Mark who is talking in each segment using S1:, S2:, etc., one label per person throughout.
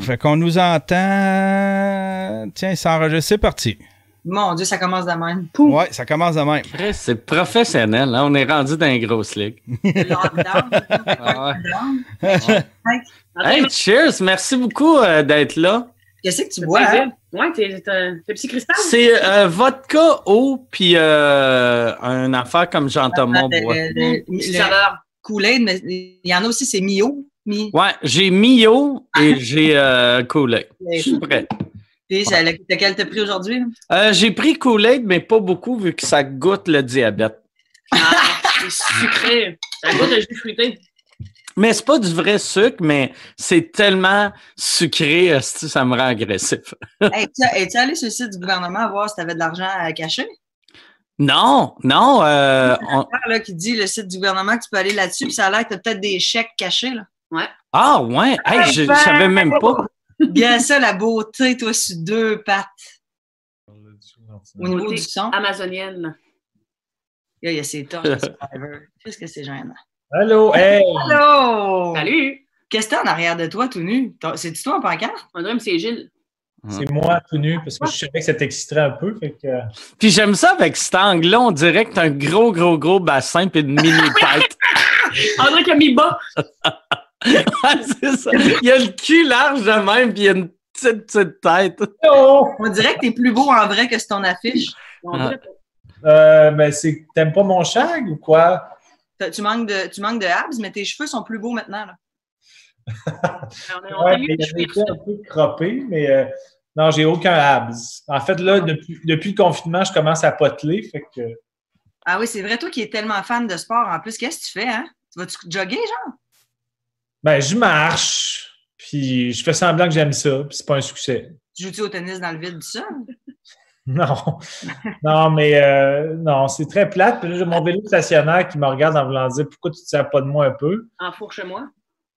S1: Fait qu'on nous entend. Tiens, ça enregistre. C'est parti.
S2: Mon Dieu, ça commence de même. Pouf!
S1: Ouais, ça commence de même.
S3: Chris, C'est professionnel, hein? on est rendu dans une grosse ligue.
S2: Lockdown.
S3: Ah ouais.
S2: Lockdown.
S3: Hey, cheers! Merci beaucoup euh, d'être là.
S2: Qu'est-ce que tu bois? hein?
S4: Ouais, t'es t'es un t'es petit cristal.
S3: C'est euh, vodka, eau, puis euh, un affaire comme Jean-Thomas
S2: Le-
S3: boit.
S2: Euh, le- le-
S4: Ça
S2: le
S4: va.
S2: Kool-Aid, mais il y en a aussi, c'est Mio. Mi-
S3: Ouais, j'ai Mio et j'ai euh, Kool-Aid. Je suis prêt.
S2: Puis, j'ai- le- Lequel t'as pris aujourd'hui? là?
S3: Euh, j'ai pris Kool-Aid, mais pas beaucoup vu que ça goûte le diabète.
S4: Ah, c'est sucré. Ça goûte le jus fruité.
S3: Mais c'est pas du vrai sucre, mais c'est tellement sucré, esti, ça me rend agressif.
S2: Hey, tu- Es-tu allé sur le site du gouvernement voir si t'avais de l'argent à cacher?
S3: Non, non, euh, on-
S2: Là, qui dit le site du gouvernement que tu peux aller là-dessus, puis ça a l'air que t'as peut-être des chèques cachés. Là.
S3: ah ouais, hey, je je savais même pas.
S2: Bien ça, la beauté, toi, sur deux pattes au niveau
S4: Beauté. Ah.
S2: du son.
S4: Amazonienne.
S2: Là, il y a ces torches de Survivor. Qu'est-ce que c'est gênant?
S5: Allô, hey!
S2: Hello!
S4: Salut.
S2: Qu'est-ce que t'as en arrière de toi, tout nu? T'as- C'est-tu toi en pancarte?
S4: On dirait que c'est Gilles.
S5: C'est moi tout nu parce que je savais que ça t'exciterait un peu. Fait que, euh,
S3: Puis j'aime ça avec cet angle-là, on dirait que t'as un gros, gros, gros bassin puis une mini-tête.
S4: On dirait qu'il a mis bas.
S3: Ouais, c'est ça. Il y a le cul large de même puis il y a une petite, petite tête.
S5: Hello!
S2: On dirait que t'es plus beau en vrai que sur ton affiche.
S4: On dirait que-
S5: Euh, ben, c'est- T'aimes pas mon shag ou quoi?
S2: T'as- Tu manques, de, tu manques de abs, mais tes cheveux sont plus beaux maintenant. là.
S4: on a- on a
S5: Ouais,
S4: eu
S5: mais
S4: des
S5: j'avais
S4: cheveux.
S5: été un peu croppé, mais euh, non, j'ai aucun abs. En fait, là, depuis, depuis le confinement, je commence à poteler. Fait que,
S2: Ah oui, c'est vrai, toi qui es tellement fan de sport en plus, qu'est-ce que tu fais, hein? Tu vas-tu jogger, genre?
S5: ben, je marche, puis je fais semblant que j'aime ça, puis c'est pas un succès.
S2: Tu joues-tu au tennis dans le vide du sol?
S5: Non, non, mais euh, non, c'est très plate. Puis là, j'ai mon vélo stationnaire qui me regarde en voulant dire pourquoi tu te sers pas de moi un peu?
S4: Enfourche-moi.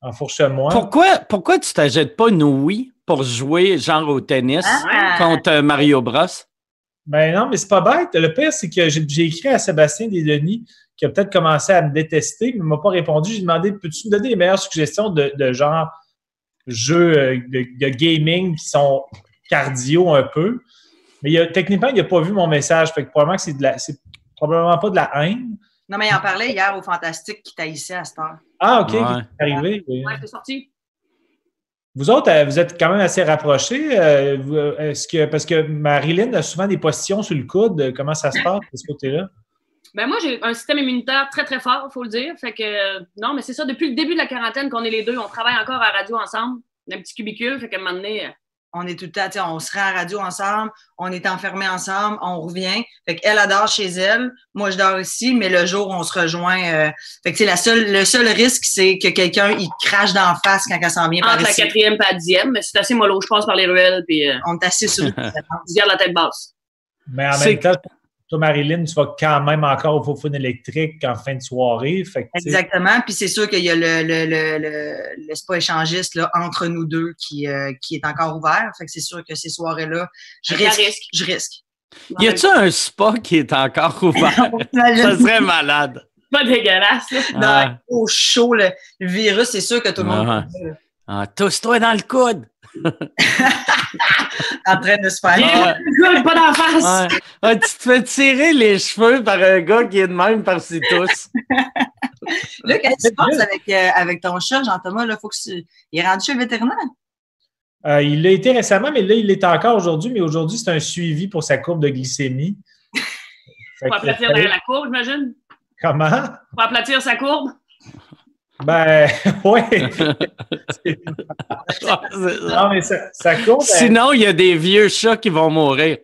S5: Enfourche-moi.
S3: Pourquoi, pourquoi tu t'achètes pas une Wii pour jouer genre au tennis
S2: Ah!
S3: contre euh, Mario Bros?
S5: Ben non, mais c'est pas bête. Le pire, c'est que j'ai j'ai écrit à Sébastien Desdenis qui a peut-être commencé à me détester, mais il m'a pas répondu. J'ai demandé peux-tu me donner les meilleures suggestions de, de genre jeux euh, de, de gaming qui sont cardio un peu. Mais il a- techniquement, il n'a pas vu mon message. Fait que probablement que c'est de la. C'est probablement pas de la haine.
S2: Non, mais il en parlait hier au Fantastique qui taillissait à cette heure.
S5: Ah, OK,
S3: Ouais.
S5: c'est arrivé.
S4: Ouais, c'est sorti.
S5: Vous autres, euh, vous êtes quand même assez rapprochés. euh, vous, euh, Est-ce que parce que Marilyn a souvent des postillons sur le coude, euh, comment ça se passe de ce côté-là?
S4: Ben moi, j'ai un système immunitaire très, très fort, il faut le dire. Fait que, euh, non, mais c'est ça, depuis le début de la quarantaine qu'on est les deux, on travaille encore à la radio ensemble, un petit cubicule, fait qu'à un moment donné, euh,
S2: On est tout le temps, tu sais, on se rend à la radio ensemble, on est enfermés ensemble, on revient. Fait qu'elle adore chez elle, moi je dors ici, mais le jour on se rejoint. euh, Fait que c'est la seule, le seul risque, c'est que quelqu'un il crache d'en face quand elle s'en vient par
S4: entre la
S2: ici.
S4: quatrième et la dixième, mais c'est assez mollo, je passe par les ruelles, puis euh,
S2: On est assis sur le
S4: je garde la tête basse.
S5: Mais en
S3: C'est-
S5: même temps, toi, Marilyn, tu vas quand même encore au Fofun électrique en fin de soirée. Fait que, tu sais,
S2: Exactement. Puis c'est sûr qu'il y a le, le, le, le, le spa échangiste là, entre nous deux qui, euh, qui est encore ouvert. Fait que c'est sûr que ces soirées-là, je
S4: Il y a
S2: risque,
S4: risque.
S2: Je risque.
S3: Y a-tu un spa qui est encore ouvert? ça serait malade.
S4: Pas dégueulasse, là.
S2: Dans
S3: Ah,
S2: Au chaud, le, le virus, c'est sûr que tout le monde
S3: Ah. ah, Tousse-toi dans le coude.
S2: est en train de se faire.
S4: Viens,
S3: Ah,
S4: gueule, pas d'en face!
S3: ah, ah, tu te fais tirer les cheveux par un gars qui est de même par ses tousse.
S2: Là, qu'est-ce qui se passe avec, euh, avec ton chat, Jean-Thomas? Là, faut que tu- Il est rendu chez le vétérinaire?
S5: euh, il l'a été récemment, mais là, il l'est encore aujourd'hui. Mais aujourd'hui, c'est un suivi pour sa courbe de glycémie. Fait
S4: Faut
S5: que-
S4: aplatir derrière la courbe, j'imagine.
S5: Comment?
S4: Faut aplatir sa courbe.
S5: Ben, oui.
S3: Ah, c'est ça.
S5: Non, mais sa, sa courbe. elle-
S3: Sinon, il y a des vieux chats qui vont mourir.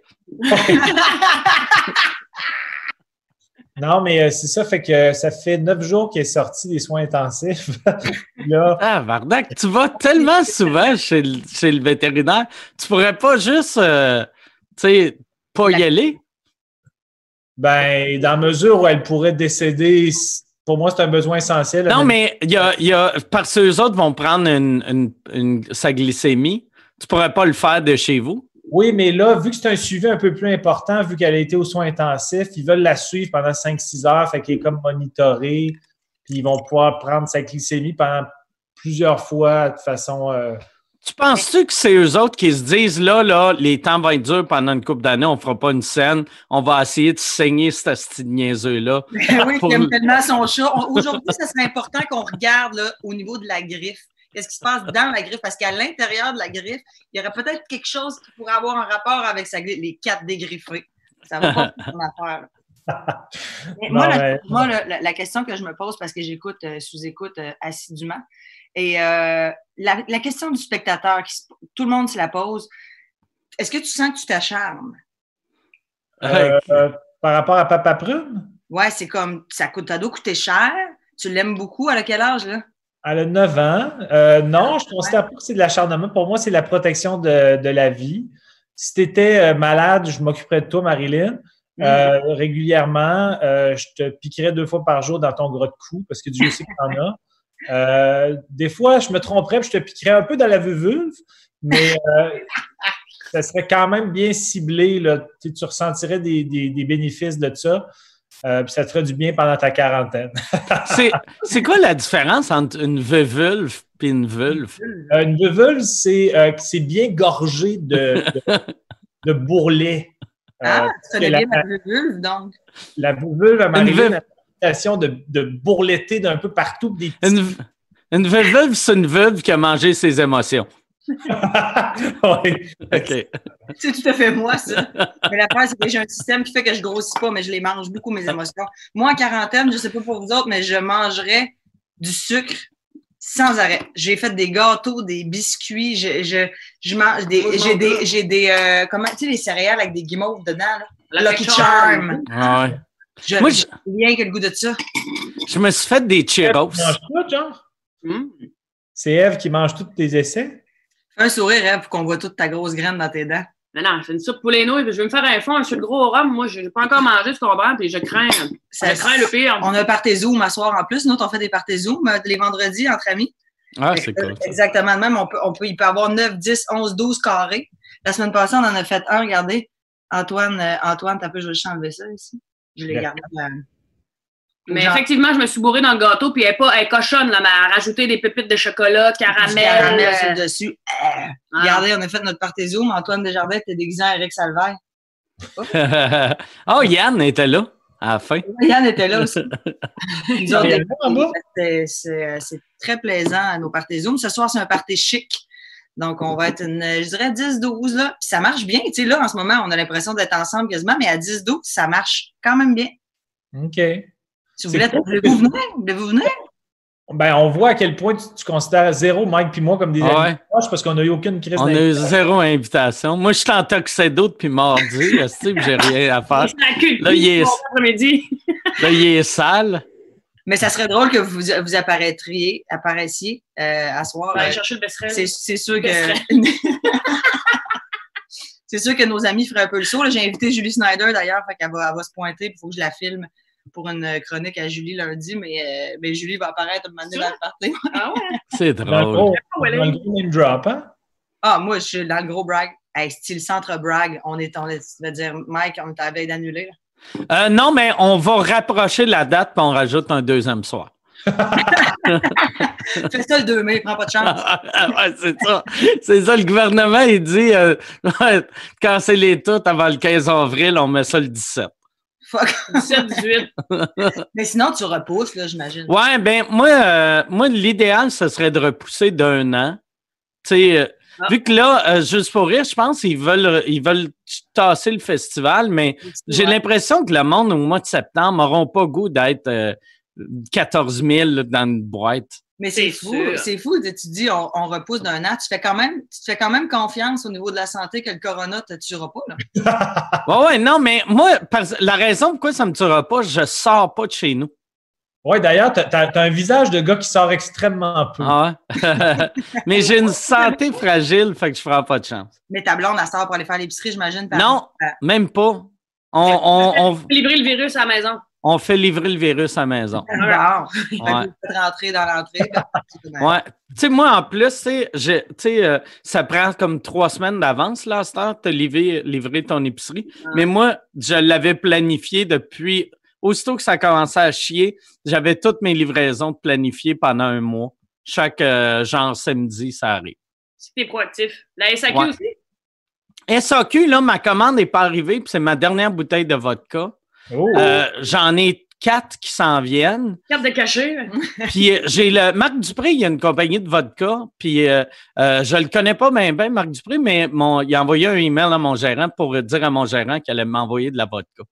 S5: Non, mais euh, c'est ça. Fait que euh, ça fait neuf jours qu'il est sorti des soins intensifs. là,
S3: Ah, Vardac, tu vas tellement souvent chez le, chez le vétérinaire, tu pourrais pas juste, euh, tu sais, pas y aller.
S5: ben, dans mesure où elle pourrait décéder, c- pour moi, c'est un besoin essentiel.
S3: Non, mais il y a, il y a, parce que eux autres vont prendre une, une- une- sa glycémie, tu pourrais pas le faire de chez vous.
S5: Oui, mais là, vu que c'est un suivi un peu plus important, vu qu'elle a été aux soins intensifs, ils veulent la suivre pendant 5-6 heures, fait qu'elle est comme monitorée, puis ils vont pouvoir prendre sa glycémie pendant plusieurs fois de façon. euh,
S3: Tu penses-tu que c'est eux autres qui se disent là, là, les temps vont être durs pendant une couple d'années, on fera pas une scène, on va essayer de saigner cette asti de niaiseux-là.
S2: Ben oui,
S3: Pour-
S2: j'aime tellement son chat. On- Aujourd'hui, ça serait important qu'on regarde là, au niveau de la griffe. Qu'est-ce qui se passe dans la griffe? Parce qu'à l'intérieur de la griffe, il y aurait peut-être quelque chose qui pourrait avoir un rapport avec sa griffe. Les quatre dégriffés. Ça va pas faire mon affaire. là. Mais moi,
S5: Non,
S2: la,
S5: mais-
S2: moi, la- la- la question que je me pose, parce que j'écoute euh, sous-écoute euh, assidûment, et euh, la, la question du spectateur, qui se- tout le monde se la pose, est-ce que tu sens que tu t'acharnes?
S3: Ah,
S5: Euh, euh, par rapport à Papa Prune,
S2: Ouais, c'est comme ça coûte, ça doit coûter cher. Tu l'aimes beaucoup. À quel âge, là?
S5: elle a 9 ans. Euh, non, je ne considère pas que c'est de l'acharnement. Pour moi, c'est la protection de, de la vie. Si tu étais malade, je m'occuperais de toi, Marilyn. Euh, régulièrement, euh, je te piquerais deux fois par jour dans ton gros de cou parce que Dieu sait que t'en as. Euh, des fois, je me tromperais puis je te piquerais un peu dans la vulve, mais euh, ça serait quand même bien ciblé. Là. Tu, sais, tu ressentirais des, des- des bénéfices de ça. euh, puis ça te ferait du bien pendant ta quarantaine.
S3: c'est, c'est quoi la différence entre une vulve et une vulve?
S5: Euh, une vulve, c'est euh, que c'est bien gorgé de, de, de bourrelets. Euh,
S2: Ah, tu connais
S5: la-
S2: bien ma vulve, donc.
S5: la vulve à Marilyn
S3: vulve.
S5: a une sensation de, de bourreletter d'un peu partout. Des petits
S3: Une, une vulve, c'est une vulve qui a mangé ses émotions.
S5: Ouais.
S3: OK.
S2: C'est tout à fait moi, ça. Mais la c'est que j'ai un système qui fait que je grossis pas, mais je les mange beaucoup, mes émotions. Moi, en quarantaine, je sais pas pour vous autres, mais je mangerais du sucre sans arrêt. J'ai fait des gâteaux, des biscuits, je, je, je mange des. J'ai des. J'ai des euh, comment, tu sais, les céréales avec des guimauves dedans, là. Lucky Charm.
S3: Ah ouais.
S2: Je,
S3: Moi,
S2: je
S3: je,
S2: rien que le goût de ça.
S3: je me suis fait des Cheetos.
S5: Tu manges pas, genre?
S2: Hmm.
S4: Hum.
S5: C'est Eve qui mange tous tes essais?
S2: Fais Un sourire, hein, pour qu'on voit toute ta grosse graine dans tes dents.
S4: Mais non, je fais une soupe poulet nouilles, puis je vais me faire un fond, je suis le gros rhum, moi, je n'ai pas encore mangé, tu comprends, puis je crains,
S2: Ça-
S4: je crains le pire.
S2: On a un party Zoom à soir en plus. Nous, autres, on fait des parties Zoom euh, les vendredis entre amis.
S3: Ah, c'est cool. ça.
S2: Exactement le même. On peut, on peut, il peut avoir 9, 10, 11, 12 carrés. La semaine passée, on en a fait un. Regardez, Antoine, euh, Antoine, t'as peu, je vais juste enlever ça ici. Je l'ai
S5: Bien.
S2: gardé. euh,
S4: Mais
S2: genre-
S4: effectivement, je me suis bourrée dans le gâteau, puis elle est pas, elle est cochonne, là, mais elle a rajouté des pépites de chocolat, de
S2: du
S4: caramel.
S2: caramel sur
S4: euh,
S2: le dessus. Euh,
S4: ah.
S2: Regardez, on a fait notre party Zoom. Antoine Desjardins était déguisé en Eric Salvaire.
S3: oh, Yann était là à la fin.
S2: Yann était là aussi. Nous autres,
S5: Réellement, en bas?
S2: C'est- C'est euh, c'est très plaisant à nos parties Zoom. Ce soir, c'est un party chic. Donc, on va être une, je dirais 10-12, là. Puis ça marche bien. Tu sais, là, en ce moment, on a l'impression d'être ensemble quasiment, mais à 10-12, ça marche quand même bien.
S5: OK.
S2: Si vous
S5: C'est
S2: voulez,
S5: cool.
S2: voulez-vous venir? Voulez-vous venir?
S5: Ben, on voit à quel point tu, tu considères zéro, Mike puis moi, comme des
S3: Ah
S5: amis
S3: ouais.
S5: proches parce qu'on n'a eu aucune crise
S3: On a eu
S5: d'invitation.
S3: zéro invitation. Moi, je suis en tuxedo depuis mardi. là, Steve, j'ai rien à faire.
S4: C'est la cul de
S3: Là, il est-
S4: bon après-midi.
S3: Là, il est sale.
S2: Mais ça serait drôle que vous, vous apparaîtriez, apparaissiez euh, à soir.
S4: On va
S2: Euh,
S4: aller chercher le besterel.
S2: C'est c'est sûr que.
S4: Qu'est-ce
S2: c'est sûr que nos amis feraient un peu le saut. là. J'ai invité Julie Snyder d'ailleurs, fait qu'elle va, elle va se pointer. Il faut que je la filme pour une euh, chronique à Julie lundi, mais, euh, mais Julie va apparaître un moment donné dans le party.
S4: Ah ouais?
S3: C'est
S5: Dans le
S3: drôle.
S5: gros,
S4: Où elle est?
S5: dans le gros name drop, hein?
S2: Ah, moi, je suis dans le gros brag. Hey, style centre brag, on est, on est, tu veux dire, Mike, on est à la veille d'annuler.
S3: Euh, non, mais on va rapprocher la date puis on rajoute un deuxième soir.
S2: Fais ça le 2 mai, prends pas de chance.
S3: Ouais, c'est ça. C'est ça, le gouvernement, il dit euh, quand c'est les toutes avant le 15 avril, on met ça le 17.
S2: Fuck.
S4: 17, 18.
S2: Mais sinon, tu repousses, là, j'imagine.
S3: Ouais, ben moi, euh, moi l'idéal, ce serait de repousser d'un an. Tu sais, euh,
S4: Ah.
S3: vu que là, euh, juste pour rire, je pense qu'ils veulent, ils veulent tasser le festival, mais j'ai
S2: Ouais.
S3: l'impression que le monde au mois de septembre n'auront pas goût d'être euh, 14 000 dans une boîte.
S2: Mais c'est
S4: C'est
S2: fou,
S4: sûr.
S2: c'est fou. Tu te dis, on, on repousse d'un an. Tu fais quand même, tu te fais quand même confiance au niveau de la santé que le corona te tuera pas. Là.
S3: Ouais, ouais, non, mais moi, parce- la raison pourquoi ça me tuera pas, je sors pas de chez nous.
S5: Ouais, d'ailleurs, t'as- t'as t'as un visage de gars qui sort extrêmement peu.
S3: Ah ouais? mais j'ai une santé fragile, fait que je ferai pas de chance.
S2: Mais ta blonde, elle sort pour aller faire l'épicerie, j'imagine. par-
S3: Non, même pas. On, on, on,
S4: Livrer le virus à la maison.
S3: on fait livrer le virus à la maison.
S2: Bon, Fait que
S3: Ouais.
S2: vous faites rentrer dans l'entrée. puis-
S3: Ouais. Tu sais, moi, en plus, tu sais, j'ai- tu sais, euh, ça prend comme trois semaines d'avance, là, à cette heure, te livrer, livrer ton épicerie. Mais moi, je l'avais planifié depuis. Aussitôt que ça commençait à chier, j'avais toutes mes livraisons planifiées pendant un mois. Chaque, euh, genre, samedi, ça arrive.
S4: si t'es proactif. La SAQ
S3: Ouais.
S4: aussi?
S3: SAQ, là, ma commande n'est pas arrivée, puis c'est ma dernière bouteille de vodka.
S6: Oh,
S3: Euh, J'en ai quatre qui s'en viennent.
S4: Carte de cachet.
S3: Puis euh, j'ai le Marc Dupré, il y a une compagnie de vodka. Puis euh, euh, je le connais pas bien, ben, Marc Dupré, mais mon, il a envoyé un email à mon gérant pour dire à mon gérant qu'il allait m'envoyer de la vodka.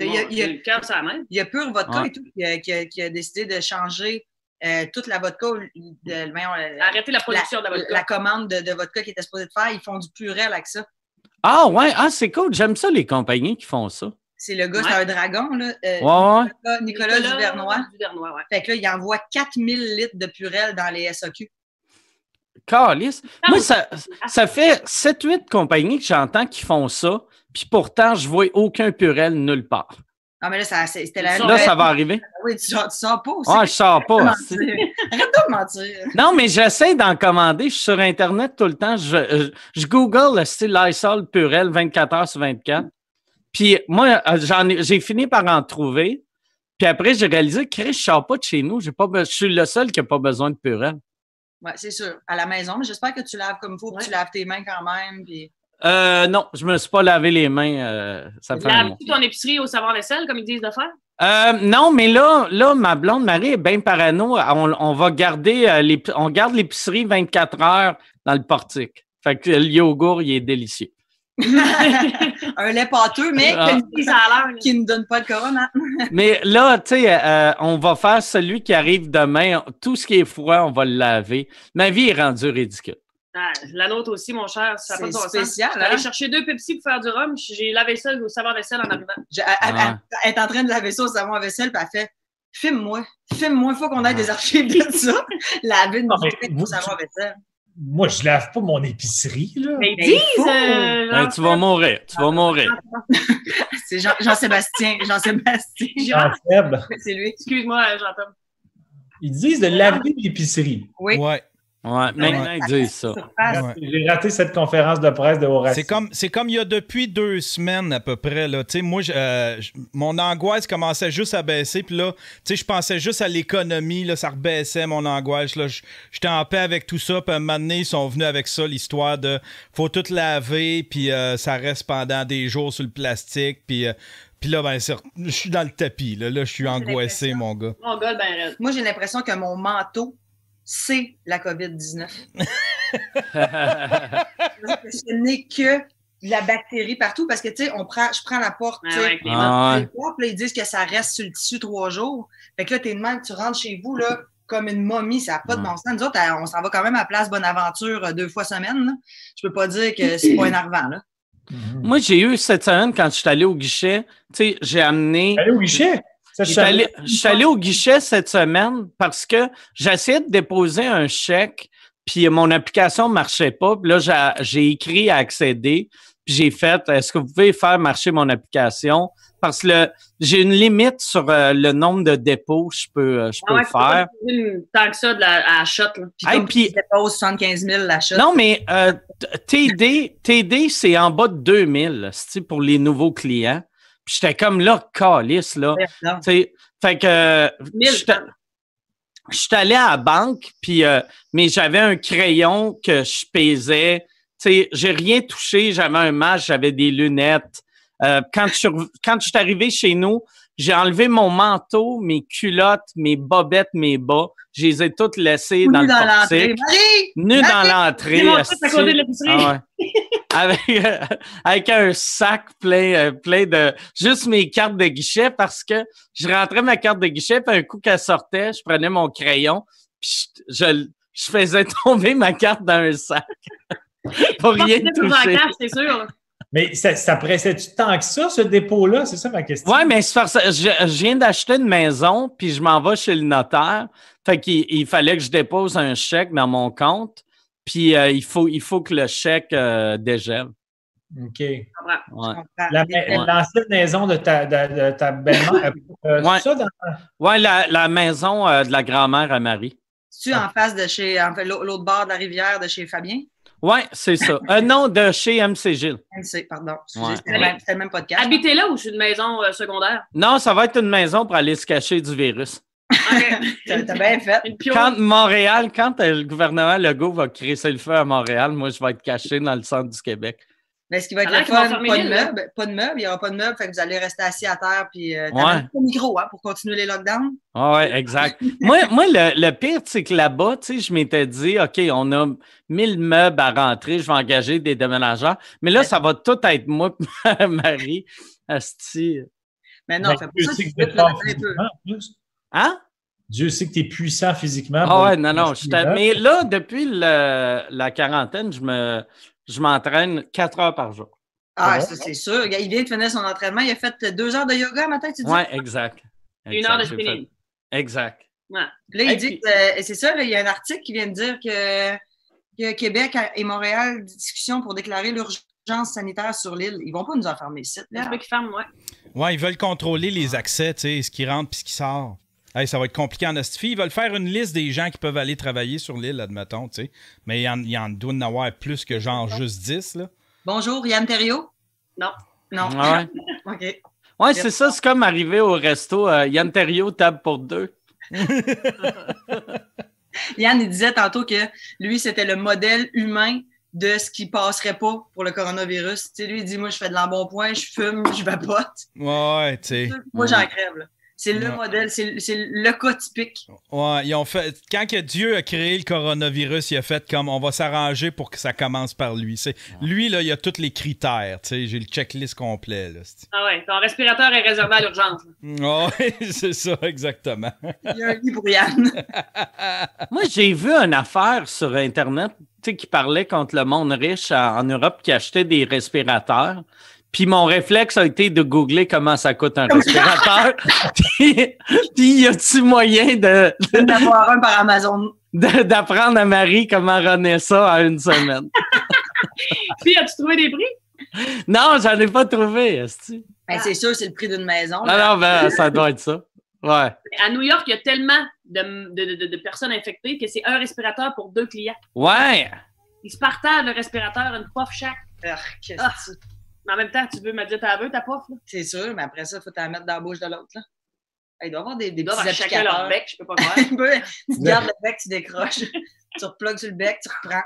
S2: Il y a, il y a-
S4: Le cœur, ça même.
S2: il y a Pure Vodka
S3: Ouais.
S2: et tout qui a, qui a- qui a décidé de changer euh, toute la vodka, euh, de- voyons, la- la-
S4: Arrêtez la production de Ah, la vodka.
S2: la commande de, de vodka qui était supposée de faire, ils font du purel avec ça.
S3: Ah ouais, ah c'est cool, j'aime ça les compagnies qui font ça.
S2: C'est le gars,
S4: Ouais.
S2: c'est un dragon, là. euh,
S3: Ouais, ouais.
S2: Nicolas, Nicolas Duvernois.
S4: Duvernois, ouais.
S2: Fait que là, il envoie 4000 litres de purel dans les SAQ.
S3: Calice.
S4: Ah,
S3: Moi,
S4: oui.
S3: ça, ça fait 7-8 compagnies que j'entends qui font ça, puis pourtant, je vois aucun purel nulle part.
S2: Non, mais là, ça- c'est- c'était la Ah
S4: Ça,
S3: Là, ça va arriver.
S2: Oui, tu, sors- tu sors pas aussi.
S3: Ah, je sors pas.
S2: Arrête de mentir. Arrête de mentir.
S3: Non, mais j'essaie d'en commander. Je suis sur Internet tout le temps. Je, je, je Google le style Lysol Purel 24 heures sur 24. Puis moi, euh, j'en ai- j'ai fini par en trouver. Puis après, j'ai réalisé que je ne sors pas de chez nous. J'ai pas be- je suis le seul qui n'a pas besoin de Purel.
S2: Ouais, c'est sûr. À la maison, mais j'espère que tu laves comme il faut, que tu laves tes mains quand même. Puis...
S3: Euh, non, je me suis pas lavé les mains. euh, ça fait un mois.
S4: Laves-tu ton épicerie au savon vaisselle, comme ils disent de faire?
S3: Euh, non, mais là, là, ma blonde Marie est bien parano. On, on va garder euh, l'ép- on garde l'épicerie 24 heures dans le portique. Fait que le yogourt, il est délicieux.
S2: un lait pâteux, mais
S3: Ah.
S4: Ils ça à l'heure. là.
S2: qui ne donne pas le corona.
S3: Mais là, tu sais, euh, on va faire celui qui arrive demain. Tout ce qui est froid, on va le laver. Ma vie est rendue ridicule.
S4: Ah, La nôtre aussi, mon cher, ça n'a pas de
S2: C'est
S4: bon sens.
S2: spécial,
S4: J'étais
S2: hein?
S4: allée chercher deux Pepsi pour faire du rhum. J'ai lavé ça au savon vaisselle en arrivant.
S2: Je- elle, elle-
S3: Ah.
S2: elle est en train de laver ça au savon à vaisselle, puis elle fait Filme-moi, filme-moi, il faut qu'on ait
S3: Ah.
S2: des archives de ça. Laver une
S6: Non, mais
S2: bouteille
S6: vous-
S2: au savon à vaisselle. Ben,
S6: moi, je lave pas mon épicerie, là.
S4: Mais ils
S2: Mais il
S4: disent.
S2: faut.
S4: euh,
S3: Hein,
S4: genre,
S3: tu vas mourir. Tu vas mourir.
S2: C'est Jean- Jean-Sébastien. Jean-Sébastien.
S3: Ah.
S4: Gérard,
S6: Jean-Seb,
S2: C'est lui.
S4: Excuse-moi, euh, j'entends.
S6: ils disent de laver l'épicerie.
S2: Oui.
S1: Ouais.
S3: Ouais, maintenant, ils disent ça.
S2: Ah,
S1: ouais.
S6: J'ai raté cette conférence de presse de Horace.
S1: C'est comme, c'est comme il y a depuis deux semaines à peu près. Là. Tu sais, Moi, je- euh, je- mon angoisse commençait juste à baisser. Puis là, tu sais, je pensais juste à l'économie. là, Ça rebaissait mon angoisse. là. Je- J'étais en paix avec tout ça. Puis à un moment donné, ils sont venus avec ça, l'histoire de faut tout laver. Puis euh, ça reste pendant des jours sur le plastique. Puis, euh, puis là, ben, c'est re- je suis dans le tapis. Là, là je suis angoissé, mon gars.
S4: Mon gars, ben, raide.
S2: Moi, j'ai l'impression que mon manteau, c'est la COVID-19. Ce n'est que de la bactérie partout parce que, tu sais, on prend, je prends la porte, tu sais,
S4: Ouais, Ben, ouais, avec les mains.
S3: Ah,
S2: Les
S3: ouais.
S2: portes, là, ils disent que ça reste sur le tissu trois jours. Fait que là, t'es de même, tu rentres chez vous, là, comme une momie, ça n'a pas de
S3: Ouais.
S2: bon sens. Nous autres, à- on s'en va quand même à Place Bonaventure euh, deux fois semaine. là. Je peux pas dire que c'est pas énervant, là.
S6: Mhm.
S3: Moi, j'ai eu cette semaine, quand je suis allé au guichet, tu sais, j'ai amené.
S6: Allez au guichet. Ça, Ben je
S3: Je suis
S6: savais.
S3: allé- je suis allé au guichet cette semaine parce que j'essayais de déposer un chèque, puis mon application ne marchait pas. Puis là, j'a- j'ai écrit à accéder, puis j'ai fait est-ce que vous pouvez faire marcher mon application? Parce que le- j'ai une limite sur euh, le nombre de dépôts que je peux, euh, je peux
S4: Ah ouais, tu peux pas
S3: faire.
S4: utiliser une- Tant que ça, de la, à la shot, là.
S2: Puis
S3: Hey,
S2: comme
S3: puis-
S2: tu déposes 75 000 l'achat.
S3: Non, mais euh, t- TD, TD c'est en bas de 2000 c'est-tu, pour les nouveaux clients. Puis j'étais comme là, calice, là.
S2: non.
S3: Tu sais, fait que euh,
S4: Mille.
S3: je suis a- je suis allé à la banque, puis euh, mais j'avais un crayon que je pesais. Tu sais, j'ai rien touché, j'avais un masque, j'avais des lunettes. Euh, quand, je, suis rev- quand je suis arrivé chez nous, j'ai enlevé mon manteau, mes culottes, mes bobettes, mes bas. Je les ai toutes laissées
S2: Ou
S3: dans
S2: nu
S3: le
S2: dans l'entrée.
S3: portique.
S2: Marie!
S3: Nu dans l'entrée.
S4: C'est mon truc à côté de
S3: esti.
S4: l'épicerie.
S3: Ah ouais. avec, euh, avec un sac plein, euh, plein de juste mes cartes de guichet parce que je rentrais ma carte de guichet, puis un coup qu'elle sortait, je prenais mon crayon, puis je, je- je faisais tomber ma carte dans un sac. Pour
S4: Je pense
S3: rien
S4: que c'est dans la
S3: toucher.
S4: cache, c'est sûr.
S6: Mais ça, ça pressait-tu tant que ça, ce dépôt-là? C'est ça ma question.
S3: Ouais, mais c'est parce que je, je viens d'acheter une maison, puis je m'en vais chez le notaire. Fait qu'il il fallait que je dépose un chèque dans mon compte, puis euh, il, faut, il faut que le chèque euh, dégèle.
S6: OK.
S4: Je comprends.
S3: Ouais.
S2: On prend
S6: La-
S2: des-
S3: Ouais.
S6: L'ancienne maison de ta, de, de ta belle-mère. euh,
S3: Ouais.
S6: ça dans-
S3: Ouais, la, la maison euh, de la grand-mère à Marie.
S2: Tu en face de chez, en fait, l'au- l'autre bord de la rivière de chez Fabien.
S3: Ouais, c'est ça. Un nom de chez MC Gilles.
S2: MC, pardon. Excusez,
S3: Ouais,
S2: c'était le
S3: ouais.
S2: même- c'était le même podcast.
S4: Habitez là ou je suis une maison euh, secondaire?
S3: Non, ça va être une maison pour aller se cacher du virus.
S4: OK.
S2: T'as t'as bien fait.
S4: Une pion.
S3: Quand Montréal, quand euh, le gouvernement Legault va crisser le feu à Montréal, moi, je vais être caché dans le centre du Québec.
S2: Mais ce qui va être
S4: Ah,
S2: le
S4: qu'ils vont
S2: fun, pas
S4: fermer
S2: de
S4: l'île, là.
S2: meubles. Pas de meubles, il n'y aura pas de meubles. Fait que vous allez rester assis à terre puis euh,
S3: Ouais.
S2: t'as même pas de micro hein, pour continuer les lockdowns.
S3: Ah ouais, exact. moi, moi le, le pire, c'est que là-bas, tu sais, je m'étais dit, OK, on a 1000 meubles à rentrer, je vais engager des déménageurs. Mais là, ça va tout être moi, et Marie. Asti.
S2: Mais non,
S6: Ben,
S5: Mais
S2: fait pas
S5: Dieu
S2: ça tout
S5: sait
S2: de
S5: que t'es
S2: suite, là,
S5: fort
S2: attends un peu.
S5: physiquement, en plus.
S3: Hein?
S5: Dieu sait que tu es puissant physiquement.
S3: Ah
S5: pour-
S3: ouais, non, non.
S5: pour-
S3: je suis à- mais là, depuis le- la quarantaine, je me je m'entraîne 4 heures par jour.
S2: Ah,
S5: Ouais.
S2: ça, c'est sûr. Il vient de finir son entraînement. Il a fait euh, deux heures de yoga matin, tu dis.
S3: Ouais, exact.
S4: Une heure
S3: Exact,
S4: de
S3: j'ai
S4: spinning.
S3: fait- Exact.
S2: Puis Là,
S3: Hey,
S2: il dit, que, euh, et c'est ça, là, il y a un article qui vient de dire que, que Québec et Montréal, discussion pour déclarer l'urgence sanitaire sur l'île. Ils vont pas nous enfermer ici.
S4: Ça
S2: Là.
S4: se peut qu'ils ferment, ouais.
S1: Ouais, ils veulent contrôler les accès, tu sais, ce qui rentre puis ce qui sort. Hey, ça va être compliqué en Estifie. Ils veulent faire une liste des gens qui peuvent aller travailler sur l'île, admettons, tu sais. Mais il y en, il y en doit en avoir plus que genre juste 10, là.
S2: Bonjour, Yann Terriot?
S4: Non.
S2: Non.
S3: Ouais,
S2: OK.
S3: Ouais, c'est ça, c'est comme arriver au resto, euh, Yann Terriot, table pour deux.
S2: Yann, il disait tantôt que lui, c'était le modèle humain de ce qui passerait pas pour le coronavirus. Tu sais, lui, il dit, moi, je fais de l'embonpoint, je fume, je vapote.
S1: Ouais, tu sais.
S2: Moi, j'en crève. là. C'est le
S1: Ouais.
S2: modèle, c'est c'est le cas typique.
S1: Ouais, ils ont fait. Quand que Dieu a créé le coronavirus, il a fait comme on va s'arranger pour que ça commence par lui. C'est lui là, il a tous les critères. Tu sais, j'ai le checklist complet là. c'est-
S4: Ah ouais, ton respirateur est réservé à l'urgence.
S1: Oh, c'est ça exactement.
S2: Il y a un lit pour Yann.
S3: Moi, j'ai vu une affaire sur Internet tu sais, qui parlait contre le monde riche en, en Europe qui achetait des respirateurs. Puis mon réflexe a été de googler comment ça coûte un respirateur. puis, puis y a-tu moyen de,
S2: d'avoir un par Amazon.
S3: de- d'apprendre à Marie comment runner ça en une semaine?
S4: Puis, as-tu trouvé des prix?
S3: Non, j'en ai pas trouvé, esti.
S2: Ben, c'est sûr, c'est le prix d'une maison.
S3: Non,
S2: là.
S3: non, ben, ça doit être ça. Ouais.
S4: À New York, il y a tellement de, de- de- de personnes infectées que c'est un respirateur pour deux clients.
S3: Ouais!
S4: Ils se partagent le respirateur, une pof chaque.
S2: Arc, c'est-
S4: Ah. Mais en même temps, tu veux me dire ta veux, ta pof? Là?
S2: C'est sûr, mais après ça, il faut t'en mettre dans la bouche de l'autre. là. Il doit y avoir des, des
S4: Ils doivent
S2: petits
S4: avoir ben, chacun leur
S2: applicateurs.
S4: bec, je peux pas croire.
S2: Un peu. tu gardes le bec, tu décroches. tu replugues sur le bec, tu reprends.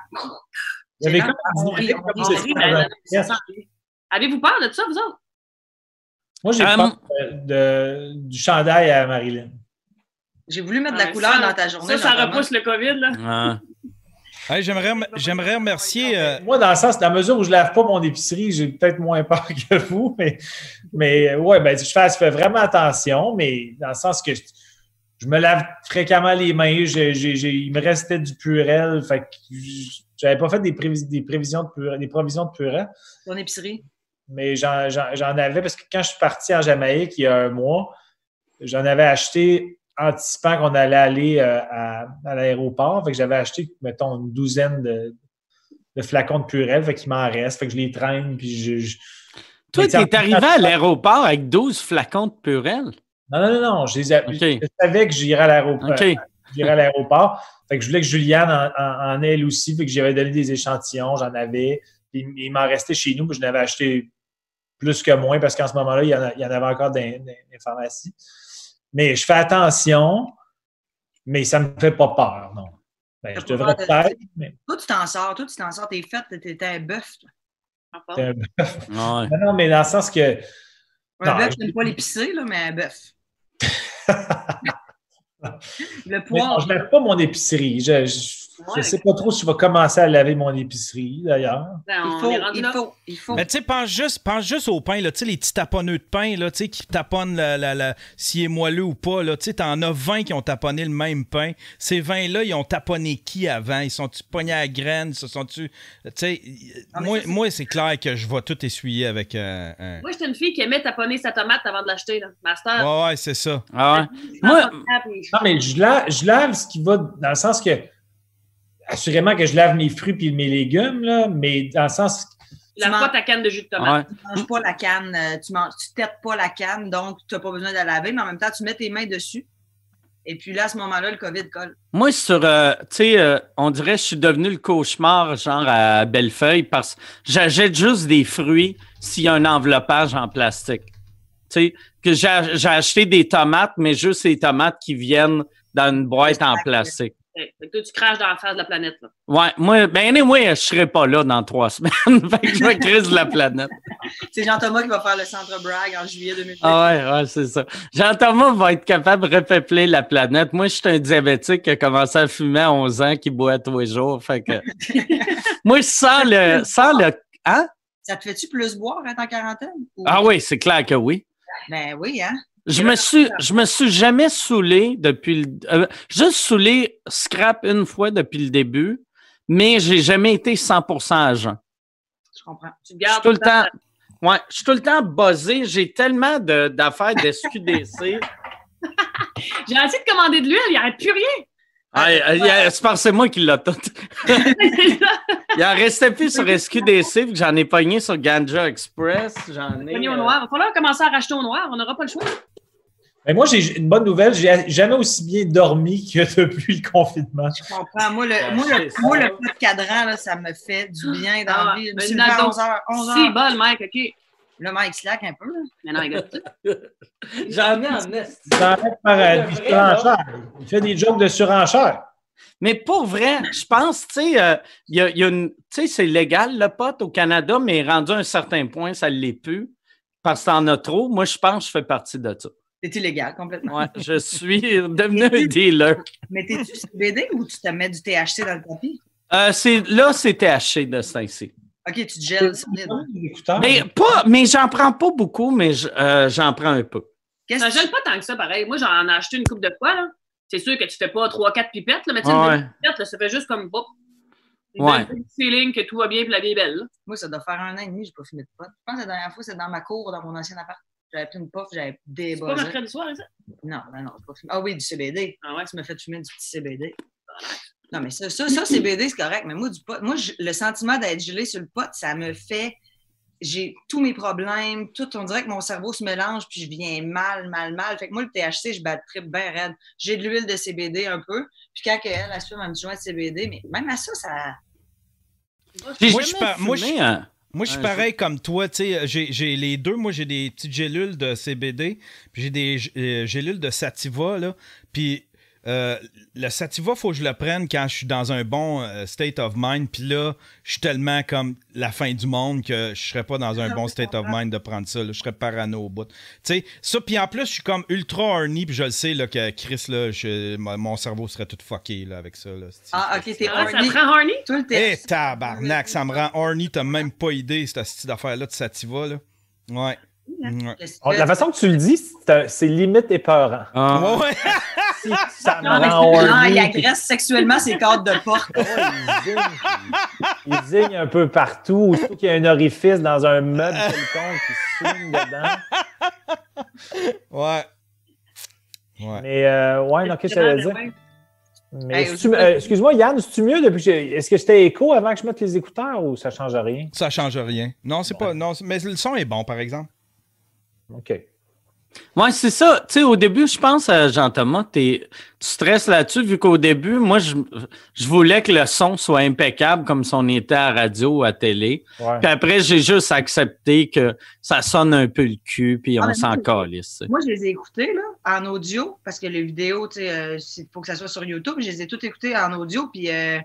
S5: Il y avait
S2: C'est
S5: comme
S2: là,
S5: un
S2: on rit, on
S4: Ah
S5: C'est
S4: oui,
S5: ça,
S4: ben,
S5: ouais.
S4: non, ça sent bien. Avez-vous peur de ça, vous autres?
S5: Moi, j'ai
S3: Euh,
S5: peur de- de- du chandail à Marilyn.
S2: J'ai voulu mettre de la
S4: Ouais,
S2: couleur
S4: ça,
S2: dans ta journée.
S4: Ça, ça
S2: j'entends.
S4: repousse le COVID, là.
S3: Hein.
S1: Hey, j'aimerais, rem- j'aimerais remercier. euh,
S5: Moi, dans le sens, dans la mesure où je lave pas mon épicerie, j'ai peut-être moins peur que vous, mais, mais euh, ouais, ben, je, fais, je fais vraiment attention, mais dans le sens que je, je me lave fréquemment les mains, je- j'ai- j'ai- il me restait du purel, fait que j- j'avais pas fait des, prévis- des prévisions de purel, des provisions de purel,
S2: Ton épicerie.
S5: mais j'en j'en- j'en avais parce que quand je suis parti en Jamaïque il y a un mois, j'en avais acheté anticipant qu'on allait aller euh, à, à l'aéroport. Fait que j'avais acheté, mettons, une douzaine de, de flacons de purée. Fait qu'il m'en reste. Fait que je les traîne. Puis je, je-
S3: Toi,
S5: Mais
S3: t'es
S5: t'sais, en-
S3: arrivé à l'aéroport avec 12 flacons de Purel.
S5: Non, non, non, non. Je, les a-
S3: OK.
S5: je savais que j'irais à l'aéroport.
S3: OK.
S5: j'irai à l'aéroport. Fait que je voulais que Juliane en, en- en ait elle aussi. Fait que j'avais donné des échantillons, j'en avais. Puis il m'en restait chez nous, mais je n'avais acheté plus que moins parce qu'en ce moment-là, il, y en a- il y en avait encore dans, dans les pharmacies. Mais je fais attention, mais ça ne me fait pas peur, non. Ben,
S2: T'as
S5: je
S2: pas
S5: devrais
S2: peur de-
S5: peut-être, mais
S2: Toi, tu t'en sors. Toi, tu t'en sors. T'es faite. T'es t'es un bœuf. toi.
S4: En forme.
S5: c'est un-
S3: Ouais.
S5: Non, non, mais dans le sens que.
S2: Un
S5: Non,
S2: bœuf,
S5: je-
S2: j'aime pas l'épicerie, là, mais un bœuf. le
S5: mais non,
S2: poids.
S5: je ne lave pas mon épicerie. Je ne
S4: Ouais.
S5: sais pas trop si je vais commencer à laver mon épicerie, d'ailleurs.
S4: Ben, on
S2: Il faut,
S4: est rendu
S2: il
S4: là.
S2: faut, il faut.
S1: Mais tu sais, pense juste, pense juste au pain, là, tu sais, les petits taponneux de pain, là, tu sais, qui taponnent la, la, la- s'il est moelleux ou pas, là, tu sais, t'en as 20 qui ont taponné le même pain. Ces 20-là, ils ont taponné qui avant? Ils sont-tu pognés à graines? Se sont-tu... Tu sais,
S2: Non, mais
S1: moi,
S2: ça, c'est-
S1: moi, c'est clair que je vais tout essuyer avec un... un-
S4: Moi, j'étais une fille qui aimait taponner sa tomate avant de l'acheter, là. Master.
S1: Ouais, ouais, c'est ça.
S3: Ah ouais. Moi,
S5: Non, mais je lave, je lave ce qui va dans le sens que, assurément que je lave mes fruits puis mes légumes, là, mais dans le sens.
S4: la
S2: Tu
S4: pas ta canne de jus de tomate.
S3: ouais.
S2: Tu manges pas la canne, euh, tu manges, tu têtes pas la canne, donc tu n'as pas besoin de la laver, mais en même temps, tu mets tes mains dessus. Et puis là, à ce moment-là, le COVID colle.
S3: Moi, sur, euh, tu sais, euh, on dirait que je suis devenu le cauchemar, genre à Bellefeuille, parce que j'achète juste des fruits s'il y a un enveloppage en plastique. Tu sais, que que j'ai j'ai acheté des tomates, mais juste les tomates qui viennent dans une boîte en plastique.
S4: Fait que toi, tu craches dans la face de la planète. Là.
S3: Ouais, moi, ben anyway, je serai pas là dans trois semaines. fait que je vais crise la planète.
S2: C'est Jean-Thomas qui va faire le centre brag en juillet 2020.
S3: Ah ouais, ouais, c'est ça. Jean-Thomas va être capable de repeupler la planète. Moi, je suis un diabétique qui a commencé à fumer à 11 ans, qui boit tous les jours. Fait que... moi, sans le, sans le... Hein?
S2: Ça te fait-tu plus boire être en quarantaine? Ou-
S3: Ah oui, c'est clair que oui.
S2: Ben oui, hein?
S3: Je me suis, je me suis jamais saoulé depuis le, euh, juste saoulé scrap une fois depuis le début, mais j'ai jamais été 100% agent.
S2: Je comprends.
S4: Tu
S3: Je suis
S4: gardes
S3: tout le temps, ouais, je suis tout le temps buzzé. J'ai tellement de- d'affaires d'SQDC.
S4: J'ai essayé de commander de l'huile, il n'y aurait plus rien.
S3: Hey, euh, il y a- C'est parce que c'est moi qui l'ai tout.
S4: C'est ça.
S3: Il en restait plus sur SQDC, vu que j'en ai pogné sur Ganja Express. J'en ai.
S4: Pogné au
S3: euh,
S4: noir. Il va falloir commencer à racheter au noir. On n'aura pas le choix.
S5: ben,
S6: Mais moi, j'ai une bonne nouvelle. J'ai jamais aussi bien dormi que depuis le confinement.
S2: Je comprends. Moi, le,
S3: Ouais,
S2: moi,
S3: Ah, c'est ça.
S2: le, moi, le pot de cadran, là, ça me fait du bien dans la
S4: Ah,
S2: vie. Je me
S4: mais
S2: suis
S4: il y en a
S2: levée à
S4: d'autres.
S2: 11 h 11
S4: Si,
S2: h
S4: bol, mec, OK.
S2: Le Mike slack un peu. Là.
S4: Mais non, regarde ça.
S3: J'en ai en est.
S6: Ça arrête par euh, des surenchères. Il fait des jokes de surenchère.
S3: Mais pour vrai, je pense, tu sais, euh, il y a, il y a une- tu sais, c'est légal le pot au Canada, mais rendu à un certain point, ça ne l'est plus parce que t'en as trop. Moi, je pense que je fais partie de ça.
S2: C'est illégal complètement.
S3: Ouais, je suis devenu un dealer.
S2: Mais t'es-tu CBD ou tu te mets du THC dans le tapis?
S3: Euh, c'est- là, c'est THC de ce temps-ci.
S2: OK, tu te gèles solide.
S6: Des écouteurs.
S3: Mais pas, mais j'en prends pas beaucoup, mais je- euh, j'en prends un peu.
S2: Qu'est-ce
S4: Ça
S2: que
S4: gèle
S2: tu
S4: pas tant que ça, pareil. Moi, j'en ai acheté une coupe de fois, là. C'est sûr que tu fais pas 3-4 pipettes, là, mais tu sais, une
S3: Ouais.
S4: petite pipette, là, ça fait juste comme bop. C'est
S3: Ouais.
S4: un petit feeling que tout va bien et la vie est belle. là.
S2: Moi, ça doit faire un an et demi, j'ai pas fumé de pot. Je pense que la dernière fois, c'est dans ma cour, dans mon ancien appart. J'avais pris une puff, j'avais
S4: C'est pas
S2: débossé.
S4: mercredi soir, hein, ça?
S2: Non, non, non, j'ai pas fumé. Ah oui, du CBD.
S4: Ah ouais. ben.
S2: Tu me fait fumer du petit CBD. Non, mais ça, ça, ça CBD, c'est correct. Mais moi, du pot, moi, je- le sentiment d'être gelé sur le pot, ça me fait. J'ai tous mes problèmes, tout. On dirait que mon cerveau se mélange, puis je viens mal, mal, mal. Fait que moi, le THC, je bats de trip bien raide. J'ai de l'huile de CBD un peu. Puis quand elle, elle, elle se fume un petit joint de CBD, mais même à ça, ça.
S3: J'ai
S1: Moi,
S3: jamais
S1: je par- moi,
S3: fumé,
S1: je-
S3: hein.
S1: Moi, je suis
S3: Ouais,
S1: pareil comme toi, tu sais, j'ai- j'ai les deux, moi j'ai des petites gélules de CBD, puis j'ai des g- euh, gélules de sativa, là, puis euh, le sativa, faut que je le prenne quand je suis dans un bon euh, state of mind, puis là, je suis tellement comme la fin du monde que je serais pas dans un bon state of mind de prendre ça, là. je serais parano au bout. Tu sais, ça, puis en plus, je suis comme ultra horny, puis je le sais, là, que Chris, là, je- mon mon cerveau serait tout fucké, là, avec ça, là.
S2: Ah, ok, t'es
S4: Ah, ça
S2: horny.
S4: prend Harney?
S2: Toi, le
S1: Eh,
S2: THC.
S1: tabarnak, ça me rend horny, t'as même pas idée, cette petite affaire-là de Sativa, là. Ouais. Ouais.
S2: Qu'est-ce
S5: On-
S2: que tu
S5: Oh, La
S2: fais?
S5: façon que tu le dis, c'est un- c'est limite épeurant.
S3: Ah.
S1: Ouais, ouais.
S5: Si, ça me
S4: Non, mais
S5: rend
S2: Non,
S5: horny,
S2: Ah, il agresse sexuellement ses cordes de porte.
S5: puis- Ah ouais, il zigne. il zigne un peu partout. Surtout qu'il y a un orifice dans un meuble quelconque qui s'ouvre dedans.
S1: Ouais. Ouais.
S5: Mais euh, ouais, non, qu'est-ce que ça veut dire? Mais
S2: Hey,
S5: est-ce
S2: je-
S5: tu- euh, Excuse-moi, Yann, est-ce tu mieux depuis que j'ai- Est-ce que j'étais écho avant que je mette les écouteurs ou ça change rien?
S1: Ça change rien. Non, c'est pas. Non, c'est- mais le son est bon, par exemple.
S5: OK.
S3: Ouais, c'est ça. Tu sais, au début, je pense, euh, Jean-Thomas, t'es- tu stresses là-dessus, vu qu'au début, moi, je, je voulais que le son soit impeccable comme si on était à radio ou à télé.
S5: Ouais.
S3: Puis après, j'ai juste accepté que ça sonne un peu le cul, puis
S2: Ah,
S3: on
S2: mais
S3: s'en
S2: oui.
S3: calisse. tu sais.
S2: Moi, je les ai écoutés là, en audio, parce que les vidéos, tu sais, euh, c'est- faut que ça soit sur YouTube. Je les ai toutes écoutées en audio. Puis euh,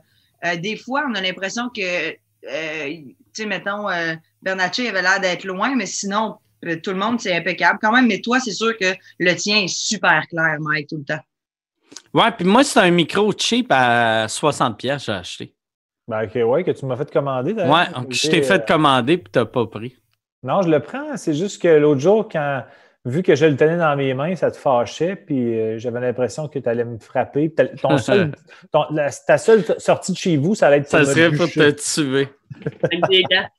S2: euh, des fois, on a l'impression que, euh, tu sais, mettons, euh, Bernacchi avait l'air d'être loin, mais sinon, euh, tout le monde, c'est impeccable quand même. Mais toi, c'est sûr que le tien est super clair, Mike, tout le temps.
S3: Ouais, puis moi, c'est un micro cheap à 60 pièces j'ai acheté.
S5: Ben, OK, ouais, que tu m'as fait commander. d'ailleurs.
S3: Ouais, que je t'ai
S5: Euh,
S3: fait commander, puis t'as pas pris.
S5: Non, je le prends. C'est juste que l'autre jour, quand vu que je le tenais dans mes mains, ça te fâchait, puis euh, j'avais l'impression que tu allais me frapper. puis t'allais- ton seul- ton- la- ta seule t- sortie de chez vous, ça allait être
S3: Ça
S5: pour me
S3: serait pour te
S5: bûcher.
S3: tuer.
S4: Avec des gants.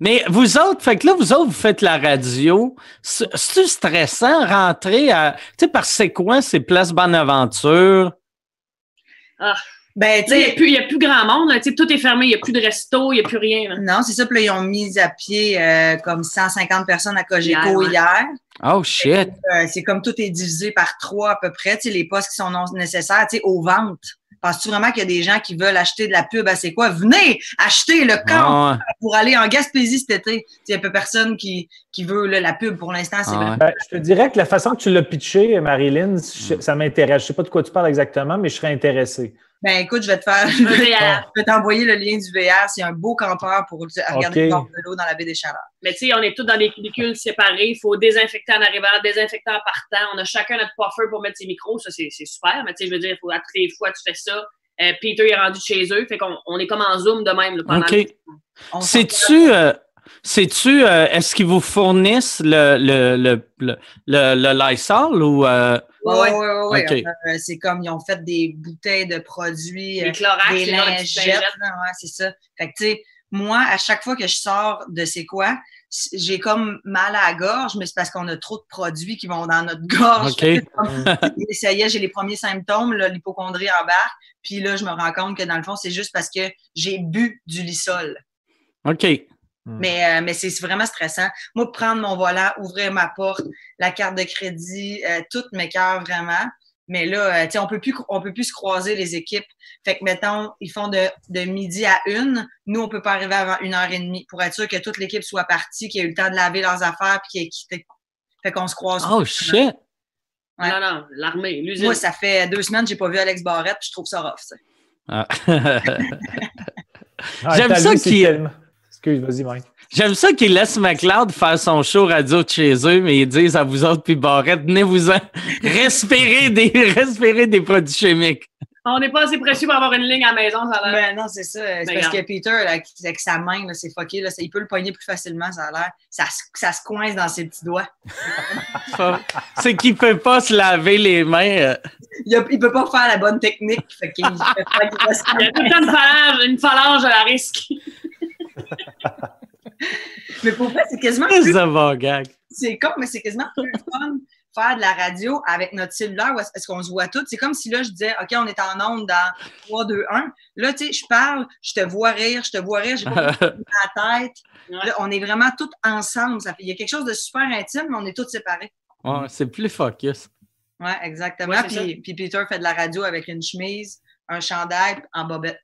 S3: Mais vous autres, fait que là, vous autres, vous faites la radio. C'est- C'est-tu stressant rentrer à. Tu sais, par c'est quoi? C'est Place Bonaventure.
S2: Ben,
S4: Tu sais, Il n'y a, plus grand monde. là. Tu sais, Tout est fermé. Il n'y a plus de resto. Il n'y a plus rien. là.
S2: Non, c'est ça. Puis là, ils ont mis à pied euh, comme 150 personnes à
S4: Hier,
S2: Cogeco
S4: ouais.
S2: hier.
S3: Oh shit!
S2: Euh, c'est comme tout est divisé par trois à peu près, tu sais, les postes qui sont non nécessaires, tu sais, aux ventes. Penses-tu vraiment qu'il y a des gens qui veulent acheter de la pub à c'est quoi? Venez acheter le camp
S3: Ah ouais.
S2: pour aller en Gaspésie cet été. Il y a peu personne qui, qui veut là, la pub pour l'instant. C'est
S3: Ah
S2: vraiment-
S3: ouais.
S5: Ben, je te dirais que la façon que tu l'as pitché, Marilyn,
S3: Hmm.
S5: je- ça m'intéresse. Je sais pas de quoi tu parles exactement, mais je serais intéressé.
S2: Ben écoute, je vais te faire.
S4: Un VR.
S2: Je vais t'envoyer le lien du VR. C'est un beau campeur pour regarder le
S5: Ok.
S2: bord de l'eau dans la baie des Chaleurs.
S4: Mais tu sais, on est tous dans des cubicules séparés. Il faut désinfecter en arrivant, désinfecter en partant. On a chacun notre coiffeur pour mettre ses micros. Ça, c'est c'est super. Mais tu sais, je veux dire, faut, à toutes les fois, tu fais ça. Euh, Peter est rendu chez eux. Fait qu'on on est comme en Zoom de même. là, pendant
S3: OK.
S4: le-
S2: On s'en-
S3: Sais-tu, euh, sais-tu, euh, est-ce qu'ils vous fournissent le, le, le, le, le, le Lysol ou. euh,
S2: Ouais, ouais, ouais, ouais.
S3: OK.
S2: Euh, c'est comme ils ont fait des bouteilles de produits, euh,
S4: Les Clorax,
S2: des
S4: les genres de petites
S2: lingettes.
S4: lingettes.
S2: là, ouais, c'est ça. Fait que tu sais, moi, à chaque fois que je sors de c'est quoi, s- j'ai comme mal à la gorge, mais c'est parce qu'on a trop de produits qui vont dans notre
S4: Ah,
S2: gorge.
S3: OK.
S2: Fait que comme- ça y est, j'ai les premiers symptômes, là, l'hypochondrie embarque. Puis là, je me rends compte que dans le fond, c'est juste parce que j'ai bu du lysol.
S3: OK.
S5: Hmm.
S2: Mais, euh, mais c'est vraiment stressant. Moi, prendre mon volant, ouvrir ma porte, la carte de crédit, euh, toutes mes cœurs vraiment. Mais là, euh, tu sais, on peut plus, on peut plus se croiser les équipes. Fait que, mettons, ils font de, de midi à une. Nous, on peut pas arriver avant une heure et demie pour être sûr que toute l'équipe soit partie, qu'il y ait eu le temps de laver leurs affaires puis qu'elle ait quitté. Fait qu'on se croise.
S3: Oh, shit.
S2: Ouais.
S4: Non, non, l'armée, l'usine.
S2: Ah, Moi, ça fait deux semaines que j'ai pas vu Alex Barrette, puis je trouve ça rough. ça.
S3: Ah.
S5: Ah,
S3: J'aime
S5: t'as
S3: ça
S5: lu, c'est
S3: qu'il-
S5: tellement- Excuse, vas-y, Mike.
S3: J'aime ça qu'ils laissent McLeod faire son show radio de chez eux, mais ils disent à vous autres, puis Barrette, venez-vous-en. Respirez des, respirez des produits chimiques.
S4: On n'est pas assez précis pour avoir une ligne à la maison. Ça a l'air.
S2: Ben non, c'est ça. C'est
S4: Ben,
S2: parce que
S4: regarde.
S2: Peter, là, qui- avec sa main, là, c'est fucké. Là, ça- il peut le pogner plus facilement, ça a l'air. Ça, se- ça se coince dans ses petits doigts.
S3: C'est qu'il peut pas se laver les mains. euh.
S2: Il, a- il peut pas faire la bonne technique. Fait qu'il fait pas qu'il va se
S4: Il y a tout le temps une phalange, une phalange à la risque.
S2: Mais pour vrai, c'est quasiment
S3: Qu'est-ce
S2: plus.
S3: de bon gag?
S2: C'est con, mais c'est quasiment plus fun faire de la radio avec notre cellulaire où est-ce est-ce qu'on se voit tout. C'est comme si là, je disais, OK, on est en onde dans 3, 2, 1. Là, tu sais, je parle, je te vois rire, je te vois rire, j'ai pas ma tête.
S4: Ouais.
S2: Là, on est vraiment tous ensemble. Ça fait- il y a quelque chose de super intime, mais on est tous séparés.
S3: Ouais, c'est plus focus.
S2: Oui, exactement.
S4: Ouais, c'est
S2: puis, puis Peter fait de la radio avec une chemise, un chandail en bobette.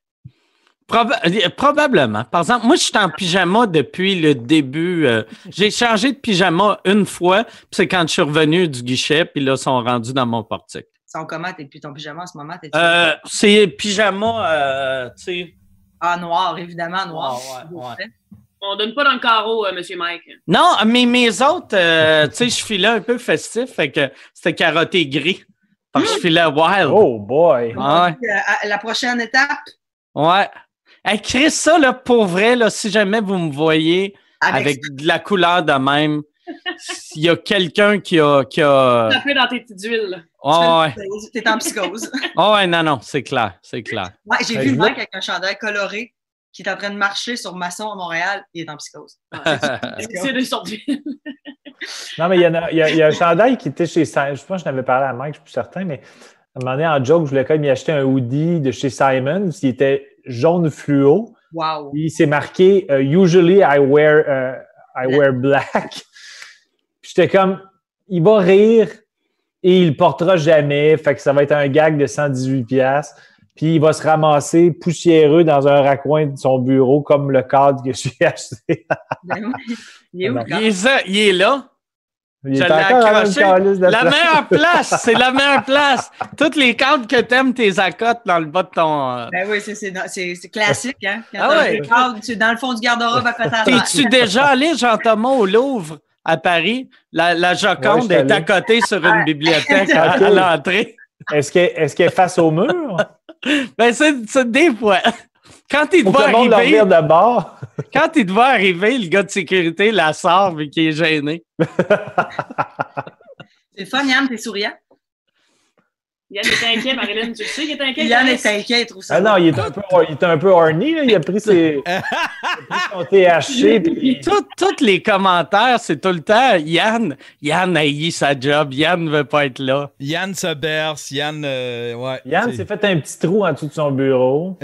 S3: Proba- euh, probablement. Par exemple, moi, je suis en pyjama depuis le début. euh, J'ai changé de pyjama une fois, puis c'est quand je suis revenu du guichet, puis là, ils sont rendus dans mon portique.
S2: Sans comment t'es puis ton pyjama en ce moment, t'es
S3: Euh, c'est pyjama, euh, tu sais.
S2: ah noir, évidemment noir.
S3: Ah, Ouais, ouais, ouais.
S4: On donne pas dans le carreau, euh, Monsieur Mike.
S3: Non, mais mes autres, euh, tu sais, je filais un peu festif, fait que c'était carotté gris. Parce que je filais wild.
S5: Oh boy!
S3: Ah ouais.
S2: Euh, à- la prochaine étape
S3: Ouais. Hey, Chris, ça, là, pour vrai, là, si jamais vous me voyez
S2: avec,
S3: avec, de la couleur de même, il y a quelqu'un qui a. Qui a...
S4: Un peu dans tes petites huiles. là.
S3: Oh, ouais.
S2: tu fais une psychose, t'es en psychose.
S3: Oh, ouais, non, non, c'est clair, c'est clair.
S2: Ouais, j'ai
S5: Ben,
S2: vu
S5: je
S2: le
S5: vois-
S2: mec avec un chandail coloré qui est en train de marcher sur Masson à Montréal, il est en psychose. Ah,
S4: C'est des sortes d'huiles.
S5: Non, mais il y, en a, il y a- il y a un chandail qui était chez Simon. Je pense que j'en avais parlé à Mike, je suis plus certain, mais à un moment donné, en joke, je voulais quand même y acheter un hoodie de chez Simon. Il était jaune fluo.
S2: Wow.
S5: Puis c'est marqué euh, Usually I wear, euh, I wear black. Puis j'étais comme il va rire et il le portera jamais. Fait que ça va être un gag de 118$. piastres. Puis il va se ramasser poussiéreux dans un raccoin de son bureau comme le cadre que j'ai acheté.
S2: Ben oui. il est où le
S5: Non.
S3: Il
S2: gars?
S3: est, là- il est là.
S5: Il
S3: Je
S5: est
S3: l'ai
S5: encore dans la même
S3: accroché.
S5: calice de
S3: La
S5: place.
S3: meilleure place, c'est la meilleure place. Toutes les cadres que t'aimes, tes accotes dans le bas de ton. euh,
S2: Ben oui, c'est- c'est c'est- c'est classique, hein? Quand
S3: Ah
S2: t'as
S3: ouais.
S2: un cadre, tu es dans le fond du garde-robe à pétard.
S3: T'es-tu déjà allé, Jean-Thomas, au Louvre, à Paris? La, la
S5: Ouais,
S3: Joconde
S5: je suis
S3: est à
S5: allé.
S3: côté sur une bibliothèque à, à
S5: Ok.
S3: l'entrée.
S5: Est-ce qu'elle est, qu'elle est face au mur?
S3: Ben, c'est c'est des fois. Quand il
S5: Faut
S3: te
S5: que
S3: voit
S5: le monde la
S3: arriver,
S5: revire de bord.
S3: quand il te voit arriver, le gars de sécurité la sort vu qu'il est gêné.
S2: C'est le fun, Yann, t'es souriant.
S4: Yann est inquiet, Marilyn. Tu le sais qu'il est inquiet.
S2: Yann est
S4: Marilyn?
S2: inquiet, il trouve ça.
S5: Ah non,
S2: drôle.
S5: il est un peu, il est un peu horny. là. Il a pris, ses, il a pris son THC. Puis,
S3: Tout- Tous les commentaires, c'est tout le temps Yann, Yann haït sa job, Yann ne veut pas être là.
S1: Yann se berce, Yann. euh, ouais.
S5: Yann
S1: C'est-
S5: s'est fait un petit trou en dessous de son bureau.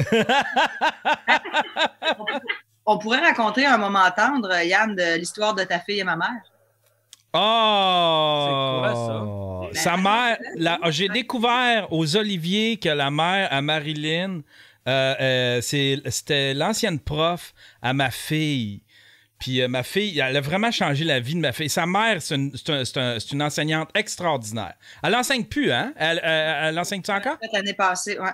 S2: On pourrait raconter un moment tendre, Yann, de l'histoire de ta fille et ma mère.
S1: Oh!
S4: C'est quoi, ça?
S1: Sa mère, la- ah, j'ai découvert aux Oliviers que la mère à Marilyn, euh, euh, c'est- c'était l'ancienne prof à ma fille. Puis euh, ma fille, elle a vraiment changé la vie de ma fille. Sa mère, c'est une, c'est un- c'est un- c'est une enseignante extraordinaire. Elle enseigne plus, hein? Elle, euh, elle enseigne-tu encore?
S2: Peut-être L'année passée, ouais.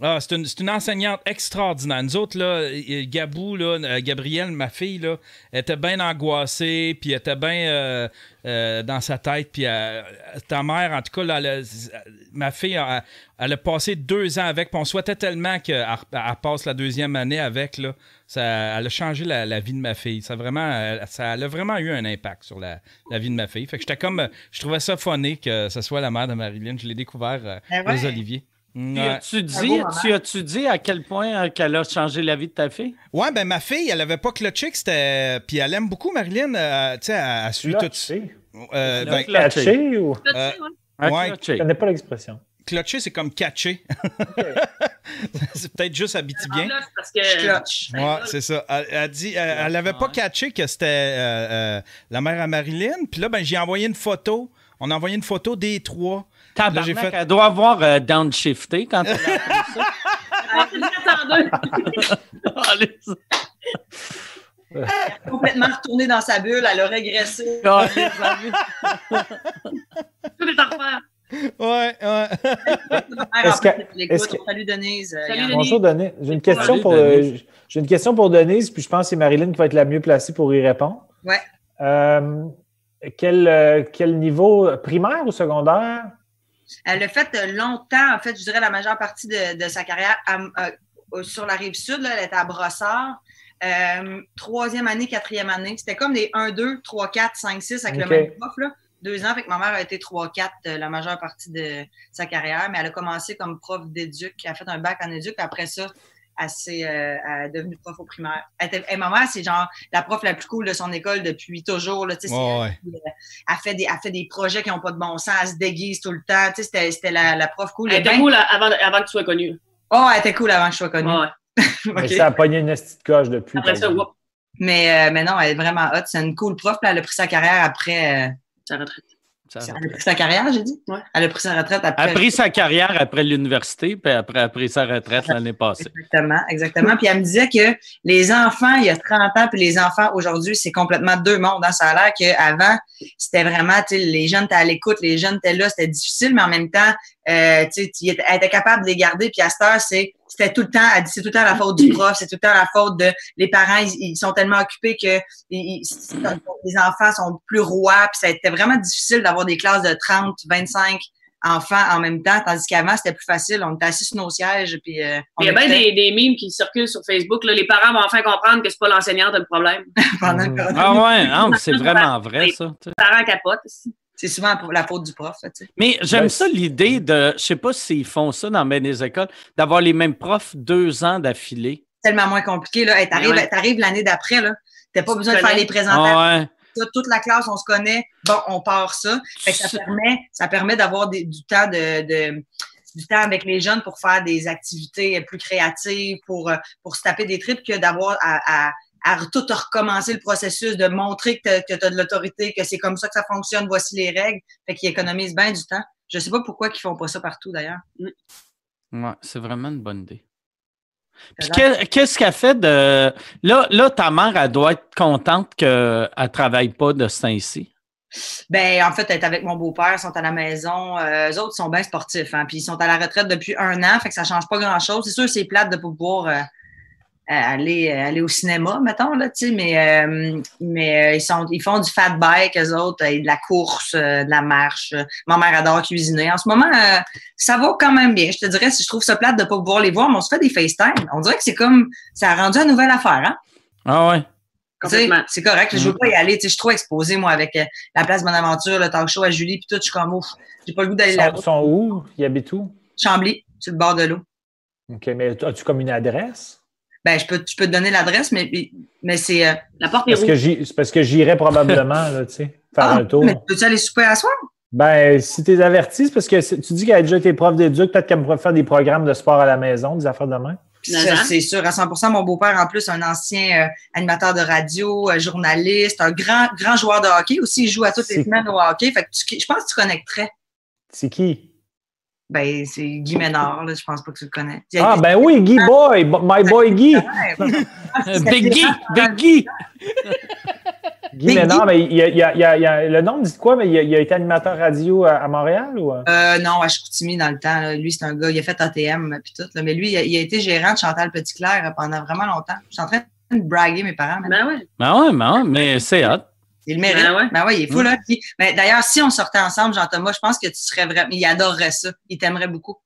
S1: Ah, c'est une, c'est une enseignante extraordinaire. Nous autres, là, euh, Gabou, là, euh, Gabrielle, ma fille, là, elle était bien angoissée, puis elle était bien euh, euh, dans sa tête. Puis euh, ta mère, en tout cas, là, elle a- ma fille, elle, elle a passé deux ans avec. Puis on souhaitait tellement qu'elle elle passe la deuxième année avec. Là. Ça, elle a changé la, la vie de ma fille. Ça, a vraiment, euh, ça elle a vraiment eu un impact sur la, la vie de ma fille. Fait que j'étais comme, euh, je trouvais ça funny que ce soit la mère de Marilyn. Je l'ai découvert euh,
S2: Ben ouais. euh,
S1: aux Oliviers.
S3: Puis
S1: Ouais.
S3: as-tu
S2: Un
S3: dit,
S2: beau moment.
S3: tu as-tu dit à quel point euh, qu'elle a changé la vie de ta fille?
S1: Ouais, ben ma fille, elle avait pas clutché que c'était. Puis elle aime beaucoup Marilyn. euh, tu sais, elle, elle suit tout.
S5: Clutché.
S1: Euh, ben,
S3: Clutché.
S5: Catché ou.
S4: Tu sais, ouais.
S3: Ah,
S1: Ouais.
S5: Je
S3: clutché.
S5: connais pas l'expression.
S1: ben, clutché, c'est comme catché. c'est peut-être juste habitibien.
S4: Ah, Là, c'est parce que.
S3: Euh,
S2: Je clutch.
S1: Ouais, c'est ça. Elle, elle dit, elle, elle avait pas
S3: Ouais.
S1: catché que c'était euh, euh, la mère à Marilyn. Puis là, ben j'ai envoyé une photo. On a envoyé une photo des trois. Là, j'ai
S3: Tabarnak,
S1: fait-
S3: elle doit avoir euh, downshifté quand elle a appris ça.
S4: Ah, c'est
S2: Eh ben.
S4: le 402.
S3: Allez,
S2: Complètement retournée dans sa bulle, elle a régressé.
S3: ça-
S4: Tout est à refaire.
S1: Ouais, ouais.
S5: Est-ce que- est-ce
S2: Écoute,
S5: que-
S2: salut Denise. Euh,
S4: Salut,
S2: Yann.
S4: Denise.
S5: Bonjour, Denise. J'ai une question
S3: Salut,
S5: pour euh,
S3: Denise.
S5: j'ai une question pour Denise, puis je pense que c'est Marilyn qui va être la mieux placée pour y répondre.
S2: Ouais.
S5: Euh, quel, euh, quel niveau primaire ou secondaire?
S2: Elle l'a fait euh, longtemps, en fait, je dirais la majeure partie de, de sa carrière à- euh, euh, sur la rive sud, là, elle était à Brossard. Euh, troisième année, quatrième année. C'était comme des 1, 2, 3, 4, 5, 6 avec
S5: Ok.
S2: le même prof. Là. Deux ans, fait que ma mère a été 3, 4 euh, la majeure partie de sa carrière, mais elle a commencé comme prof d'éduc. Elle a fait un bac en éduc, puis après ça, elle, s'est, euh, elle est devenue prof au primaire. Elle était- hey, ma mère, c'est genre la prof la plus cool de son école depuis toujours. Là, tu sais, c'est
S1: Ouais, ouais.
S2: elle fait des, elle fait des projets qui n'ont pas de bon sens, elle se déguise tout le temps. Tu sais, c'était, c'était la, la prof cool.
S4: Elle
S2: Elle
S4: était cool avant, avant que tu sois connu.
S2: Oh, elle était cool avant que je sois connue.
S4: Ouais.
S5: Mais
S2: OK.
S5: Ça a pogné une petite coche depuis.
S4: Après
S5: par
S4: ça,
S5: exemple.
S4: whoop,
S2: Mais, euh, mais non, elle est vraiment hot. C'est une cool prof. Puis elle a pris sa carrière après. euh,
S4: ça retraite.
S5: Ah,
S3: ça-
S2: elle a pris sa carrière, j'ai dit?
S4: Ouais.
S2: Elle a pris sa retraite
S3: Elle
S2: après.
S3: a pris sa carrière après l'université, puis après elle a pris sa retraite l'année passée.
S2: Exactement, exactement. Puis elle me disait que les enfants, il y a 30 ans, puis les enfants aujourd'hui, c'est complètement deux mondes. hein. Ça a l'air qu'avant, c'était vraiment, tu sais, les jeunes étaient à l'écoute, les jeunes étaient là, c'était difficile, mais en même temps, euh, tu sais, tu y étais- elle était capable de les garder. Puis à cette heure, c'est, c'était tout le temps, elle dit, c'est tout le temps la faute du prof, c'est tout le temps la faute de, les parents, ils, ils sont tellement occupés que ils- ils- les enfants sont plus rois. Puis ça a été vraiment difficile d'avoir des classes de 30, 25 enfants en même temps, tandis qu'avant, c'était plus facile. On était assis sur nos sièges, puis euh, on
S4: Il y a bien
S2: écoutait.
S4: des, des mimes qui circulent sur Facebook. Là. Les parents vont enfin comprendre que c'est pas l'enseignante le problème.
S2: pendant le
S5: Mm.
S2: corona.
S3: Ah ouais, hein, c'est vraiment vrai, ça. tu sais.
S4: Les parents capotent.
S2: C'est souvent pour la faute du prof, tu sais.
S3: Mais
S5: Ben,
S3: j'aime ça l'idée de, je sais pas s'ils font ça dans bien des écoles, d'avoir les mêmes profs deux ans d'affilée.
S2: Tellement moins compliqué, là. Hey, t'arrives,
S4: Ouais.
S2: t'arrives l'année d'après, là. T'as pas
S4: Tu
S2: besoin de faire
S4: connais.
S2: les présentations.
S3: Ah ouais.
S2: ça. Toute la classe, on se connaît. Bon, on part ça. Fait que ça permet, ça permet d'avoir des- du temps de, de- du temps avec les jeunes pour faire des activités plus créatives, pour, euh, pour se taper des trips que d'avoir à, à, à re- tout recommencer le processus, de montrer que tu as de l'autorité, que c'est comme ça que ça fonctionne, voici les règles. Fait qu'ils économisent bien du temps. Je sais pas pourquoi qu'ils font pas ça partout d'ailleurs.
S3: Ouais, c'est vraiment une bonne idée. Puis que- qu'est-ce qu'elle fait de. Là, là, ta mère, elle doit être contente qu'elle ne travaille pas de ce temps-ci.
S2: Ben, en fait, elle est avec mon beau-père, ils sont à la maison. Euh, eux autres sont bien sportifs, hein, puis ils sont à la retraite depuis un an, fait que ça change pas grand-chose. C'est sûr, c'est plate de pas pouvoir euh, euh, aller, euh, aller au cinéma, mettons, là, tu sais, mais, euh, mais euh, ils, sont, ils font du fat bike, eux autres, et de la course, euh, de la marche. Ma mère adore cuisiner. En ce moment, euh, ça va quand même bien. Je te dirais, si je trouve ça plate de pas pouvoir les voir, mais on se fait des FaceTime. On dirait que c'est comme, ça a rendu une nouvelle affaire, hein?
S3: Ah ouais.
S2: Tu sais,
S4: Complètement.
S2: C'est correct. Je veux
S5: Mm.
S2: pas y aller. Tu sais, Je suis trop exposée, moi, avec euh, la place Bonaventure, le talk show à Julie, puis tout. Je suis comme, ouf, j'ai pas le goût d'aller
S5: Ils sont,
S2: là-bas.
S5: sont où? Ils habitent où?
S2: Chambly, sur le bord de l'eau.
S5: OK, mais as-tu comme une adresse?
S2: Ben, je peux, je peux te donner l'adresse, mais, mais c'est. euh,
S4: La porte est
S5: Parce que
S4: rouge.
S5: j'y- c'est parce que j'irai probablement, là, tu sais, faire
S2: ah,
S5: un tour.
S2: mais peux-tu aller souper à soir?
S5: Ben, si t'es averti, c'est parce que c'est- tu dis qu'elle a déjà été prof d'éduc, peut-être qu'elle pourrait faire des programmes de sport à la maison, des affaires de main.
S2: Puis Ça, c'est sûr, à 100 Mon beau-père, en plus, un ancien euh, animateur de radio, euh, journaliste, un grand, grand joueur de hockey aussi. Il joue à toutes les
S5: C'est-
S2: semaines au hockey. Fait que tu- je pense que tu connecterais.
S5: C'est qui?
S2: Ben, c'est Guy Ménard, là, je pense pas que tu le connais. Il y a- Ah.
S5: Ah, ben oui, Guy Boy, bo- my boy Guy.
S3: Euh, Big Guy! Big Guy!
S5: Guy Ménard, mais il y a- il y a- il y a- il y a- le nom me dit quoi, mais il y a, il a été animateur radio à, à Montréal ou?
S2: Euh, non, à Chicoutimi, dans le temps, là. lui, c'est un gars, il a fait ATM puis tout. là. Mais lui, il a, il a été gérant de Chantal Petitclerc euh, pendant vraiment longtemps. Je suis en train de braguer mes parents maintenant.
S4: Ben ouais.
S3: Ben ouais, ben ouais, mais c'est hot.
S2: Il le mérite.
S4: Ben ouais.
S2: Ben ouais, il est fou, là. Puis- mais d'ailleurs, si on sortait ensemble, Jean-Thomas, je pense que tu serais vraiment. Il adorerait ça. Il t'aimerait beaucoup.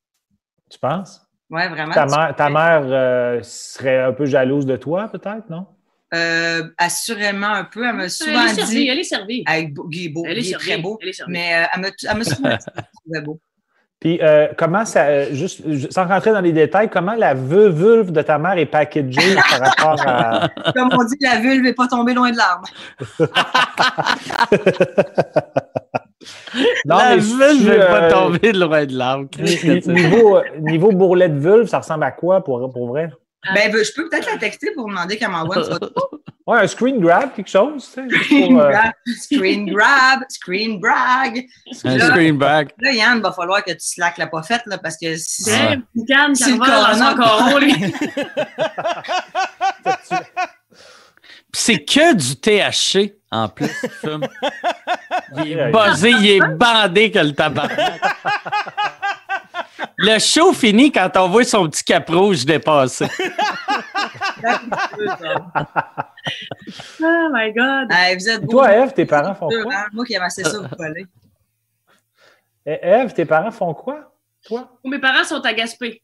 S5: Tu penses?
S2: Ouais, vraiment.
S5: Ta mère, ta mère euh, serait un peu jalouse de toi, peut-être, non?
S2: Euh, assurément un peu. Elle m'a souvent
S4: Elle est servie,
S2: dit.
S4: elle est servie.
S2: Avec Guy est beau,
S4: Elle est
S2: il est très
S4: servie.
S2: beau.
S4: Elle est servie.
S2: Mais euh, elle m'a elle m'a souvent dit qu'il trouvait beau.
S5: Puis euh, comment ça, euh, juste ju- sans rentrer dans les détails, comment la veu- vulve de ta mère est packagée par rapport à.
S2: Comme on dit, la vulve n'est pas tombée loin de l'arbre.
S5: Non,
S3: la
S5: mais
S3: ville
S5: tu,
S3: ne va pas
S5: euh,
S3: tomber de loin de l'arbre. Christ,
S5: ni-
S3: c'est-
S5: Niveau, euh, niveau bourrelet de vulve, ça ressemble à quoi pour, pour vrai?
S4: Ah.
S2: Ben, ben, je peux peut-être la texter pour demander qu'elle m'envoie une photo.
S5: Ouais, un screen grab, quelque chose, tu sais, juste
S2: Screen
S5: pour, euh,
S2: grab, screen grab, screen brag.
S3: Un
S2: Là-
S3: screenback.
S2: Là, Yann, va falloir que tu slack la poffette, là, parce que si
S3: Ouais.
S4: Hey, Boucan,
S2: C'est le
S4: Carval, dans son
S2: corona.
S4: coron, lui.
S3: Puis c'est que du THC en plus. le film. Il est
S5: Ouais.
S3: buzzé, il est bandé que le tabac. Le show finit quand on voit son petit cap rouge dépasser.
S4: Oh my God.
S2: Hey, vous êtes
S5: Toi,
S2: beaux.
S5: Eve, tes parents font
S2: Sûr,
S5: quoi?
S2: hein? Moi qui aimais ça, vous voler.
S5: Eh, Eve, tes parents font quoi? Toi?
S4: Mes parents sont à Gaspé.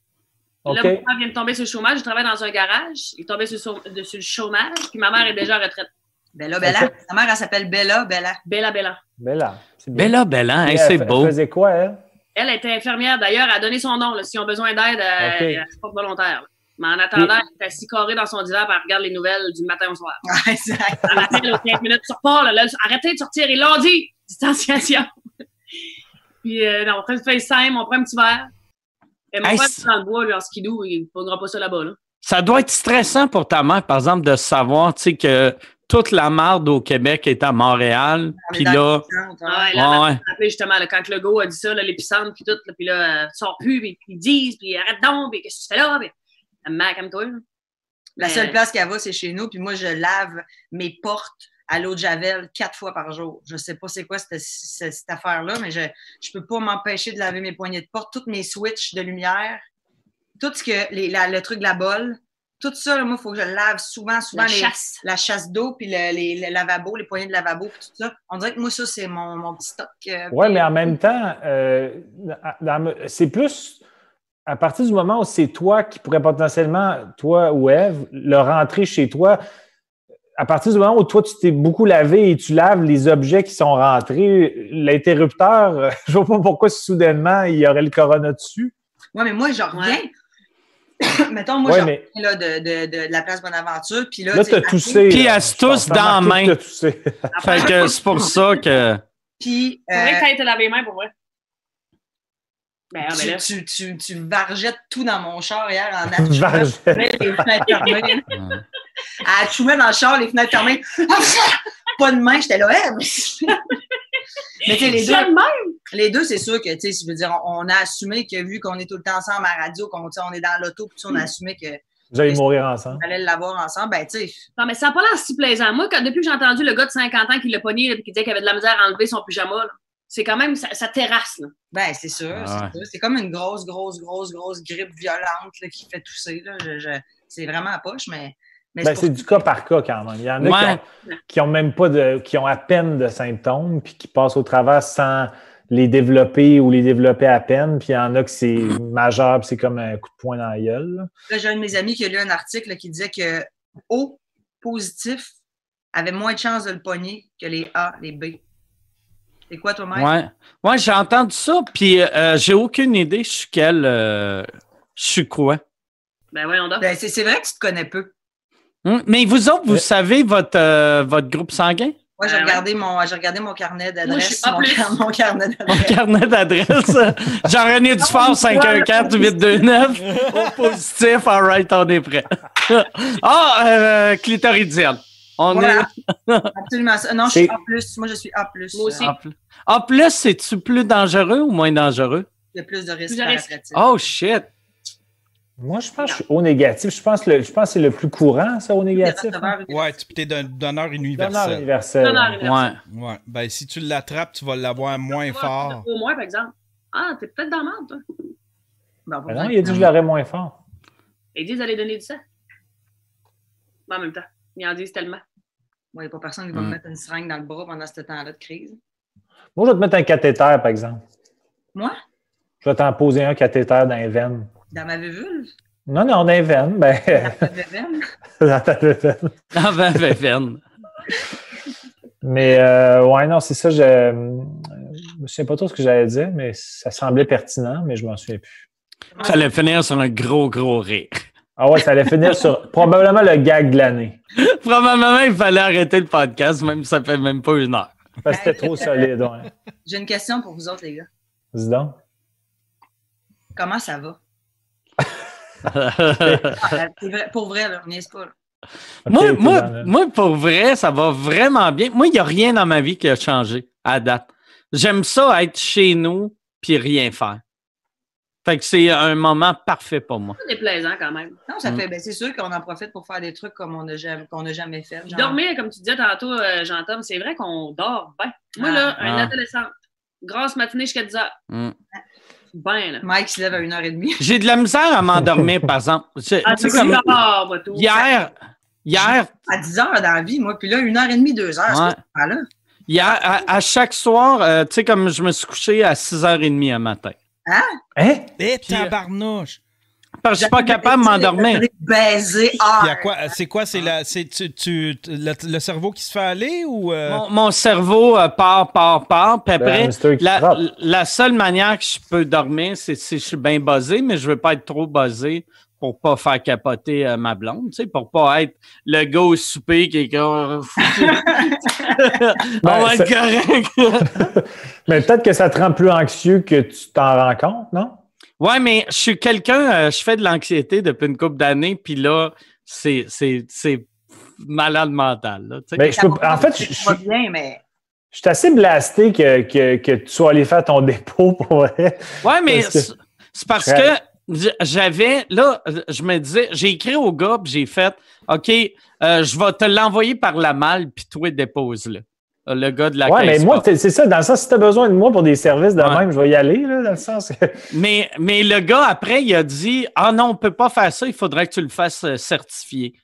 S5: OK.
S4: Là, mon père vient de tomber sur le chômage. Je travaille dans un garage. Il est tombé sur, sur- de- sur le chômage. Puis ma mère est déjà en retraite.
S2: Bella, Bella. Sa mère, elle s'appelle Bella, Bella.
S4: Bella, Bella.
S5: Bella. ben C'est bien.
S3: Bella, Bella, hein,
S5: Elle
S3: c'est
S5: fa-
S3: beau.
S5: faisait quoi, elle?
S4: Elle était infirmière. D'ailleurs, elle a donné son nom. là. S'ils ont besoin d'aide, euh, elle-
S5: OK.
S4: elle se porte volontaire. là. Mais en attendant, elle est assise carrée dans son divan. puis Elle regarde les nouvelles du matin au soir.
S2: Ouais, exact.
S4: Elle m'appelle aux 15 minutes. Tu repars. là. Là, arrêtez de sortir. Ils l'ont dit. Distanciation. Puis euh, non, on prend une FaceTime. On prend un petit verre. Et mon
S3: Hey,
S4: père
S3: c'est-
S4: est dans le bois, lui, en skidoo. Il ne pognera pas ça là-bas. Là.
S3: Ça doit être stressant pour ta mère, par exemple, de savoir tu sais, que toute la marde au Québec est à Montréal. Puis là,
S4: Ah ouais,
S2: Ouais.
S4: là, ma
S3: ouais.
S4: rappelé, justement, là, quand le gars a dit ça, là, l'épicentre, puis tout, là, puis là, euh, tu sors plus, puis ils disent, puis arrête donc, puis qu'est-ce que tu fais là? Puis, elle me met comme toi. Euh,
S2: La seule place qu'elle va, c'est chez nous. Puis moi, je lave mes portes à l'eau de Javel quatre fois par jour. Je sais pas c'est quoi cette, cette- cette affaire-là, mais je ne peux pas m'empêcher de laver mes poignées de porte, toutes mes switches de lumière, tout ce que les- la- le truc de la bolle. Tout ça, là, moi, il faut que je lave souvent, souvent
S4: la
S2: les,
S4: chasse.
S2: la chasse d'eau, puis le, les, les lavabos, les poignées de lavabo, puis tout ça. On dirait que moi, ça, c'est mon, mon petit stock. euh,
S5: Oui, mais en même temps, euh, dans- c'est plus à partir du moment où c'est toi qui pourrais potentiellement, toi ou Eve, le rentrer chez toi. À partir du moment où toi, tu t'es beaucoup lavé et tu laves les objets qui sont rentrés, l'interrupteur, euh, je ne vois pas pourquoi soudainement il y aurait le corona dessus.
S2: Ouais, mais moi, je reviens. Mettons, moi,
S5: Oui,
S2: je reviens
S5: mais
S2: là, de, de, de, de la place Bonaventure. Puis là,
S5: là,
S2: tu
S5: tu
S2: sais,
S5: as
S2: ma
S5: toussé.
S3: Puis
S5: là.
S3: elle se tousse
S5: Je pense
S3: dans la
S5: vraiment
S3: main.
S5: que t'as toussé.
S3: fait que c'est pour ça que.
S2: fille, Puis
S4: C'est vrai
S2: euh,
S4: que t'as été laver les mains pour vrai. Ben, ah, ben là.
S2: tu, tu, tu, tu vargettes tout dans mon char hier en
S5: Je
S2: achouant.
S5: varge-
S2: les fenêtres fermées.
S3: Ouais.
S2: Elle achouait dans le char, les fenêtres fermées. Pas de main, j'étais là. Hey! Mais tu sais, les deux,
S4: Seulement,
S2: les deux, c'est sûr que, tu sais, je veux dire, on, on a assumé que vu qu'on est tout le temps ensemble à la radio, qu'on tu sais, on est dans l'auto, puis tout, on a assumé qu'on
S5: Vous allez mourir ensemble.
S2: allait l'avoir ensemble, ben, tu sais,
S4: Non, mais ça n'a pas l'air si plaisant. Moi, quand- depuis que j'ai entendu le gars de 50 ans qui l'a pogné, là, puis qui disait qu'il avait de la misère à enlever son pyjama, là, c'est quand même, ça, ça terrasse. Là.
S2: Ben, c'est sûr,
S3: Ah
S2: c'est sûr. C'est comme une grosse, grosse, grosse, grosse grippe violente là, qui fait tousser. Là. Je, je- C'est vraiment à poche, mais, mais
S5: Ben,
S2: c'est
S5: c'est
S2: pour-
S5: du cas par cas quand même. Il y en a
S3: Ouais.
S5: qui, ont, qui ont même pas de, qui ont à peine de symptômes, puis qui passent au travers sans les développer ou les développer à peine. Puis il y en a que c'est majeur, puis c'est comme un coup de poing dans la gueule. là.
S2: Là, j'ai un de mes amis qui a lu un article là, qui disait que O positif avait moins de chances de le pogner que les A, les B. C'est quoi, toi, Mike?
S3: Ouais, ouais j'ai entendu ça, puis euh, j'ai aucune idée je suis quel. euh, je suis quoi.
S4: Ben, voyons donc.
S2: Ben, c'est, c'est vrai que tu te connais peu.
S3: Hum, Hmm? Mais vous autres, vous
S5: Ouais.
S3: savez votre, euh, votre groupe sanguin?
S2: Moi, j'ai
S4: Ah ouais.
S2: regardé, mon, j'ai regardé mon carnet
S4: Moi, je suis
S2: d'adresse.
S4: A+.
S2: Mon, car- mon carnet
S3: Mon
S2: d'adresse.
S3: carnet d'adresse. Jean-René Dufort, 514-829. Au positif, all right, on est prêt. Ah, euh, clitoridienne. On
S2: Voilà.
S3: est.
S2: Absolument. ça. Non, je
S5: C'est-
S2: suis A. Moi, je suis A.
S4: Moi aussi.
S3: En plus- En plus, c'est-tu plus dangereux ou moins dangereux?
S2: Il y a plus de risques
S4: Plus de risques.
S2: paraplégiques.
S5: Ah,
S3: Oh shit!
S5: Moi, je pense que je suis au négatif. Je pense que, le- je pense que c'est le plus courant, ça, au
S2: Des
S5: négatif. hein?
S2: receveurs, des-
S1: Ouais, tu peux t'es d'un donneur
S5: Donneur
S1: universel.
S5: universel.
S4: Donneur universel.
S3: Ouais.
S1: Ouais. Ben, si tu l'attrapes, tu vas l'avoir moins fort.
S4: Au moins, par exemple. Ah, t'es peut-être dans la merde, toi.
S2: Bon, bon,
S5: Ben non, il a dit que je l'aurais moins fort.
S4: Ils disent d'aller donner du sang. Mais en même temps, ils en disent tellement.
S2: bon, Il n'y a pas personne
S5: Hmm.
S2: qui va
S3: Mm.
S2: me mettre une seringue dans le bras pendant ce temps-là de crise.
S5: Moi, je vais te mettre un cathéter, par exemple.
S2: Moi?
S5: Je vais t'en poser un cathéter dans les veines.
S2: Dans ma vulve.
S5: Non, non, dans les veines. Ben,
S2: dans ma vulve.
S5: dans ta veine.
S3: Dans Van Veven.
S5: Mais, euh, ouais, non, c'est ça. Je euh, je me souviens pas trop ce que j'allais dire, mais ça semblait pertinent, mais je m'en souviens plus.
S3: Ça allait finir sur un gros, gros rire.
S5: Ah ouais, ça allait finir sur probablement le gag de l'année.
S3: Probablement, il fallait arrêter le podcast, même si ça fait même pas une heure.
S5: Parce que c'était trop solide, ouais.
S2: J'ai une question pour vous autres, les gars.
S5: Dis donc.
S2: Comment ça va? Ah, c'est vrai- pour vrai, là, niaise pas. là.
S5: Ok,
S3: moi,
S5: t'es
S3: moi,
S5: dans le-
S3: moi, pour vrai, ça va vraiment bien. Moi, il n'y a rien dans ma vie qui a changé à date. J'aime ça être chez nous puis rien faire. Fait que c'est un moment parfait pour moi.
S4: C'est déplaisant quand même.
S2: Non, ça
S3: Mm.
S2: fait. Ben, c'est sûr qu'on en profite pour faire des trucs comme on n'a jamais, qu'on n'a jamais fait.
S4: Puis
S2: genre.
S4: Dormir, comme tu disais tantôt, euh, Jean-Tom, c'est vrai qu'on dort bien. Moi, là,
S3: Ah.
S4: un
S3: Ah.
S4: adolescent, grosse matinée jusqu'à 10 heures,
S3: Mm.
S4: ben, là.
S2: Mike se lève à 1h30.
S3: J'ai de la misère à m'endormir, par exemple. Je-
S4: Ah,
S3: tu sais,
S4: tu
S3: comme
S4: dors, moi, tout.
S3: hier, hier,
S2: À 10h dans la vie, moi. Puis là, 1h30, 2h.
S3: Ouais.
S2: C'est pas ce temps-là.
S3: hier, à, à chaque soir, euh, tu sais, comme je me suis couché à 6h30 un matin.
S5: Hein?
S1: Eh,
S3: Puis, euh,
S1: tabarnouche!
S3: Parce que je suis pas capable de m'endormir.
S2: Baiser, ah!
S1: Puis à quoi- euh, C'est quoi? C'est la, c'est tu, tu- tu- le, le cerveau qui se fait aller ou. euh,
S3: Mon, mon cerveau euh, part, part, part. Puis
S5: Le
S3: après,
S5: hamster Ben, qui
S3: la,
S5: trotte.
S3: la seule manière que je peux dormir, c'est si je suis bien buzzé, mais je veux pas être trop buzzé pour pas faire capoter euh, ma blonde, tu sais, pour pas être le gars au souper qui est comme... euh, On va être correct.
S5: Mais peut-être que ça te rend plus anxieux que tu t'en rends compte, non?
S3: ouais, mais je suis quelqu'un, euh, je fais de l'anxiété depuis une couple d'années, puis là, c'est, c'est, c'est malade mental, là, tu sais.
S2: Ben,
S5: Mais je peux- en fait, je, je-
S2: Ça va bien, mais.
S5: je suis assez blasté que, que, que tu sois allé faire ton dépôt pour vrai.
S3: Ouais, mais
S5: Parce que-
S3: c'est c'est parce que
S5: Ouais.
S3: j- j'avais, là, je me disais, j'ai écrit au gars, puis j'ai fait, OK, euh, je vais te l'envoyer par la malle, puis toi, dépose-le. Euh, Le gars de la
S5: ouais, mais
S3: caisse
S5: moi,
S3: porte.
S5: c'est c'est ça. Dans le sens, si tu as besoin de moi pour des services de
S3: Ouais.
S5: même, je vais y aller, là, dans le sens que.
S3: mais, mais le gars, après, il a dit, ah non, on peut pas faire ça, il faudrait que tu le fasses euh, certifier.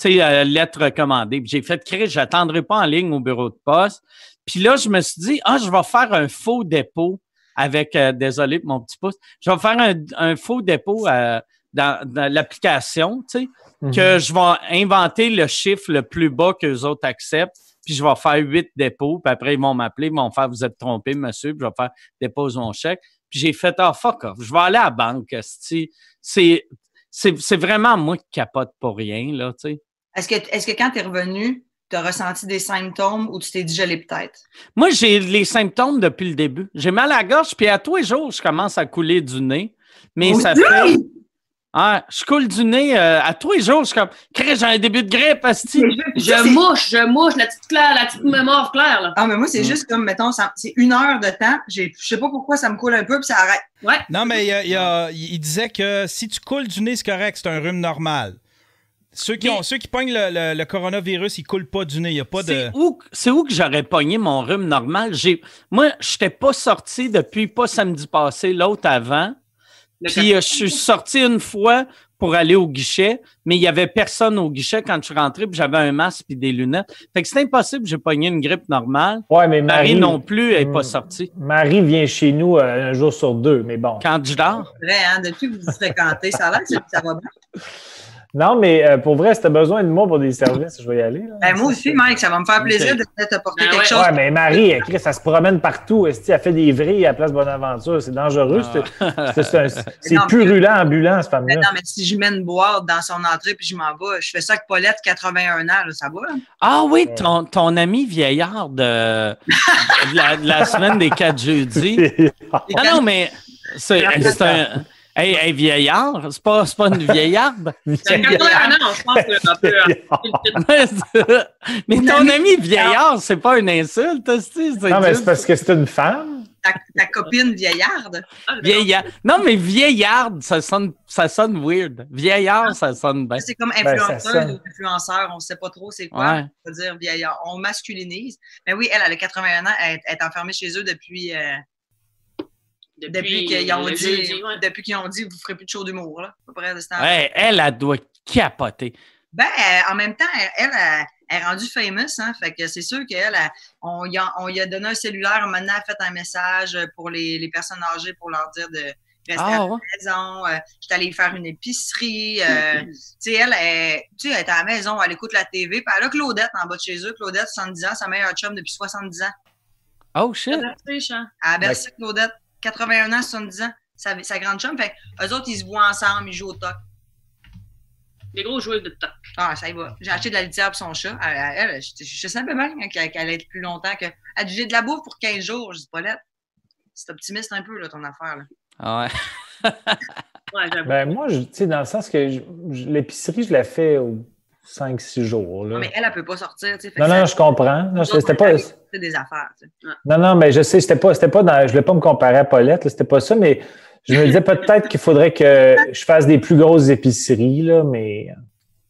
S3: Tu sais, euh, lettre recommandée. Puis j'ai fait, Chris, j'attendrai pas en ligne au bureau de poste. Puis là, je me suis dit, ah, je vais faire un faux dépôt avec, euh, désolé pour mon petit pouce, je vais faire un, un faux dépôt euh, dans, dans l'application, tu sais, que je vais inventer le chiffre le plus bas que les autres acceptent, puis je vais faire huit dépôts, puis après ils vont m'appeler, ils vont faire vous êtes trompé monsieur, puis je vais faire dépose mon chèque. Puis j'ai fait ah fuck off, je vais aller à la banque, esti. c'est c'est c'est vraiment moi qui capote pour rien là, tu sais.
S2: Est-ce que, est-ce que quand t'es revenu, t'as ressenti des symptômes ou tu t'es dit, je l'ai peut-être?
S3: Moi j'ai les symptômes depuis le début. J'ai mal à la gorge, puis à tous les jours je commence à couler du nez, mais ça fait ah, je coule du nez euh, à tous les jours, je suis comme Chris, j'ai un début de grippe, esti.
S4: Je mouche, je mouche, la petite Claire, la petite mémoire Claire, là.
S2: Ah, mais moi, c'est
S3: Mm.
S2: juste comme, mettons, ça- c'est une heure de temps. J'ai, je sais pas pourquoi ça me coule un peu, puis ça arrête.
S4: Ouais.
S1: Non, mais il, y a- il y a- il disait que si tu coules du nez, c'est correct, c'est un rhume normal. Ceux qui, ont,
S3: Mais-
S1: ceux qui pognent le, le- le coronavirus, ils coulent pas du nez. Il n'y a pas de.
S3: C'est où, c'est où que j'aurais pogné mon rhume normal? J'ai, moi, je n'étais pas sorti depuis pas samedi passé, l'autre avant.
S4: Le
S3: Puis euh, je suis sorti une fois pour aller au guichet, mais il y avait personne au guichet quand je suis rentré, puis j'avais un masque puis des lunettes. Fait que c'est impossible, j'ai pogné une grippe normale.
S5: Ouais, mais
S3: Marie
S5: Marie,
S3: non plus elle est pas
S5: Hmm.
S3: sortie.
S5: Marie vient chez nous euh, un jour sur deux, mais bon.
S3: Quand je dors,
S2: C'est vrai, hein? Depuis que vous vous fréquentez, ça a l'air que ça va bien.
S5: Non, mais euh, pour vrai, si t'as besoin de moi pour des services, je vais y aller. là.
S2: Ben, moi aussi, Mike, ça va me faire plaisir de peut-être apporter
S4: Ben
S2: quelque
S4: ouais.
S2: chose.
S5: Ouais, mais Marie, elle, Chris, ça se promène partout. Est-ce qu'elle fait des vrilles à Place Bonaventure? C'est dangereux. c'est- c'est- C'est un- c'est
S2: Non, mais-
S5: purulent, ambulance, cette
S2: Mais
S5: femme-là.
S2: non, mais si je mets une boîte dans son entrée puis je m'en vais, je fais ça avec Paulette, 81 ans, là, ça va? là?
S3: Ah oui, ton, ton ami vieillard de, de la, de la semaine des 4 jeudis. Ah non, mais c'est euh, c'est un. Hey, hey, vieillard, c'est pas, c'est pas une vieillarde.
S4: Quand on a un an, je pense que un peu. hein.
S3: mais ton ami vieillard, c'est pas une insulte, c'est c'est
S5: Non, mais c'est
S3: juste
S5: parce que c'est une femme.
S2: Ta, ta copine vieillarde.
S3: vieillard. Non, mais vieillarde, ça sonne, ça sonne weird. Vieillard, ça sonne bien.
S2: Ça, C'est comme
S5: Ben, ça
S2: influenceuse
S5: sonne.
S2: ou influenceur, on ne sait pas trop c'est quoi.
S3: Ouais.
S2: On va dire vieillard. On masculinise. Mais oui, elle, elle a 81 ans, elle, est- elle est enfermée chez eux depuis, euh, depuis, qu'ils ont
S4: le
S2: dit,
S4: jeudi, ouais.
S2: depuis qu'ils ont dit vous ferez plus de show d'humour, là, à peu près de ce temps
S3: Ouais, elle, elle doit capoter.
S2: Ben, euh, en même temps, elle, elle, elle- elle est rendue famous, hein. Fait que c'est sûr qu'elle, elle, on, y a, on y a donné un cellulaire, maintenant, elle a fait un message pour les, les personnes âgées pour leur dire de rester à
S3: Ah
S2: la
S3: ouais.
S2: maison. Euh, J'étais allée faire une épicerie. euh, tu sais, elle, elle, tu sais, elle est à la maison, elle écoute la TV. Puis elle a Claudette en bas de chez eux. Claudette, 70 ans, sa meilleure chum depuis 70 ans.
S3: Oh shit.
S4: Merci, hein.
S2: Elle a bercé Claudette, 81 ans, 70 ans, sa, sa grande chum. Fait que eux autres, ils se voient ensemble, ils jouent au toc.
S4: Des gros joueurs de top.
S2: Ah, ça y va. J'ai acheté de la litière pour son chat. Elle, elle, elle, je, je savais bien hein, qu'elle qu'elle allait être plus longtemps que. Elle dit, j'ai de la bouffe pour 15 jours. Je dis, Paulette, c'est optimiste un peu, là, ton affaire. Là.
S3: Ouais.
S4: Ouais, j'avoue.
S5: Ben, moi, je- tu sais, dans le sens que je- je- l'épicerie, je la fais aux 5-6 jours. là.
S2: Non, mais elle, elle peut pas sortir. tu sais. Fait
S5: Non,
S2: que
S5: non,
S2: ça-
S5: je comprends. Non, c'était pas.
S2: C'est des affaires. tu sais.
S5: Non, non, mais je sais, c'était pas, c'était pas dans, je voulais pas me comparer à Paulette, là, c'était pas ça, mais je me disais peut-être qu'il faudrait que je fasse des plus grosses épiceries, là, mais.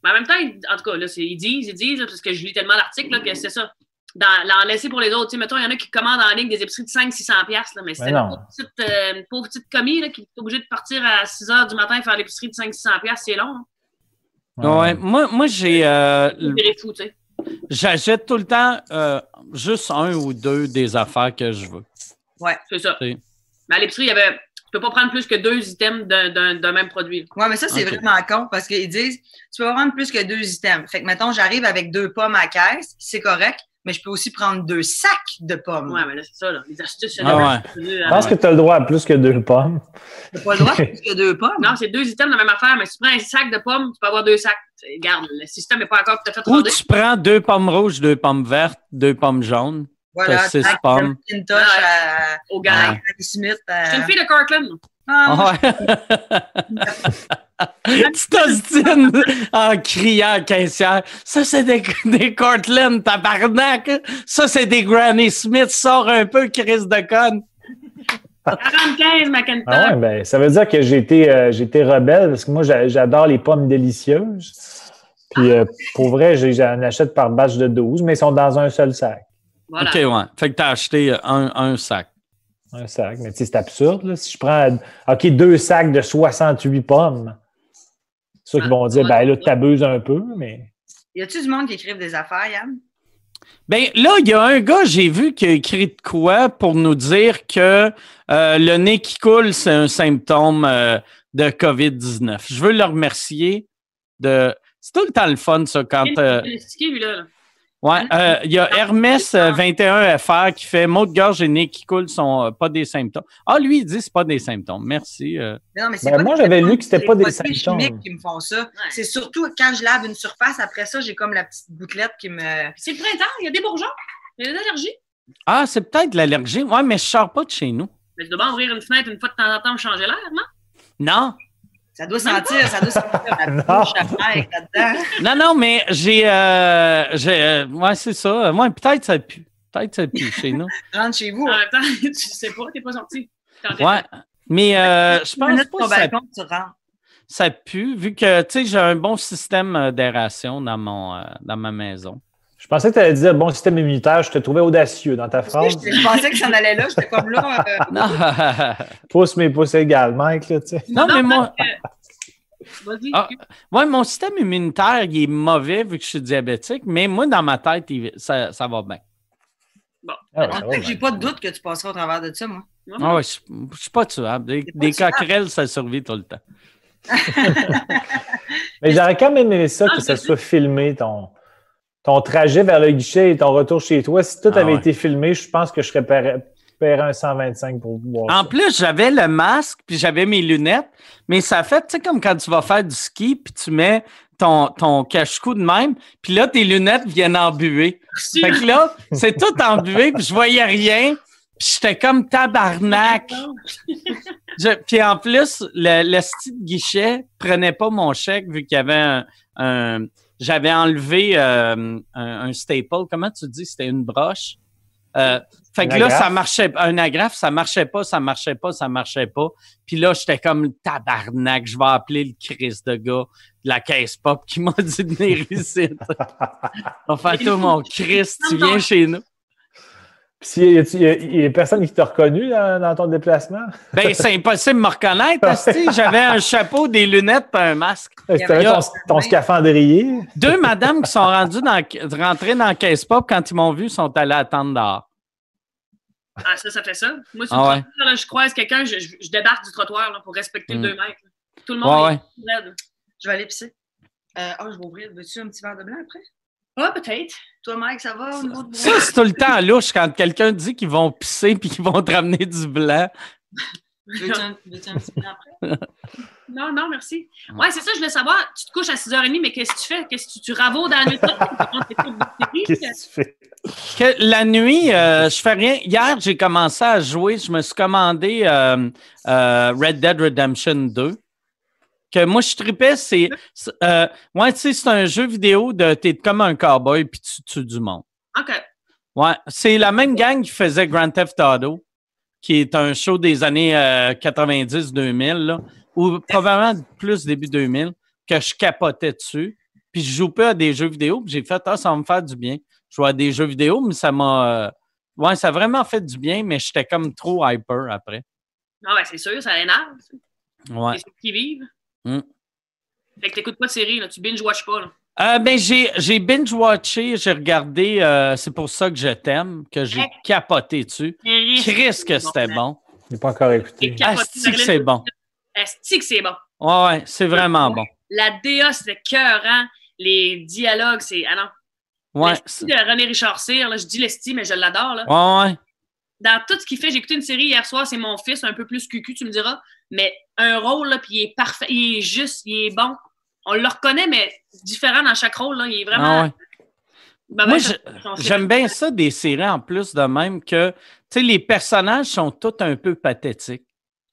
S4: Mais en même temps, ils- en tout cas, là, c'est- ils disent, ils disent, là, parce que je lis tellement l'article là, que c'est ça. Dans, l'en laisser pour les autres. Tu sais, mettons, il y en a qui commandent en ligne des épiceries de 500-600$, piastres, là, mais c'est
S5: Mais
S4: une,
S5: non.
S4: pauvre petite, euh, une pauvre petite commis là, qui est obligée de partir à 6 h du matin et faire l'épicerie de 500$, piastres, c'est long. Hein.
S5: euh,
S3: Ouais, Moi, moi j'ai. euh,
S4: C'est des fous, tu sais.
S3: J'achète tout le temps euh, juste un ou deux des affaires que je veux.
S4: C'est ça.
S3: Oui.
S4: Mais à l'épicerie, il y avait. Tu peux pas prendre plus que deux items d'un- d'un d'un même produit.
S2: Ouais, mais ça, c'est
S3: Ok.
S2: vraiment con parce qu'ils disent, tu peux prendre plus que deux items. Fait que, mettons, j'arrive avec deux pommes à la caisse, c'est correct, mais je peux aussi prendre deux sacs de pommes.
S4: Ouais, mais là, c'est ça, là. Les astuces, c'est
S3: Ah
S4: de-
S3: ouais.
S4: c'est-
S5: Je pense que tu as le droit à plus que deux pommes.
S2: T'as pas le droit de plus que deux pommes.
S4: Non, c'est deux items de la même affaire, mais si tu prends un sac de pommes, tu peux avoir deux sacs. Garde, le système n'est pas encore tout à fait
S3: Ou
S4: rodé.
S3: tu prends deux pommes rouges, deux pommes vertes, deux pommes jaunes.
S2: Voilà,
S3: T'as six
S2: tac,
S3: pommes.
S2: Une toche à,
S4: Au
S2: à
S4: gars.
S2: Granny Smith.
S4: C'est
S2: à-
S4: une fille de Kirkland.
S2: Ah, moi,
S3: Ouais. tu t'ostines en criant à caissière. Ça, c'est des, des Cortland, tabarnak. Ça, c'est des Granny Smith. Sors un peu, Chris de conne.
S4: 45, McIntyre.
S5: Ah ouais, ben, ça veut dire que j'ai été, euh, j'ai été rebelle parce que moi, j'a- j'adore les pommes délicieuses. Puis euh, pour vrai, j'ai- j'en achète par batch de 12, mais ils sont dans un seul sac.
S4: Voilà.
S3: OK, ouais. Fait que t'as acheté un, un sac.
S5: Un sac. Mais tu sais, c'est absurde. là. Si je prends, OK, deux sacs de 68 pommes, ceux qui vont dire, ben là, t'abuses un peu, mais.
S2: Y a-tu du monde qui écrive des affaires, Yann?
S3: Ben là, il y a un gars, j'ai vu, qui a écrit de quoi pour nous dire que euh, le nez qui coule, c'est un symptôme euh, de COVID-19. Je veux le remercier de. C'est tout le temps le fun, ça, quand.
S4: Il
S3: euh,
S4: est stické, lui, là.
S3: Ouais, euh, il y a Hermès euh, 21FR qui fait mot de gorge et nez qui coule sont euh, pas des symptômes. Ah, lui, il dit que c'est pas des symptômes. Merci. euh.
S2: Mais non, mais c'est
S5: Ben,
S2: pas
S5: moi,
S2: des
S5: j'avais
S2: symptômes,
S5: lu que c'était
S2: c'est
S5: pas
S2: les
S5: des
S2: produits
S5: symptômes.
S2: chimiques qui me font ça. C'est surtout quand je lave une surface, après ça, j'ai comme la petite boutelette qui me.
S4: C'est le printemps, il y a des bourgeons, il y a des allergies.
S3: Ah, c'est peut-être l'allergie. Ouais, mais je sors pas de chez nous.
S4: Mais tu dois bien ouvrir une fenêtre une fois de temps en temps pour changer l'air, non?
S3: Non.
S2: Ça doit sentir, ça doit sentir la
S5: Non.
S2: bouche à Mike là-dedans.
S3: Non, non, mais j'ai. euh, j'ai, euh, ouais, c'est ça. Ouais, peut-être ça pue. Peut-être ça pue chez nous.
S2: Rentre chez vous.
S4: En même temps, tu sais pas, t'es pas sorti. T'es en train de-
S3: Ouais. Mais euh, je pense
S2: Minute
S3: pas
S2: ton
S3: que ça,
S2: balcon, tu rentres.
S3: ça pue, vu que, tu sais, j'ai un bon système euh, d'aération dans, mon, euh, dans ma maison.
S5: Je pensais que tu allais dire, bon système immunitaire, je te trouvais audacieux dans ta phrase.
S2: Je, je pensais que ça en allait là, j'étais comme là. euh,
S3: Non,
S5: Pouce, mais pouce égal, Mike, là, tu sais.
S3: non mais moi.
S4: Vas-y.
S3: Ah. Oui, mon système immunitaire, il est mauvais vu que je suis diabétique, mais moi, dans ma tête, il- ça, ça va bien.
S5: Ah,
S2: en
S5: ouais,
S2: fait,
S5: ouais,
S2: j'ai pas de doute que tu passeras au travers de ça, moi.
S3: Ah ouais, je ne suis pas tuable. Des,
S2: T'es pas
S3: des
S2: tuable.
S3: coquerelles, ça survit tout le temps.
S5: Mais j'aurais quand même aimé ça,
S4: Ah,
S5: que ça
S4: c'est-
S5: soit filmé, ton, ton trajet vers le guichet et ton retour chez toi. Si tout
S3: Ah,
S5: avait
S3: ouais.
S5: été filmé, je pense que je serais payé un 125 pour voir
S3: En
S5: ça.
S3: plus, j'avais le masque, puis j'avais mes lunettes, mais ça fait, tu sais, comme quand tu vas faire du ski, puis tu mets ton, ton cache-cou de même, puis là, tes lunettes viennent en buée. Fait que là, c'est tout en buée, puis je voyais rien, puis j'étais comme tabarnak. Je- puis en plus, le, le style de guichet prenait pas mon chèque, vu qu'il y avait un... un- j'avais enlevé euh, un, un staple, comment tu dis? C'était une broche. Euh, fait que
S5: Un
S3: là,
S5: agrafe.
S3: ça marchait un agrafe, ça marchait pas, ça marchait pas, ça marchait pas. Puis là, j'étais comme tabarnak, je vais appeler le Chris de gars de la caisse pop qui m'a dit de venir ici. On va faire tout mon Chris, tu viens chez nous.
S5: Puis s'il y a- il y a- il y a personne qui t'a reconnu dans, dans ton déplacement,
S3: Ben, c'est impossible de me reconnaître, asti. J'avais un chapeau, des lunettes puis un masque.
S5: Est-ce que t'avais
S3: Il y a-
S5: ton, ton scaphandrier.
S3: Deux madames qui sont rendues dans, rentrées dans la caisse pop quand ils m'ont vu sont allées attendre dehors.
S4: Ah, ça, ça fait ça. Moi, sur
S3: Ah
S4: le
S3: ouais.
S4: trottoir, là, je croise quelqu'un, je, je- je débarque du trottoir là, pour respecter
S3: Mm.
S4: le 2 mètres. Tout le
S3: Ouais,
S4: monde
S3: ouais.
S4: est raide.
S2: Je vais aller pisser. Euh, Ah, je vais ouvrir. Veux-tu un petit verre de blanc après?
S4: Ah, peut-être.
S2: Toi, Mike, ça va au niveau de
S3: Ça, c'est tout le temps louche quand quelqu'un dit qu'ils vont pisser puis qu'ils vont te ramener du blanc.
S2: Veux-tu un, veux-tu un petit blanc après?
S4: Non, non, merci.
S3: Mm.
S4: Ouais, c'est ça, je voulais savoir. Tu te couches à 6h30, mais qu'est-ce que tu fais? Qu'est-ce que tu, tu ravaux dans la nuit?
S5: Qu'est-ce que tu fais?
S3: Que la nuit, euh, je fais rien. Hier, j'ai commencé à jouer. Je me suis commandé euh, euh, Red Dead Redemption 2. Que moi, je tripais, c'est. c'est- Euh, ouais, tu sais, c'est un jeu vidéo de. T'es comme un cowboy puis tu tues du monde.
S4: OK.
S3: Ouais, c'est la même gang qui faisait Grand Theft Auto, qui est un show des années 90-2000, là, ou probablement plus début 2000, que je capotais dessus. Puis je joue pas à des jeux vidéo, puis j'ai fait, ah, ça va me faire du bien. Je jouais à des jeux vidéo, mais ça m'a. euh, ouais, ça a vraiment fait du bien, mais j'étais comme trop hyper après.
S4: Non, ben, c'est sûr, ça énerve.
S3: Ouais.
S4: C'est ceux qui vivent.
S3: Mm.
S4: Fait que t'écoutes pas de série, là. tu binge-watches pas. Là.
S3: Euh, ben, j'ai, j'ai binge-watché, j'ai regardé euh, C'est pour ça que je t'aime, que j'ai capoté dessus. Chris, que c'était bon.
S5: Je n'ai pas encore écouté.
S4: J'ai
S3: Ah,
S4: capoté,
S3: que c'est bon.
S4: Asti que c'est bon.
S3: Ouais, ouais, c'est vraiment bon.
S4: La DA, c'était cœur, hein? Les dialogues, c'est. Ah non.
S3: Ouais,
S4: L'esti
S3: c'est-
S4: de René Richard Cyr, là, je dis l'esti, mais je l'adore. là.
S3: ouais, ouais.
S4: Dans tout ce qu'il fait, j'ai écouté une série hier soir, c'est mon fils, un peu plus cucu, tu me diras, mais un rôle, là, puis il est parfait, il est juste, il est bon. On le reconnaît, mais différent dans chaque rôle. Là. Il est
S3: Ah
S4: vraiment.
S3: ouais.
S4: Ben, ben,
S3: Moi,
S4: ça-
S3: je-
S4: son-
S3: j'aime bien ça des séries en plus de même que, tu sais, les personnages sont tous un peu pathétiques.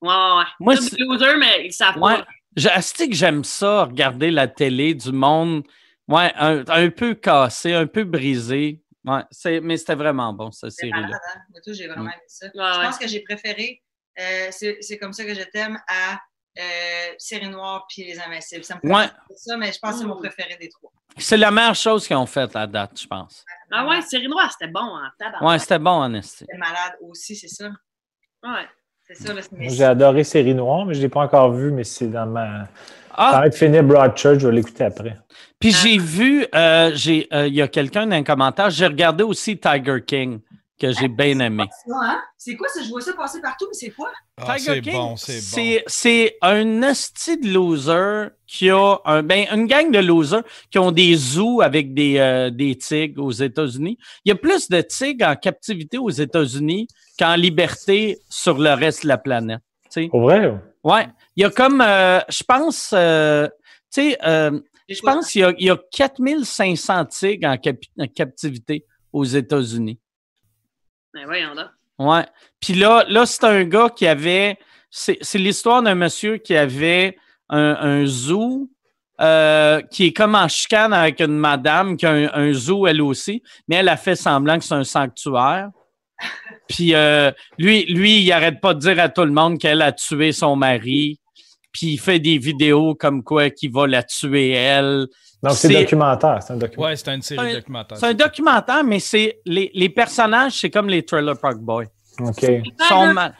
S4: Ouais, ouais, ouais.
S3: Moi,
S4: Tous
S3: c'est-
S4: des losers, mais ils savent
S3: Ah, Ouais.
S4: pas.
S3: Je- Asti que j'aime ça, regarder la télé du monde, ouais, un, un peu cassé, un peu brisé. Ouais, c'est, mais c'était vraiment bon, cette
S2: C'est
S3: série-là.
S2: malade, hein? Moi, tout, j'ai vraiment aimé ça.
S4: Ah Ouais,
S2: Je
S4: ouais.
S2: pense que j'ai préféré euh, c'est, c'est comme ça que je t'aime à euh, Série Noire puis Les Invincibles. Ça me fait
S3: Ouais,
S2: penser à ça, mais je pense que c'est mon préféré des trois.
S3: c'est la meilleure chose qu'ils ont faite à date, je pense.
S4: Ah ouais, série noire, c'était bon hein, en tabac.
S3: Ah, Ouais, c'était bon, en esti.
S2: C'est malade aussi, c'est ça.
S4: Ouais.
S2: C'est ça, là, c'est
S5: Moi, J'ai adoré Série Noire, mais je ne l'ai pas encore vue, mais c'est dans ma. Ça
S3: Ah,
S5: va être fini Broadchurch, je vais l'écouter après.
S3: puis
S1: Ah.
S3: j'ai vu, euh, j'ai, euh, il y a quelqu'un dans un commentaire, j'ai regardé aussi Tiger King, que j'ai bien aimé.
S2: ça, hein? C'est quoi ça? Je vois ça passer partout, mais c'est quoi?
S1: Ah,
S3: Tiger
S1: c'est
S3: King,
S1: bon, c'est bon.
S3: c'est- c'est un hostie de loser qui a un, ben, une gang de losers qui ont des zoos avec des, euh, des tigres aux États-Unis. Il y a plus de tigres en captivité aux États-Unis qu'en liberté sur le reste de la planète. tu sais.
S5: Pour vrai? ouais.
S3: Ouais. Il y a comme, euh, je pense, euh, tu sais, euh, je pense qu'il y a, il y a 4500 tigres en, capi- en captivité aux États-Unis.
S4: Ben voyons là.
S3: Ouais. Puis là, là c'est un gars qui avait. C'est c'est l'histoire d'un monsieur qui avait un, un zoo euh, qui est comme en chicane avec une madame qui a un, un zoo elle aussi, mais elle a fait semblant que c'est un sanctuaire. Puis euh, lui, lui, il arrête pas de dire à tout le monde qu'elle a tué son mari. Puis il fait des vidéos comme quoi qu'il va la tuer elle.
S5: Donc, c'est
S3: C'est-
S5: documentaire. C'est un documentaire.
S1: Ouais, c'est une série
S3: C'est un-
S1: documentaire.
S3: C'est un documentaire, mais c'est les, les personnages, c'est comme les Trailer Park Boys.
S5: OK.
S4: Ah,
S3: Son ma-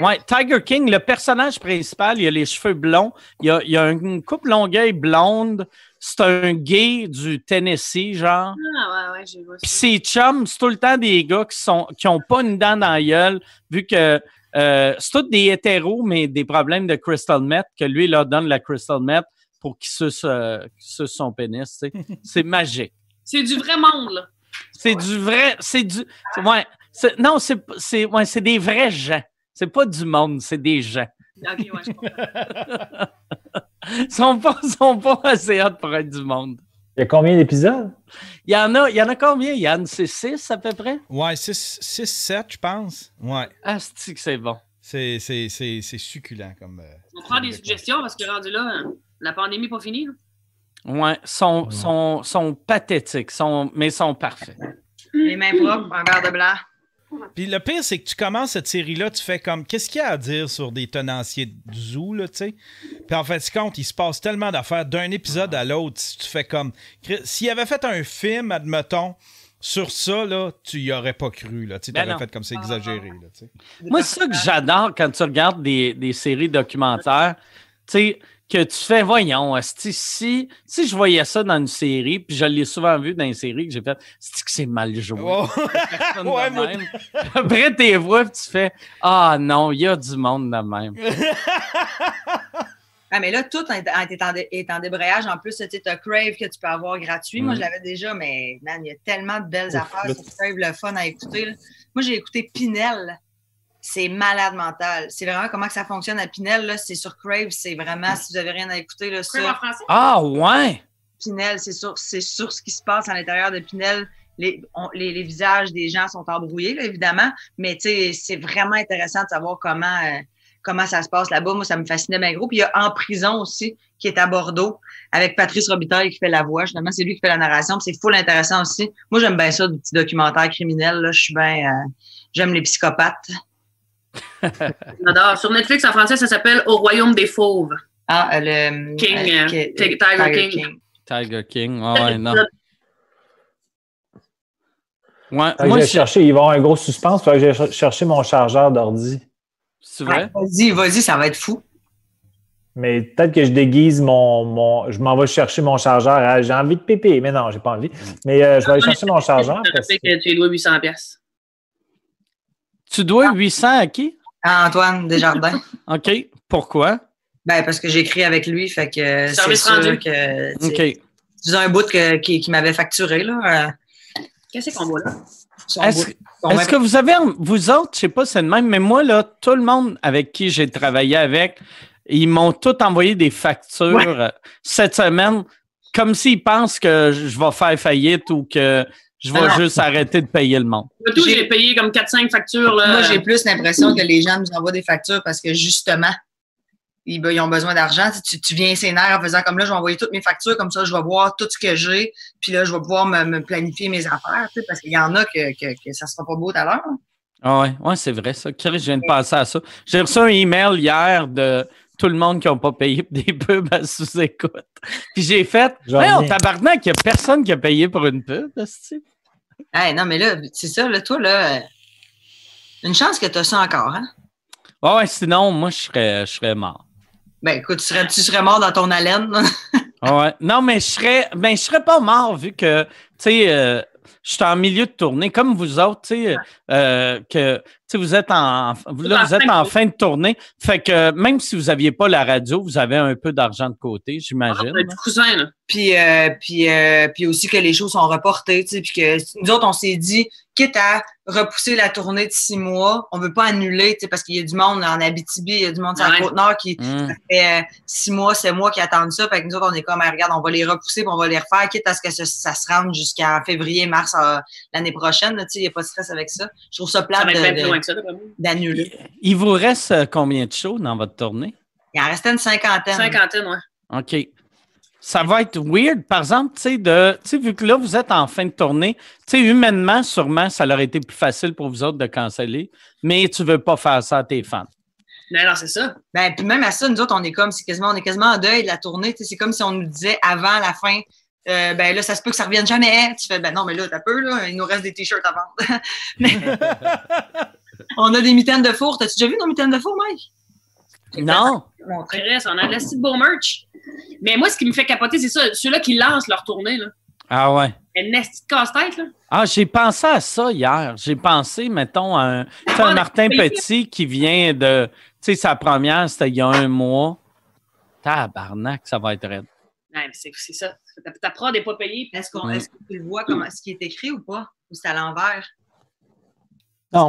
S3: Ouais, Tiger King, le personnage principal, il a les cheveux blonds, il a, il a une coupe longueuil blonde, c'est un gay du Tennessee, genre.
S4: Ah ouais, ouais, j'ai vu
S3: Puis
S4: ça.
S3: ses chums, c'est tout le temps des gars qui sont qui ont pas une dent dans la gueule, vu que euh, Euh, c'est tous des hétéros, mais des problèmes de crystal meth, que lui, il leur donne la crystal meth pour qu'ils sucent, euh, qu'ils sucent son pénis. tu sais. C'est magique.
S4: C'est du vrai monde, là.
S3: C'est du vrai. C'est du. Ouais. C'est- non, c'est c'est- ouais, c'est des vrais gens. C'est pas du monde, c'est des gens.
S4: Ok, ouais, je comprends.
S3: Ils sont pas, ils sont pas assez hot pour être du monde.
S5: Il y a combien d'épisodes?
S3: Il y en a, il y en a combien, Yann? C'est six à peu près?
S1: Ouais, 6-7, je pense. Ouais.
S3: Ah, c'est que c'est bon.
S1: C'est, c'est, c'est, c'est succulent comme. euh,
S4: On prend des suggestions parce que rendu là, euh, la pandémie n'est pas finie. là.
S3: Ouais, sont, sont, sont pathétiques, sont, mais sont parfaits.
S2: Les mains propres, un verre de blanc.
S1: Puis le pire, c'est que tu commences cette série-là, tu fais comme qu'est-ce qu'il y a à dire sur des tenanciers de zoo, là, tu sais. Puis en fait, tu compte, il se passe tellement d'affaires d'un épisode à l'autre. Si tu fais comme. Chris, S'il avait fait un film, admettons, sur ça, là, tu y aurais pas cru, là. Tu
S3: Ben
S1: aurais
S3: non.
S1: fait comme c'est exagéré, là, tu sais.
S3: Moi, c'est ça que j'adore quand tu regardes des, des séries documentaires. Tu sais, que tu fais, voyons, esti, si, si je voyais ça dans une série, puis je l'ai souvent vu dans une série, que j'ai fait, c'est que c'est mal joué.
S1: Oh.
S3: personne de
S1: Ouais, moi-
S3: même. Après, t'es voix, puis tu fais Ah non, il y a du monde de même.
S2: Ah, mais là, tout est en, est en dé- est en débrayage. En plus, tu sais, t'as Crave que tu peux avoir gratuit. Moi,
S3: Mhm.
S2: je l'avais déjà, mais man, il y a tellement de belles
S5: Mm. Ouf,
S2: affaires
S5: là,
S2: sur Crave, le fun à écouter. là. Moi, j'ai écouté Pinel. C'est malade mental. C'est vraiment comment que ça fonctionne à Pinel. Là, c'est sur Crave. C'est vraiment, si vous avez rien à écouter, là,
S4: Crème en
S2: ça,
S4: français?
S3: Ah ouais!
S2: Pinel, c'est sur, c'est sur ce qui se passe à l'intérieur de Pinel. Les, on- les, les visages des gens sont embrouillés, là, évidemment, mais tu sais, c'est vraiment intéressant de savoir comment, euh, comment ça se passe là-bas. Moi, ça me fascinait bien gros. Puis il y a En prison aussi, qui est à Bordeaux, avec Patrice Robitaille qui fait la voix. Finalement, c'est lui qui fait la narration. puis C'est full intéressant aussi. Moi, j'aime bien ça, des petits documentaires criminels. là. Je suis bien... euh, j'aime les psychopathes.
S4: Ah. J'adore. Sur Netflix, en français, ça s'appelle Au royaume des fauves.
S2: Ah, euh, le...
S4: King, euh,
S2: Ki-
S4: Tiger King.
S3: Tiger King. Ah ouais, non. Ouais,
S5: Fait que
S3: moi
S5: j'ai
S3: je cherche.
S5: cherché, il va y avoir un gros suspense. Fait que j'ai cher- cherché mon chargeur d'ordi.
S3: C'est vrai?
S2: Vas-y, vas-y, ça va être fou.
S5: Mais peut-être que je déguise mon. mon je m'en vais chercher mon chargeur. Ah, J'ai envie de pipi. Mais non, j'ai pas envie. Mais euh, je vais aller chercher mon chargeur.
S4: Je te
S5: parce
S4: rappelle
S5: que-
S4: que tu es dois 800 pièces.
S3: Tu dois 800 à qui?
S2: Ah, Antoine Desjardins.
S3: OK. Pourquoi?
S2: Ben, parce que j'écris avec lui, fait que euh, c'est
S4: Service
S2: sûr
S4: rendu.
S2: que tu sais,
S3: OK.
S2: c'est un bout que, qui, qui m'avait facturé, là.
S4: Qu'est-ce qu'on voit là?
S2: euh, son
S3: Est-ce
S2: bout- son
S3: Est-ce que vous avez, vous autres, je sais pas, c'est le même, mais moi, là, tout le monde avec qui j'ai travaillé avec, ils m'ont tout envoyé des factures
S2: Ouais.
S3: euh, cette semaine, comme s'ils pensent que je vais faire faillite ou que je vais
S2: Ah Non, non.
S3: juste arrêter de payer le monde.
S4: Le tout,
S2: J'ai-
S4: j'ai payé comme 4-5 factures. Là.
S2: Moi, j'ai plus l'impression que les gens nous envoient des factures parce que justement, ils, ben, ils ont besoin d'argent. Tu- Tu, tu viens sénère en faisant comme là, je vais envoyer toutes mes factures, comme ça, je vais voir tout ce que j'ai, puis là, je vais pouvoir me, me planifier mes affaires, tu sais, parce qu'il y en a que, que, que ça sera pas beau tout à l'heure.
S3: Ah ouais, ouais, c'est vrai, ça. Chris, je viens de passer à ça. J'ai reçu un email hier de tout le monde qui n'a pas payé pour des pubs à sous-écoute. Puis j'ai fait,
S5: J'en
S3: hey, on
S5: viens.
S3: tabarnak, il n'y a personne qui a payé pour une pub, esti.
S2: Hey, non, mais là, c'est ça, là, toi, là, euh, une chance que tu as ça encore, hein?
S3: Ah ouais, sinon, moi, je serais, je serais mort.
S2: Ben, écoute, tu serais, tu serais mort dans ton haleine.
S3: Ah Ouais. Non, mais je serais, ben, je serais pas mort vu que, tu sais, euh, je suis en milieu de tournée, comme vous autres, tu sais, euh, que, tu sais, vous êtes en, vous, là,
S4: En
S3: vous êtes
S4: fin
S3: en
S4: de-
S3: fin de tournée. Fait que même si vous aviez pas la radio, vous avez un peu d'argent de côté, j'imagine.
S4: Ah, du cousin, là.
S2: Puis, euh, puis, euh, puis aussi que les shows sont reportés, tu sais, puis que nous autres, on s'est dit, quitte à repousser la tournée de six mois, on veut pas annuler, tu sais, parce qu'il y a du monde en Abitibi, il y a du monde sur la
S4: Ouais.
S2: Côte-Nord qui
S3: Hum.
S2: fait euh, six mois, c'est mois qui attendent ça, fait que nous autres, on est comme, Ah, regarde, on va les repousser, puis on va les refaire, quitte à ce que ça, ça se rende jusqu'en février, mars euh, l'année prochaine, là, tu sais, il n'y a pas de stress avec ça. Je trouve ça
S4: Ça
S2: plate
S4: va être bien
S2: de-
S4: plus
S2: de-
S4: loin que ça, d'après moi.
S2: d'annuler.
S3: Il vous reste euh, combien de shows dans votre tournée?
S2: Il en restait une
S4: ben.
S2: cinquantaine.
S4: Cinquantaine, ouais.
S3: OK. Ça va être weird, par exemple, tu sais, de- tu sais, vu que là, vous êtes en fin de tournée, tu sais, humainement, sûrement, ça leur a été plus facile pour vous autres de canceller, mais tu veux pas faire ça à tes fans.
S4: Mais alors, c'est ça.
S2: Ben, puis même à ça, nous autres, on est comme, c'est quasiment, on est quasiment en deuil de la tournée. tu sais, C'est comme si on nous disait avant la fin, euh, ben là, ça se peut que ça revienne jamais. Tu fais, ben non, mais là, t'as peu, là, il nous reste des t-shirts à vendre. Mais- on a des mitaines de four. T'as-tu déjà vu nos mitaines de four, Mike?
S3: Non?
S4: Après, ça, on a de la petite beau merch. Mais moi, ce qui me fait capoter, c'est ça. Ceux-là qui lancent leur tournée, là.
S3: Ah ouais.
S4: Une nasty de casse-tête, là.
S3: Ah, j'ai pensé à ça hier. J'ai pensé, mettons, à un, tu sais, à
S4: on a
S3: Martin
S4: payé.
S3: Petit qui vient de. Tu sais, sa première, c'était il y a un mois. Tabarnak, ça va être raide.
S4: Ouais, mais c'est c'est ça. Ta, ta prod n'est pas payée.
S2: Est-ce qu'on
S3: Ouais.
S2: est-ce que tu le vois comment ce qui est écrit ou pas? Ou c'est à l'envers?
S5: Non,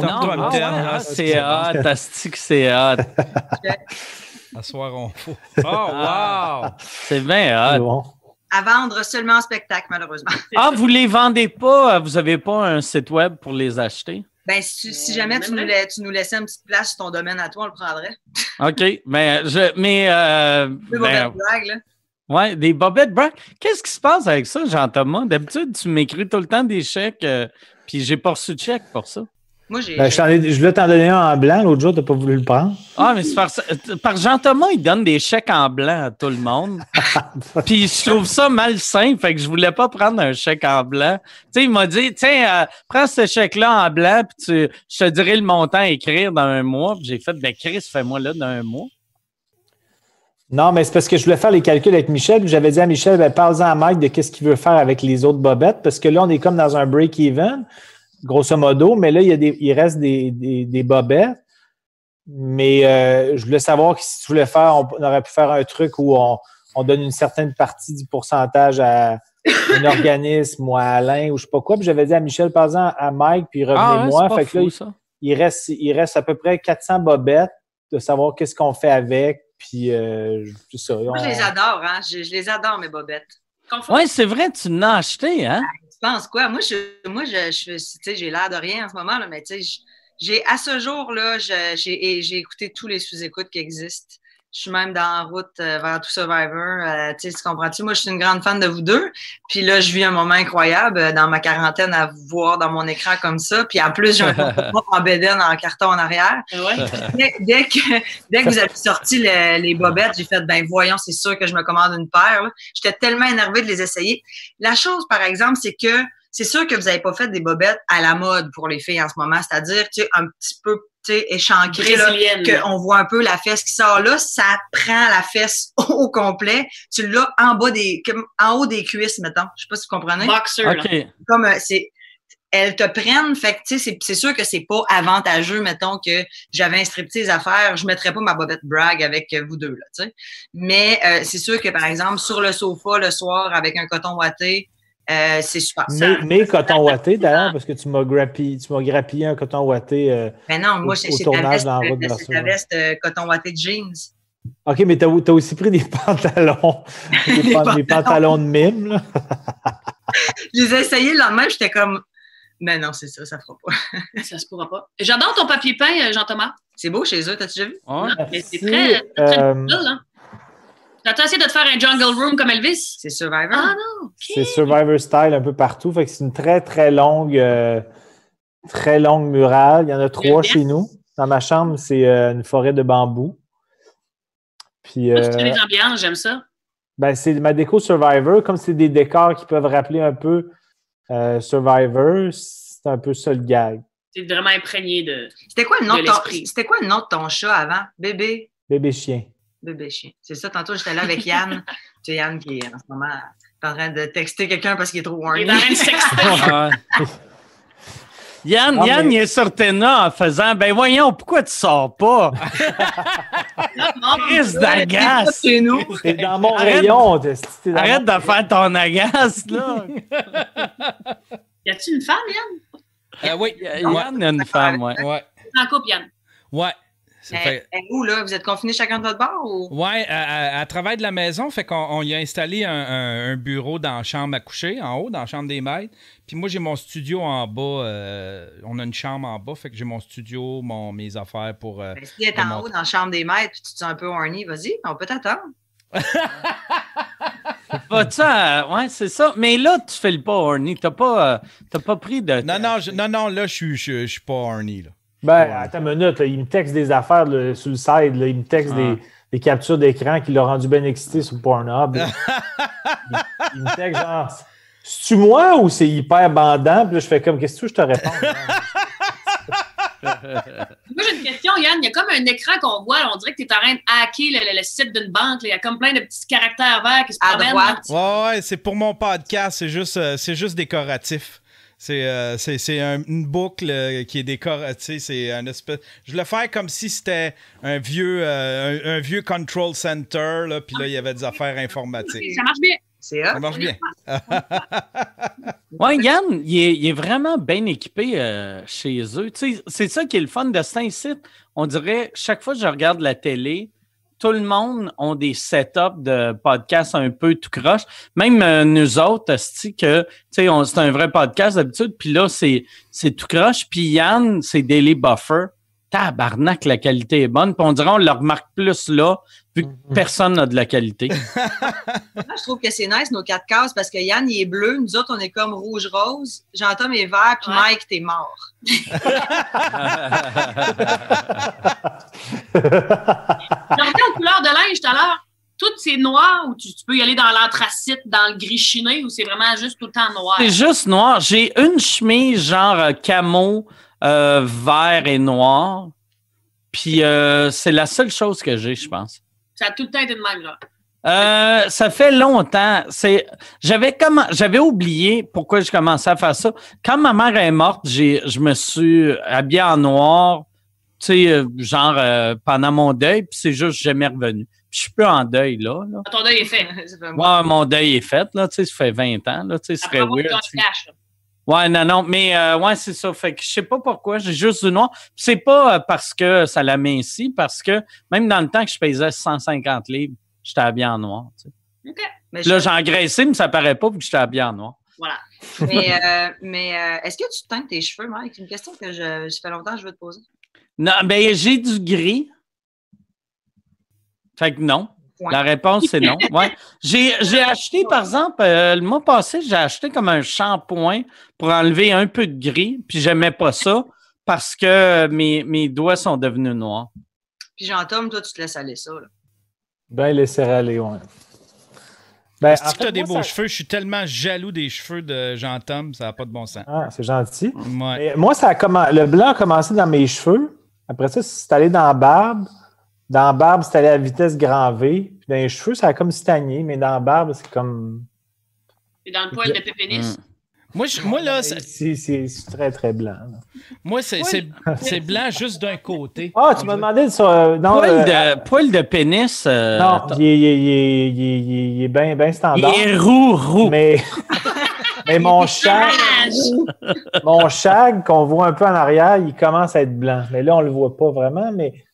S1: Non,
S5: non,
S1: toi,
S3: ah,
S1: Mitaine,
S3: ouais,
S1: hein,
S3: ah,
S1: c'est-
S3: c'est hot, asti que c'est hot.
S1: À soir, on. Ah. Oh, wow!
S3: C'est bien
S5: c'est
S3: hot.
S5: bon.
S2: À vendre seulement en spectacle, malheureusement.
S3: Ah, vous les vendez pas? Vous avez pas un site web pour les acheter?
S2: Ben, si, si
S4: Euh,
S2: jamais
S4: même
S2: tu nous,
S4: là.
S2: la- tu nous laissais une petite place sur ton domaine à toi, on le prendrait.
S3: OK. Mais je. Mais. euh,
S2: Deux
S3: ben,
S2: mauvaises blagues, là.
S3: Ouais, des bobettes Brown. Qu'est-ce qui se passe avec ça, Jean-Thomas? D'habitude, tu m'écris tout le temps des chèques, euh, puis j'ai pas reçu de chèque pour ça.
S2: Moi, j'ai.
S5: Ben, je, t'en ai- je voulais t'en donner un en blanc, l'autre jour, t'as pas voulu le prendre.
S3: Ah, mais c'est par, ça- par Jean-Thomas, il donne des chèques en blanc à tout le monde. puis je trouve ça malsain, fait que je voulais pas prendre un chèque en blanc. Tu sais, il m'a dit, tiens, euh, prends ce chèque-là en blanc, puis tu, je te dirai le montant à écrire dans un mois. Puis j'ai fait, ben Chris, fais-moi là dans un mois.
S5: Non, mais c'est parce que je voulais faire les calculs avec Michel, puis j'avais dit à Michel, ben, parle-en à Mike de qu'est-ce qu'il veut faire avec les autres bobettes, parce que là, on est comme dans un break-even, grosso modo, mais là, il, y a des, il reste des, des, des bobettes. Mais euh, je voulais savoir que si tu voulais faire, on, on aurait pu faire un truc où on, on donne une certaine partie du pourcentage à un organisme ou à Alain ou je sais pas quoi. Puis j'avais dit à Michel, parle-en à Mike, puis
S3: Ah, ouais,
S5: revenez-moi.
S3: c'est pas
S5: fait que là,
S3: fou, ça.
S5: il reste, il reste à peu près 400 bobettes de savoir qu'est-ce qu'on fait avec. Puis, euh, je- c'est ça. on-
S2: Moi, je les adore, hein. Je, je les adore, mes bobettes.
S4: Confond-
S3: Ouais, c'est vrai, tu l'as acheté, hein?
S2: Tu penses quoi? Moi, je, moi, je, je- tu sais, j'ai l'air de rien en ce moment, là, mais tu sais, je- j'ai, à ce jour-là, je- j'ai, et j'ai écouté tous les sous-écoutes qui existent. Je suis même dans la route euh, vers tout Survivor. euh, tu sais, tu comprends-tu? Moi, je suis une grande fan de vous deux. Puis là, je vis un moment incroyable euh, dans ma quarantaine à vous voir dans mon écran comme ça. Puis en plus, j'ai un photo en bédaine en carton en arrière.
S4: Ah Ouais.
S2: dès, dès que, dès que vous avez sorti le- les bobettes, j'ai fait, ben voyons, c'est sûr que je me commande une paire. là. J'étais tellement énervée de les essayer. La chose, par exemple, c'est que c'est sûr que vous n'avez pas fait des bobettes à la mode pour les filles en ce moment, c'est-à-dire tu sais, un petit peu tu sais, échancré, là,
S4: Brésilienne.
S2: qu'on voit un peu la fesse qui sort là, ça prend la fesse au complet. Tu l'as en bas des, comme en haut des cuisses, mettons. Je sais pas si vous comprenez
S4: Boxer, là.
S3: OK.
S2: comme euh, c'est elles te prennent, fait que tu sais, c'est- c'est sûr que c'est pas avantageux, mettons que j'avais un striptease à faire, je mettrais pas ma bobette brag avec euh, vous deux, là, tu sais. Mais euh, c'est sûr que, par exemple, sur le sofa le soir avec un coton watté, euh, c'est super.
S5: Mais, mais coton ouaté, d'ailleurs, parce que tu m'as grappillé, tu m'as grappillé un coton ouaté. euh.
S2: Mais non, moi,
S5: Au-
S2: c'est
S5: au
S2: c'est ta
S5: tournage
S2: veste,
S5: dans la
S2: euh,
S5: route de la
S2: c'est ta
S5: soirée.
S2: veste euh, coton watté de jeans.
S5: OK, mais t'as as aussi pris des pantalons. des, pan- des pantalons de mime, là.
S2: Je les ai essayés le lendemain, j'étais comme, mais non, c'est ça, ça fera pas.
S4: Ça se pourra pas. J'adore ton papier peint, euh, Jean-Thomas.
S2: C'est beau chez eux, t'as-tu déjà vu?
S3: Ouais.
S4: Mais c'est
S5: Merci.
S4: très- c'est très
S5: Euh,
S4: Là, là. T'as-tu essayé de te faire un jungle room comme Elvis?
S2: C'est Survivor.
S4: Ah non!
S5: C'est Survivor Style un peu partout. Fait que c'est une très, très longue, euh, très longue murale. Il y en a trois
S4: bien.
S5: chez nous. Dans ma chambre, c'est euh, une forêt de bambou. Puis,
S4: Moi, je suis
S5: euh,
S4: les ambiances, j'aime ça.
S5: ben, c'est ma déco Survivor. Comme c'est des décors qui peuvent rappeler un peu euh, Survivor, c'est un peu ça le gag.
S4: C'est vraiment imprégné de.
S2: C'était quoi, le nom
S4: De
S2: de ton-
S4: l'esprit.
S2: c'était quoi le nom de ton chat avant? Bébé?
S5: Bébé chien.
S2: Bébé chien. C'est ça, tantôt, j'étais là avec Yann. C'est Yann qui est en ce moment est en train de texter quelqu'un parce qu'il est trop
S4: Il
S2: horny.
S4: est dans une sextape.
S3: Ouais. Yann,
S5: Non,
S3: Yann,
S5: mais-
S3: il est sur Téna en faisant Ben voyons, pourquoi tu sors pas? Chris d'agace!
S2: C'est nous.
S5: C'est dans mon
S3: Arrête-
S5: rayon. t'es- t'es dans
S3: Arrête de faire ton agace, là!
S4: Y a-tu une femme, Yann?
S1: Euh, oui, ouais.
S3: Yann a une femme, ouais.
S1: Ouais.
S4: T'es en couple, Yann.
S1: ouais. C'est
S2: Eh,
S1: fait-
S2: eh, Où, là? Vous êtes confinés chacun de votre bord ou?
S1: Ouais, à, à- à travers de la maison, fait qu'on on y a installé un, un- un bureau dans la chambre à coucher, en haut, dans la chambre des maîtres. Puis moi, j'ai mon studio en bas. euh, on a une chambre en bas, fait que j'ai mon studio, mon, mes affaires pour. euh,
S2: Ben, si t'es en
S1: Comment-
S2: haut dans la chambre des maîtres puis tu te sens un peu horny, vas-y, on peut t'attendre.
S3: Vas-tu à- Ouais, c'est ça. Mais là, tu fais le pas, Horny. T'as pas, euh, t'as pas pris de.
S1: Non, non, je- non, non, là, je suis- je je suis pas horny, là.
S5: Ben, attends une minute, là, il me texte des affaires là, sur le side, là, il me texte
S3: Ah.
S5: des, des captures d'écran qui l'ont rendu bien excité sur Pornhub. il, il me texte genre, c'est-tu moi ou c'est hyper bandant? Puis là, je fais comme, qu'est-ce que tu veux que je te réponds?
S4: Moi, j'ai une question, Yann. Il y a comme un écran qu'on voit. là, on dirait que tu es en train de hacker le, le- le site d'une banque. là. Il y a comme plein de petits caractères verts qui se
S2: À
S4: promènent.
S2: droite.
S1: Ouais, ouais, c'est pour mon podcast, c'est juste, euh, c'est juste décoratif. C'est euh, c'est- c'est un- une boucle euh, qui est décorative. C'est un espèce. Je le fais comme si c'était un vieux, euh, un, un vieux control center, là, puis là, il y avait des affaires
S4: Ok,
S1: informatiques.
S4: Ça marche bien.
S2: C'est
S1: Ça
S2: hot.
S5: Ah,
S1: marche bien.
S3: Ouais, Yann, il est, il est vraiment bien équipé euh, chez eux. Tu sais, c'est ça qui est le fun de Saint-Site. On dirait, chaque fois que je regarde la télé, tout le monde a des setups de podcasts un peu tout croche. Même euh, nous autres, esti, que tu sais, on- c'est un vrai podcast d'habitude, puis là, c'est c'est tout croche. Puis Yann, c'est Daily Buffer. Tabarnak, la qualité est bonne. Puis on dirait on le remarque plus là, vu que personne n'a de la qualité.
S2: Moi, je trouve que c'est nice, nos quatre cases, parce que Yann, il est bleu. Nous autres, on est comme rouge-rose. Jean-Tom est vert, puis
S4: Ouais.
S2: Mike, t'es mort.
S4: J'ai regardé en couleur de linge tout à l'heure. Tout c'est noir ou tu, tu peux y aller dans l'anthracite, dans le gris chiné ou c'est vraiment juste tout le temps noir?
S3: C'est juste noir. J'ai une chemise genre euh, camo euh, vert et noir. Puis euh, c'est la seule chose que j'ai, je pense.
S4: Ça a tout le temps été de même, là.
S3: Euh, ça fait longtemps. C'est, j'avais comment, j'avais oublié pourquoi je commençais à faire ça. Quand ma mère est morte, j'ai, je me suis habillé en noir, tu sais, euh, genre euh, pendant mon deuil. Puis c'est juste jamais revenu. Puis je suis plus en deuil là. là.
S4: Ton deuil est fait.
S2: C'est pas moi.
S3: Ouais, mon deuil est fait là. Tu sais, ça fait 20 ans là. Tu sais, ce
S4: Après
S3: serait
S4: avoir eu
S3: weird.
S4: ton
S3: si-
S4: flash, là.
S3: Ouais, non, non, mais euh, ouais, c'est ça. Fait que je sais pas pourquoi, j'ai juste du noir. Puis C'est pas euh, parce que ça l'amincit, parce que même dans le temps que je pesais 150 livres, j'étais habillé en noir. tu sais.
S4: OK.
S2: Mais,
S3: Puis Là, j'ai engraissé, mais ça paraît pas vu que j'étais habillé en noir.
S4: Voilà.
S2: je- mais, euh, mais, euh, est-ce que tu teintes tes cheveux, Mike? C'est une question que je, ça fait longtemps que je veux te poser.
S3: Non, ben j'ai du gris. Fait que non.
S2: Point.
S3: La réponse, c'est non. Ouais. J'ai j'ai acheté, par exemple, euh, le mois passé, j'ai acheté comme un shampoing pour enlever un peu de gris, puis j'aimais pas ça parce que mes, mes doigts sont devenus noirs.
S2: Puis Jean-Tom, toi, tu te laisses aller ça. là.
S5: Ben, laisser aller, ouais. Ben, en
S1: Si tu
S5: fait,
S1: as des
S5: moi,
S1: beaux
S5: ça-
S1: cheveux, je suis tellement jaloux des cheveux de Jean-Tom, ça n'a pas de bon sens.
S5: Ah, c'est gentil.
S1: Ouais.
S5: Mais moi, ça a commen- le blanc a commencé dans mes cheveux. Après ça, c'est allé dans la barbe. Dans la barbe, c'est allé à vitesse grand V. Puis dans les cheveux, ça a comme stagné, mais dans la barbe, c'est comme.
S4: C'est dans le poil de
S3: Mm.
S4: Pépénis.
S1: Moi, je- moi, là, c'est-
S5: C'est c'est- c'est très, très blanc. là.
S1: moi, c'est c'est- c'est blanc juste d'un côté.
S5: Ah, tu m'as demandé sur. euh, non,
S3: Poil
S5: euh, ah,
S3: de, poil de pénis. euh,
S5: non,
S3: attends.
S5: il est, il est- il est- il est- il est- il est bien bien
S3: il
S5: standard.
S3: est roux, roux.
S5: Mais, mais mon chag,
S4: Dommage!
S5: mon shag qu'on voit un peu en arrière, il commence à être blanc. Mais là, on le voit pas vraiment, mais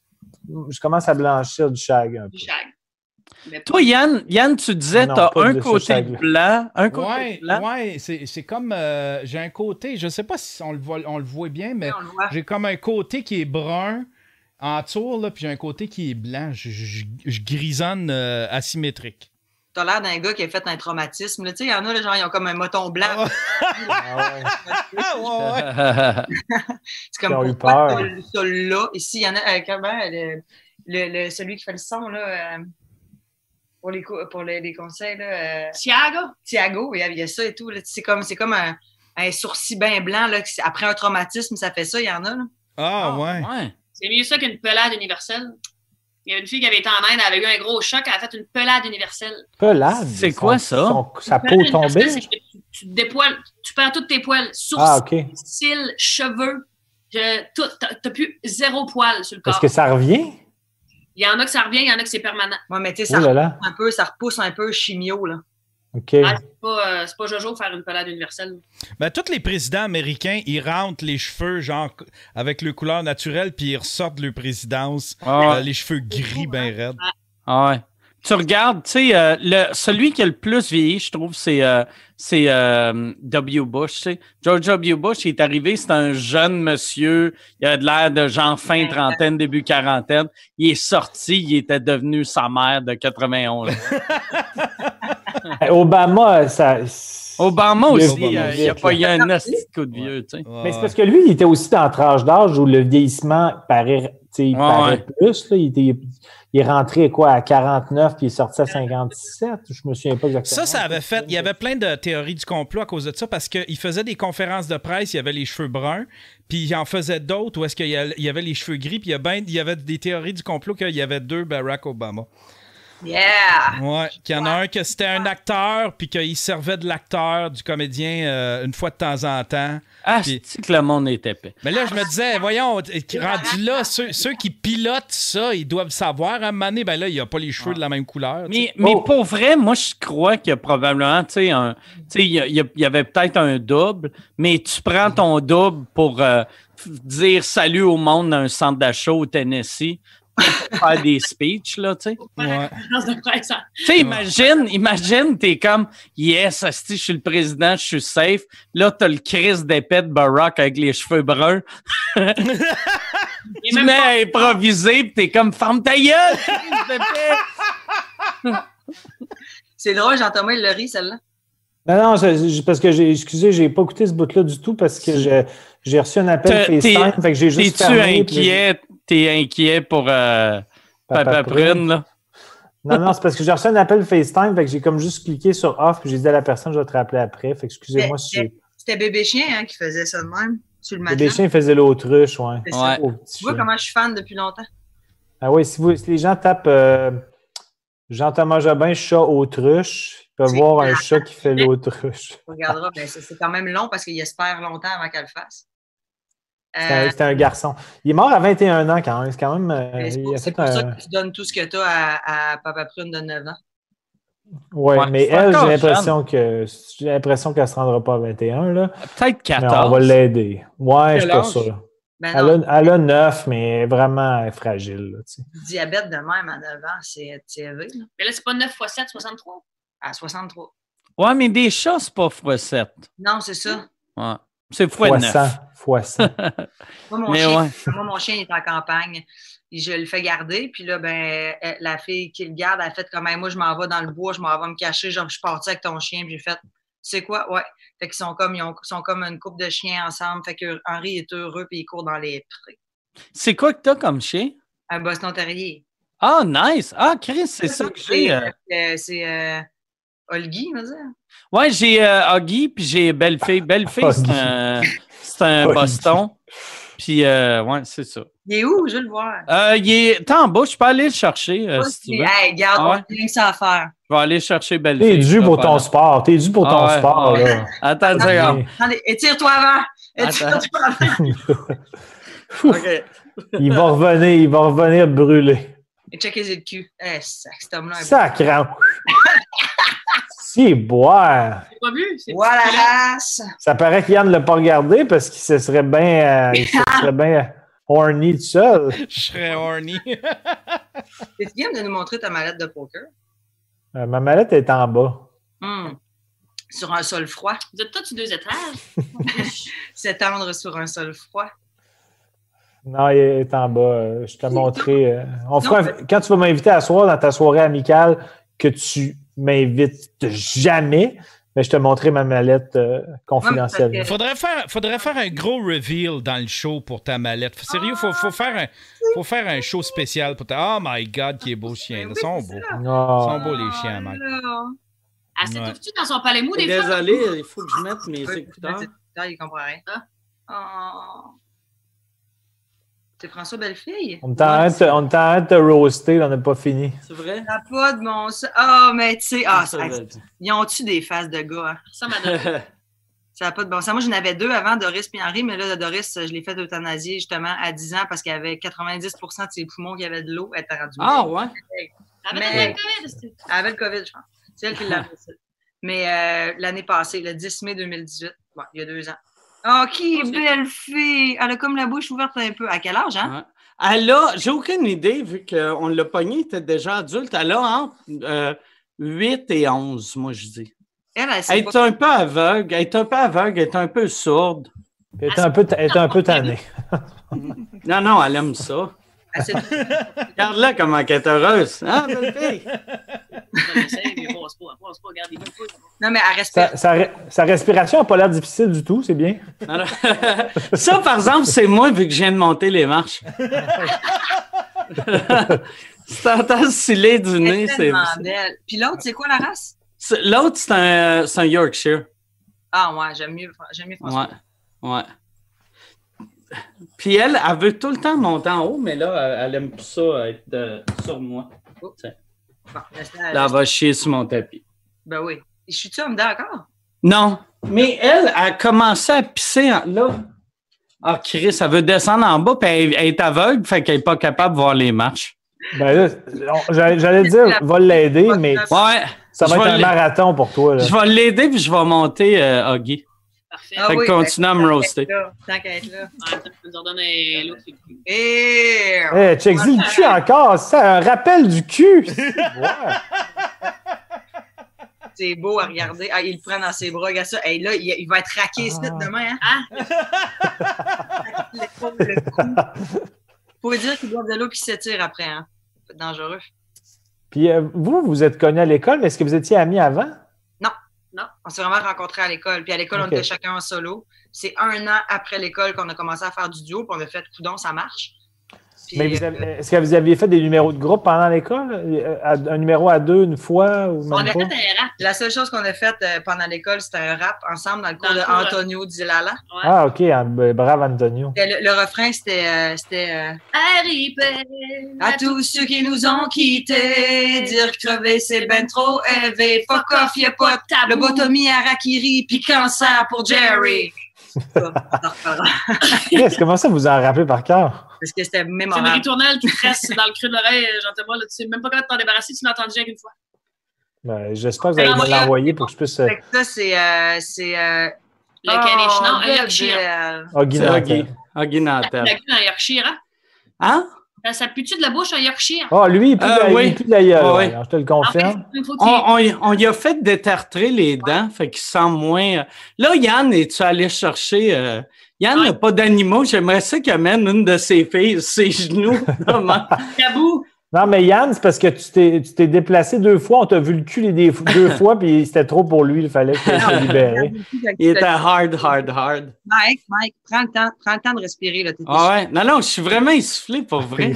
S5: je commence à blanchir du shag un peu.
S4: Du shag. Mais
S3: Toi, Yann, Yann, tu disais,
S5: Non,
S3: t'as
S5: pas
S3: un
S5: de ce
S3: côté
S5: chag-là.
S3: blanc, un côté
S1: Ouais,
S3: blanc.
S1: ouais, c'est c'est comme. euh, j'ai un côté, je sais pas si on le voit, on le voit bien, mais
S2: On le voit.
S1: j'ai comme un côté qui est brun en tour, là, puis j'ai un côté qui est blanc. Je, je- je grisonne euh, asymétrique.
S2: T'as l'air d'un gars qui a fait un traumatisme. là. Tu sais, il y en a, là, genre, ils ont comme un moton blanc.
S5: Ah ouais.
S1: Ah, ouais, ouais.
S2: C'est
S5: Ils ont
S2: comme
S5: eu
S2: pourquoi
S5: peur.
S2: t'as- t'as là. Ici, il y en a euh, comment le, le- le- celui qui fait le son là, euh, pour les co- pour les, les conseils là, euh,
S4: Thiago,
S2: Thiago, il y a- il y a ça et tout. là. C'est comme c'est comme un, un sourcil bien blanc là, qui- après un traumatisme, ça fait ça. Il y en a. là.
S1: Ah, ouais.
S3: Ouais.
S4: c'est mieux ça qu'une pelade universelle. Il y a une fille qui avait été en Inde, elle avait eu un gros choc, elle a fait une pelade universelle.
S5: Pelade.
S3: C'est quoi ça?
S5: Son- sa
S4: Une
S5: peau
S4: pelade universelle,
S5: tombée?
S4: c'est que Tu, tu te dépoiles, tu perds tous tes poils, sourcils,
S5: Ah, OK.
S4: cils, cheveux, je- tout. T'as t'as plus zéro poil sur le
S5: Est-ce
S4: corps.
S5: que ça revient?
S4: Il y en a que ça revient, il y en a que c'est permanent.
S2: Ouais, mais tu sais,
S5: Oh
S2: ça
S5: là là.
S2: repousse un peu, ça repousse un peu chimio là.
S5: OK.
S4: Ah, c'est pas, euh, c'est pas Jojo de faire une pelade universelle.
S1: Ben, tous les présidents américains, ils rentrent les cheveux, genre, avec leur couleur naturelle, puis ils ressortent leur présidence,
S3: Ah
S1: euh,
S3: ouais.
S1: les cheveux gris, ben raides.
S3: ah ouais. Tu regardes, tu sais, euh, le- celui qui a le plus vieilli, je trouve, c'est euh, c'est, euh, W. Bush. tu sais. George W. Bush il est arrivé, c'est un jeune monsieur, il a de l'air de genre fin trentaine, début quarantaine. Il est sorti, il était devenu sa mère de 91.
S5: Hey, Obama, ça.
S3: Obama
S5: Le
S3: aussi,
S5: Obama,
S3: euh, il a
S5: vite,
S3: pas
S5: là.
S3: eu un asti de coup de vieux, tu sais.
S5: Mais c'est parce que lui, il était aussi dans la tranche d'âge où le vieillissement paraît sais, il
S3: Ouais,
S5: paraît
S3: ouais.
S5: plus. là. il, était- il est rentré quoi, à 49 puis il est sorti à 57. Je me souviens pas exactement.
S1: Ça, ça avait fait. Il y avait plein de théories du complot à cause de ça parce qu'il faisait des conférences de presse, il avait les cheveux bruns, puis il en faisait d'autres où est-ce qu'il y a- il y avait les cheveux gris, puis il y, a ben- il y avait des théories du complot qu'il y avait deux Barack Obama.
S2: Yeah!
S1: Ouais, qu'il y en a un que c'était un acteur, puis qu'il servait de l'acteur, du comédien, euh, une fois de temps en temps.
S3: Ah,
S1: Puis-
S3: c'est que le monde est épais.
S1: Mais là, je me disais, voyons, t- rendu là, ceux, ceux qui pilotent ça, ils doivent savoir. À un moment donné, ben là, il n'y a pas les cheveux de la même couleur. tu sais.
S3: Mais, mais
S5: Oh.
S3: pour vrai, moi, je crois qu'il y a probablement, tu sais, un- tu sais, il y, a- il y a- il y avait peut-être un double, mais tu prends ton double pour euh, f- dire salut au monde dans un centre d'achat au Tennessee, pour faire des speeches, là, tu sais.
S1: Ouais.
S4: Conférence de presse, hein.
S3: Tu sais, imagine, imagine, t'es comme, yes, asti, je suis le président, je suis safe. Là, t'as le Chris d'épée de Barack avec les cheveux bruns.
S4: Il est
S3: Tu
S4: même
S3: mets
S4: pas-
S3: à improviser, pis t'es comme, ferme ta gueule, Chris d'épée!
S2: C'est drôle, Jean-Thomas, il le rit, celle-là.
S5: Non, non, je- je- parce que j'ai, excusez, j'ai pas écouté ce bout-là du tout parce que je- j'ai reçu un appel
S3: T'es-
S5: FaceTime,
S3: t'es-
S5: fait que j'ai juste
S3: T'es-tu
S5: fermé, puis j'ai-
S3: inquiet? T'es inquiet pour euh, Papa, Prune, là?
S5: Non, non, c'est parce que j'ai reçu un appel FaceTime, fait que j'ai comme juste cliqué sur off, puis j'ai dit à la personne, je vais te rappeler après. Fait que excusez-moi si j'ai-
S2: C'était bébé chien hein, qui faisait ça de même, sur le
S5: le
S2: matelas.
S5: déchet faisait l'autruche, ouais.
S2: C'est ça.
S3: Ouais.
S5: Pauvre petit
S2: Tu vois
S5: chien.
S2: comment je suis fan depuis longtemps.
S5: Ah oui, si, vous- si les gens tapent euh, Jean-Thomas Jobin, chat autruche, ils peuvent
S2: C'est
S5: voir un chat qui fait l'autruche.
S2: On regardera, mais c'est c'est quand même long parce qu'il espère longtemps avant qu'elle le fasse.
S5: C'était un-
S2: Euh,
S5: C'était un garçon. Il est mort à 21 ans quand même. C'est quand même. euh,
S2: mais c'est
S5: il
S2: pour,
S5: a
S2: c'est
S5: fait
S2: pour ça
S5: un.
S2: que tu donnes tout ce que tu as à, à Papa Prune de 9 ans.
S5: Ouais,
S3: Ouais,
S5: mais
S3: c'est
S5: elle,
S3: encore
S5: j'ai l'impression que j'ai l'impression qu'elle se rendra pas à 21 là.
S3: Peut-être
S5: Mais on
S3: 14.
S5: va l'aider. Ouais, je suis
S3: Quel
S5: pas
S3: âge?
S5: sûr.
S2: Ben non,
S5: Elle a, elle a 9, mais elle est vraiment fragile. Là, tu sais.
S2: diabète de même à 9 ans, c'est c'est élevé. là.
S4: Mais là, c'est pas 9 x 7, 63.
S2: À 63.
S3: ouais, mais des chats, c'est pas x 7.
S2: Non, c'est ça.
S3: Ouais. C'est x
S5: fois
S3: 9.
S5: 100. Fois 100.
S2: Moi mon,
S3: Mais
S2: chien,
S3: ouais.
S2: moi, mon chien il est en campagne. Et je le fais garder. Puis là, ben, euh, la fille qui le garde, elle a fait comme Hey, moi, je m'en vais dans le bois, je m'en vais me cacher. Genre, je suis partie avec ton chien. Puis j'ai fait, tu sais quoi? Ouais. Fait qu'ils sont comme, ils ont- sont comme une couple de chiens ensemble. Fait que Henri est heureux, puis il court dans les prés.
S3: C'est quoi que t'as comme chien?
S2: Un Boston Terrier.
S3: Ah, nice! Ah, Chris, c'est ça que j'ai. euh.
S2: Euh, c'est euh, Olgi, on va dire.
S3: Ouais, j'ai euh, Huggy, puis j'ai Belle-Fille. Belle-Fille, c'est un, c'est un
S5: Huggy.
S3: Boston. Puis, euh, ouais, c'est ça.
S2: Il est où? Je veux le voir.
S3: Euh, il est t'es en bas, je peux aller le chercher euh,
S2: Moi,
S3: si tu
S2: c'est-
S3: veux.
S2: Hey, regarde,
S3: Ah ouais?
S2: on a rien que ça à faire.
S3: Je vais aller chercher Belle-Fille.
S5: T'es dû
S3: là,
S5: pour ton
S3: pendant-
S5: sport. T'es dû pour ton
S3: Ah ouais,
S5: sport.
S3: ah
S5: là.
S3: Attends une seconde.
S5: Mais-
S2: Attendez, étire-toi avant.
S3: Attends.
S2: Étire-toi avant.
S5: il va revenir, il va revenir brûler.
S2: Et checker le cul. Eh, sac, cet homme-là. est
S5: Sacrant. si, boire.
S4: T'as pas vu? C'est-
S2: Voilà, race!
S5: Ça paraît qu'Yann ne l'a pas regardé parce qu'il se serait bien, euh, il se serait bien horny tout seul.
S1: Je serais horny.
S2: Tu viens de nous montrer ta mallette de poker
S5: Euh, ma mallette est en bas.
S2: Hmm. sur un sol froid.
S4: Vous êtes tous sur deux étages.
S2: S'étendre sur un sol froid.
S5: Non, elle est en bas. Euh, Je te montrerai. euh, on fera
S2: Non,
S5: un- Quand tu vas m'inviter à soir dans ta soirée amicale que tu m'invites jamais, mais je te montrerai ma mallette euh, confidentielle.
S2: Ouais, parce
S1: Faudrait faire, faudrait faire un gros reveal dans le show pour ta mallette. Sérieux, faut, faut, faire, un, faut faire un show spécial pour ta. Oh my god, qui est beau ce chien. là. Ils sont beaux. Ils
S5: Oh.
S1: sont beaux les chiens, Mike.
S2: Ah, Là.
S4: Elle s'étouffe-tu dans son palais mou des fois?
S3: Désolé, il faut que je mette mes écouteurs.
S2: Là, il comprend rien. Oh. C'est François Bellefille?
S5: On est en train de te- on est en train de te roaster, on n'a pas fini.
S3: C'est vrai?
S2: Ça n'a pas de bon sens. Ah, mais tu sais, ah, ça- ils ont-tu des faces de gars? hein?
S4: Ça m'a donné.
S2: Ça n'a pas de bon sens. Moi, j'en avais deux avant, Doris et Henri, mais là, Doris, je l'ai fait euthanasier justement à 10 ans parce qu'elle avait 90 de ses poumons qui avaient de l'eau. Elle était rendue
S3: ah ouais?
S4: Elle
S2: Mais-
S4: avait la COVID, c'était-
S2: Elle avait le COVID, je pense. C'est elle qui l'a fait. Mais euh, l'année passée, le 10 mai 2018, bon, il y a deux ans. Oh, qui est belle fille! Elle a comme la bouche ouverte un peu. À quel âge, hein?
S3: Ouais. Elle a, Ah, j'ai aucune idée, vu qu'on l'a pogné, elle était déjà adulte. Elle a entre euh, 8 et 11, moi je dis.
S2: Elle, elle sait
S3: Elle est
S2: pas.
S3: un peu aveugle, elle est un peu aveugle, elle est un peu sourde.
S2: Ah,
S5: Elle est un peu, elle est un peu tannée.
S3: Non, non, elle aime ça.
S2: à cette-
S3: Regarde-la comment elle est heureuse. Hein, belle fille?
S4: J'essaie, mais passe pas, passe pas, regarde, il va pas.
S2: Non, mais à respecter.
S5: Sa, sa- sa respiration n'a pas l'air difficile du tout, c'est bien.
S3: Alors, ça, par exemple, c'est moi vu que je viens de monter les marches. si t'entends sciller du nez,
S2: Elle est
S3: c'est.
S2: tellement belle. Puis l'autre, c'est quoi la race?
S3: c'est- L'autre, c'est un, c'est un Yorkshire.
S2: Ah ouais, j'aime mieux, j'aime mieux François.
S3: Ouais. Ouais. Puis elle, elle veut tout le temps monter en haut, mais là, elle, elle aime plus ça être euh, sur moi.
S2: Bon, laisse-la-
S3: Là, elle va chier sur mon tapis.
S2: Ben oui. Je suis-tu homme d'accord?
S3: Non. Mais elle, elle a commencé à pisser en- là. Ah, Chris, elle veut descendre en bas, puis elle, elle est aveugle, fait qu'elle n'est pas capable de voir les marches.
S5: Ben là, on- j'allais j'allais dire, va l'aider, mais
S3: Ouais,
S5: ça
S3: Je
S5: va être
S3: vais
S5: un
S3: l'a-
S5: marathon pour toi. là.
S3: je vais l'aider, puis je vais monter euh, Huggy.
S4: Parfait.
S2: Ah
S3: Fait que
S2: oui,
S3: continue à me
S2: tant qu'à
S3: roaster.
S2: être là, Tant qu'à être là.
S4: En même temps, tu nous ordonnes un look.
S2: Et...
S5: Hey, check-y Eh, le cul encore, c'est un rappel du cul. Ouais.
S2: C'est beau à regarder. Ah, il le prend dans ses bras, regarde ça. Hey, là, il, il va être raqué ici
S5: Ah.
S2: demain, hein? L'épaule, le cou. Faut dire qu'il boit de l'eau qui s'étire après, hein? C'est dangereux.
S5: Puis euh, vous, vous êtes connus à l'école, mais est-ce que vous étiez amis avant?
S2: Non, on s'est vraiment rencontrés à l'école. Puis à l'école,
S5: Ok.
S2: on était chacun en solo. C'est un an après l'école qu'on a commencé à faire du duo, puis on a fait coudon, ça marche. Puis,
S5: Mais vous
S2: euh,
S5: avez- est-ce que vous aviez fait des numéros de groupe pendant l'école? Euh, à- Un numéro à deux une fois ou
S4: On
S5: même
S4: a fait
S5: pas?
S4: un rap.
S2: La seule chose qu'on a faite euh, pendant l'école, c'était un rap ensemble dans le cours
S4: Dans le
S2: de
S4: cours, ouais.
S2: Antonio Di Lala.
S5: Ah, OK, ah, ben, brave Antonio.
S2: Et Le, le refrain, c'était euh, c'était, euh,
S4: Harry
S2: À tous ceux qui nous ont quittés, dire que crever c'est ben trop élevé, fuck off, y'a pas de table, lobotomie à Rakiri, puis cancer pour Jerry. Ça, on en reparlera,
S5: Chris, comment ça vous en rappelez par cœur?
S2: Parce que c'était
S4: C'est une
S2: mémorable.
S4: ritournelle qui te reste dans le creux de l'oreille, euh, j'entends là, tu sais même pas quand t'en débarrasser, tu l'entends déjà qu'une fois.
S5: Ben, J'espère que vous allez me l'envoyer pour que je puisse... euh,
S2: Fait que ça, c'est. euh, c'est euh,
S4: Le Kanish, non,
S2: oh,
S4: un Yorkshire.
S2: Belle.
S5: Huggy
S3: C'est
S5: Nantel.
S3: Huggy. Huggy
S2: euh,
S3: Nantel.
S4: La gueule en Yorkshire, hein?
S3: Hein?
S4: Ça- Ça pue-tu de la bouche en Yorkshire?
S2: Oh,
S5: Ah, lui, il pue
S3: Euh,
S5: de la-
S3: oui.
S5: il pue de la gueule,
S3: Ah, oui.
S5: alors, je te le
S4: En fait,
S5: confirme.
S4: il faut
S3: On,
S4: qu'il
S2: Oh,
S3: on y- on y a fait détartrer les dents, fait qu'il sent moins. euh, Là, Yann, es-tu allé chercher. euh, Yann n'a pas d'animaux, j'aimerais ça qu'il amène une de ses filles, ses genoux. vraiment.
S4: tabou.
S2: oh.
S5: Non, mais Yann, c'est parce que tu t'es tu t'es déplacé deux fois, on t'a vu le cul les dé- deux fois, puis c'était trop pour lui, il fallait qu'il se libérer.
S3: Ben Il était hard, hard, hard.
S2: Mike, Mike, prends le temps, prends le temps de respirer. Là, t'es-
S3: Ah ouais. Non, non, je suis vraiment essoufflé pour vrai.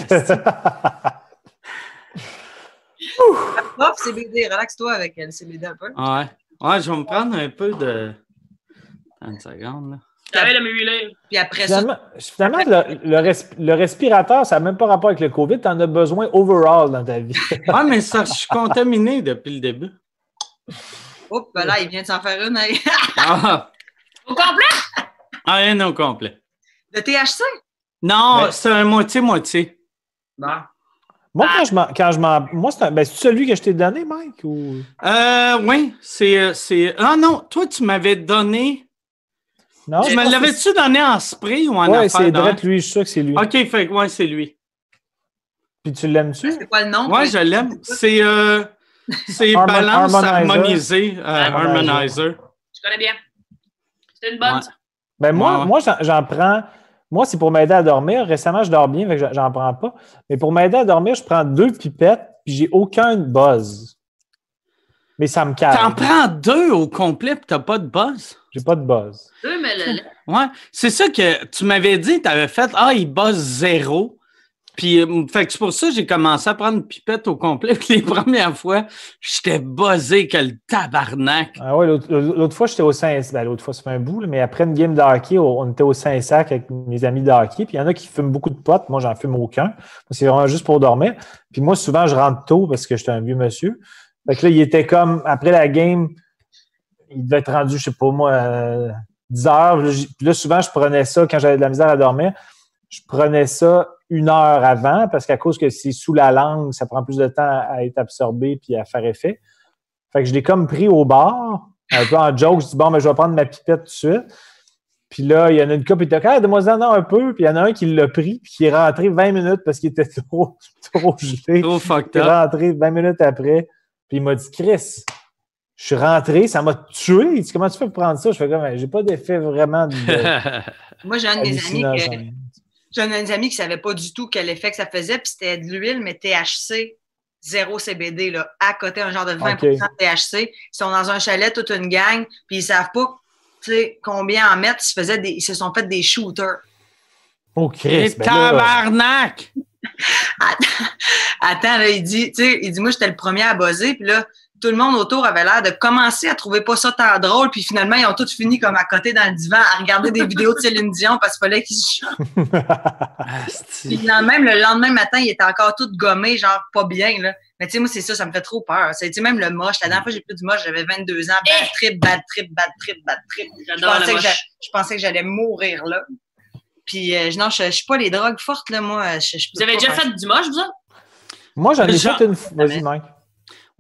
S2: Prof, CBD, relaxe-toi avec euh, elle, CBD un peu.
S3: Ah ouais. Ouais, je vais me prendre un peu de. Attends une seconde, là.
S4: J'avais le mulet.
S2: Puis après ça,
S5: Finalement, finalement, le, le resp- le respirateur, ça n'a même pas rapport avec le COVID, tu en as besoin overall dans ta vie.
S3: Ah, mais ça, je suis contaminé depuis le début.
S2: hop ben là, il vient de s'en faire une. hein, hey.
S3: Ah,
S4: Au complet?
S3: ah un au complet.
S2: De THC?
S3: Non,
S5: Mais-
S3: c'est un moitié-moitié.
S2: Bon.
S5: Moi,
S3: Bah.
S5: quand je m'en. Quand je m'en- moi, c'est un- ben, c'est celui que je t'ai donné, Mike? Ou...
S3: Euh, oui, c'est. euh, c'est- Ah non, toi, tu m'avais donné.
S5: Non?
S3: tu
S5: Ah, je
S3: me
S5: pense que
S3: l'avais-tu donné en spray ou en
S5: c'est- Ouais,
S3: affaire
S5: c'est
S3: d'or?
S5: Drette, lui, je suis sûr que c'est lui.
S3: Ok, fait que ouais, c'est lui.
S5: Puis tu l'aimes-tu?
S2: ben, C'est quoi le nom?
S3: Ouais, je l'aime. C'est. euh, c'est
S5: Harmon-
S3: Balance
S5: Harmonizer.
S3: Harmonisée, euh,
S5: Harmonizer.
S3: Harmonizer.
S4: Je connais bien. C'était une bonne.
S3: Ouais.
S4: ça.
S5: Ben moi,
S3: Ouais, ouais.
S5: moi j'en- j'en prends. Moi, c'est pour m'aider à dormir. Récemment, je dors bien, fait que j'en- j'en prends pas. Mais pour m'aider à dormir, je prends deux pipettes, puis j'ai aucun buzz. Mais ça me
S3: T'en
S5: calme.
S3: prends deux au complet, pis t'as pas de buzz.
S5: J'ai pas de buzz.
S4: Deux me le
S3: Ouais, c'est ça que tu m'avais dit, tu avais fait Ah, il bosse zéro. Puis, euh, fait que c'est pour ça que j'ai commencé à prendre une pipette au complet. Puis les premières fois, j'étais buzzé que le tabarnak.
S5: Ah ouais, l'autre- l'autre fois, j'étais au saint ben, L'autre fois, ça fait un bout, là, mais après une game de hockey, on on était au Saint-Sac avec mes amis de hockey. Puis il y en a qui fument beaucoup de potes. Moi, j'en fume aucun. Moi, C'est vraiment juste pour dormir. Puis moi, souvent, je rentre tôt parce que j'étais un vieux monsieur. Fait que là, il était comme, après la game, il devait être rendu, je sais pas moi, euh, 10 heures. Puis là, j- Puis là, souvent, je prenais ça quand j'avais de la misère à dormir. Je prenais ça une heure avant parce qu'à cause que c'est sous la langue, ça prend plus de temps à être absorbé puis à faire effet. Fait que je l'ai comme pris au bar, un peu en joke. Je dis, bon, mais je vais prendre ma pipette tout de suite. Puis là, il y en a une couple qui était comme, ah, donne-moi en un peu. Puis il y en a un qui l'a pris, puis qui est rentré 20 minutes parce qu'il était trop, trop gelé.
S3: Trop fucked
S5: Il est
S3: Oh, up.
S5: rentré 20 minutes après, puis il m'a dit Chris, je suis rentré, ça m'a tué. Il dit Comment ben, tu peux prendre ça Je fais comme j'ai pas d'effet vraiment de.
S2: Moi, j'ai un de mes amis que
S5: hallucinogène.
S2: J'avais une amie qui ne savait pas du tout quel effet que ça faisait, puis c'était de l'huile, mais THC, zéro CBD, là, à côté, un genre de 20
S5: Ok.
S2: THC. Ils sont dans un chalet, toute une gang, puis ils ne savent pas tu sais, combien en mettre. Ils se, faisaient des, ils se sont fait des shooters.
S5: Oh,
S3: Et
S5: Chris, ben là,
S3: tabarnak!
S2: Attends, là, il dit, tu sais, il dit, moi, j'étais le premier à buzzer, puis là, tout le monde autour avait l'air de commencer à trouver pas ça tant drôle, puis finalement, ils ont tous fini comme à côté dans le divan à regarder des vidéos de Céline Dion parce qu'il fallait qu'ils se Puis
S3: Asti.
S2: le lendemain, le lendemain matin, il était encore tout gommé, genre pas bien. Là. Mais tu sais, moi, c'est ça, ça me fait trop peur. C'est tu sais, même le moche. La dernière fois, j'ai plus du moche, j'avais 22 ans. Bad trip, bad trip, bad trip, bad trip. Je
S4: J'adore
S2: pensais,
S4: Eh! le
S2: que j'a-
S4: moche.
S2: je pensais que j'allais mourir là. Puis euh, non, je, je suis pas les drogues fortes, là, moi. Je, je peux
S4: Vous avez
S2: pas
S4: déjà
S2: faire
S4: fait du moche, vous autres?
S5: Moi, j'en ai
S3: Jean-
S5: fait une. f- Vas-y, Mike.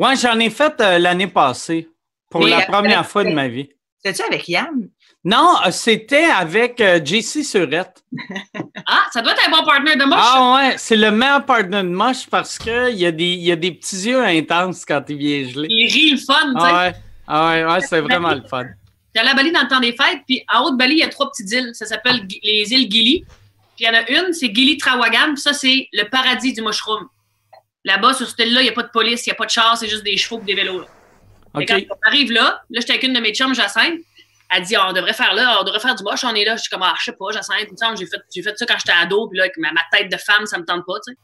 S3: Ouais, j'en ai fait euh, l'année passée pour
S2: Mais
S3: la
S2: la-
S3: première fois de ma vie.
S2: ça. C'était-tu avec Yann?
S3: Non, euh, c'était avec euh, JC Surette.
S4: Ah, ça doit être un bon partner de moche.
S3: Ah ouais, c'est le meilleur partner de moche parce qu'il y, a des- il y a des petits yeux intenses quand il vient gelé.
S4: Il rit le fun, tu sais.
S3: Ah ouais, ah ouais, ouais, c'est vraiment le fun.
S4: J'étais allé à Bali dans le temps des fêtes, puis en haut de Bali, il y a trois petites îles. Ça s'appelle Gui- les îles Gili. Puis il y en a une, c'est Gili Trawagan, puis ça, c'est le paradis du mushroom. Là-bas, sur cette île-là, il n'y a pas de police, il n'y a pas de char, c'est juste des chevaux et des vélos. là. Fait
S3: OK.
S4: que Quand on arrive là, là, j'étais avec une de mes chums, Jacinthe. Elle dit, on devrait faire là, on devrait faire du moche, on est là. Je suis comme, ah, je sais pas, Jacinthe, il me semble, j'ai fait, j'ai fait ça quand j'étais ado, puis là, avec ma, ma tête de femme, ça me tente pas, tu sais.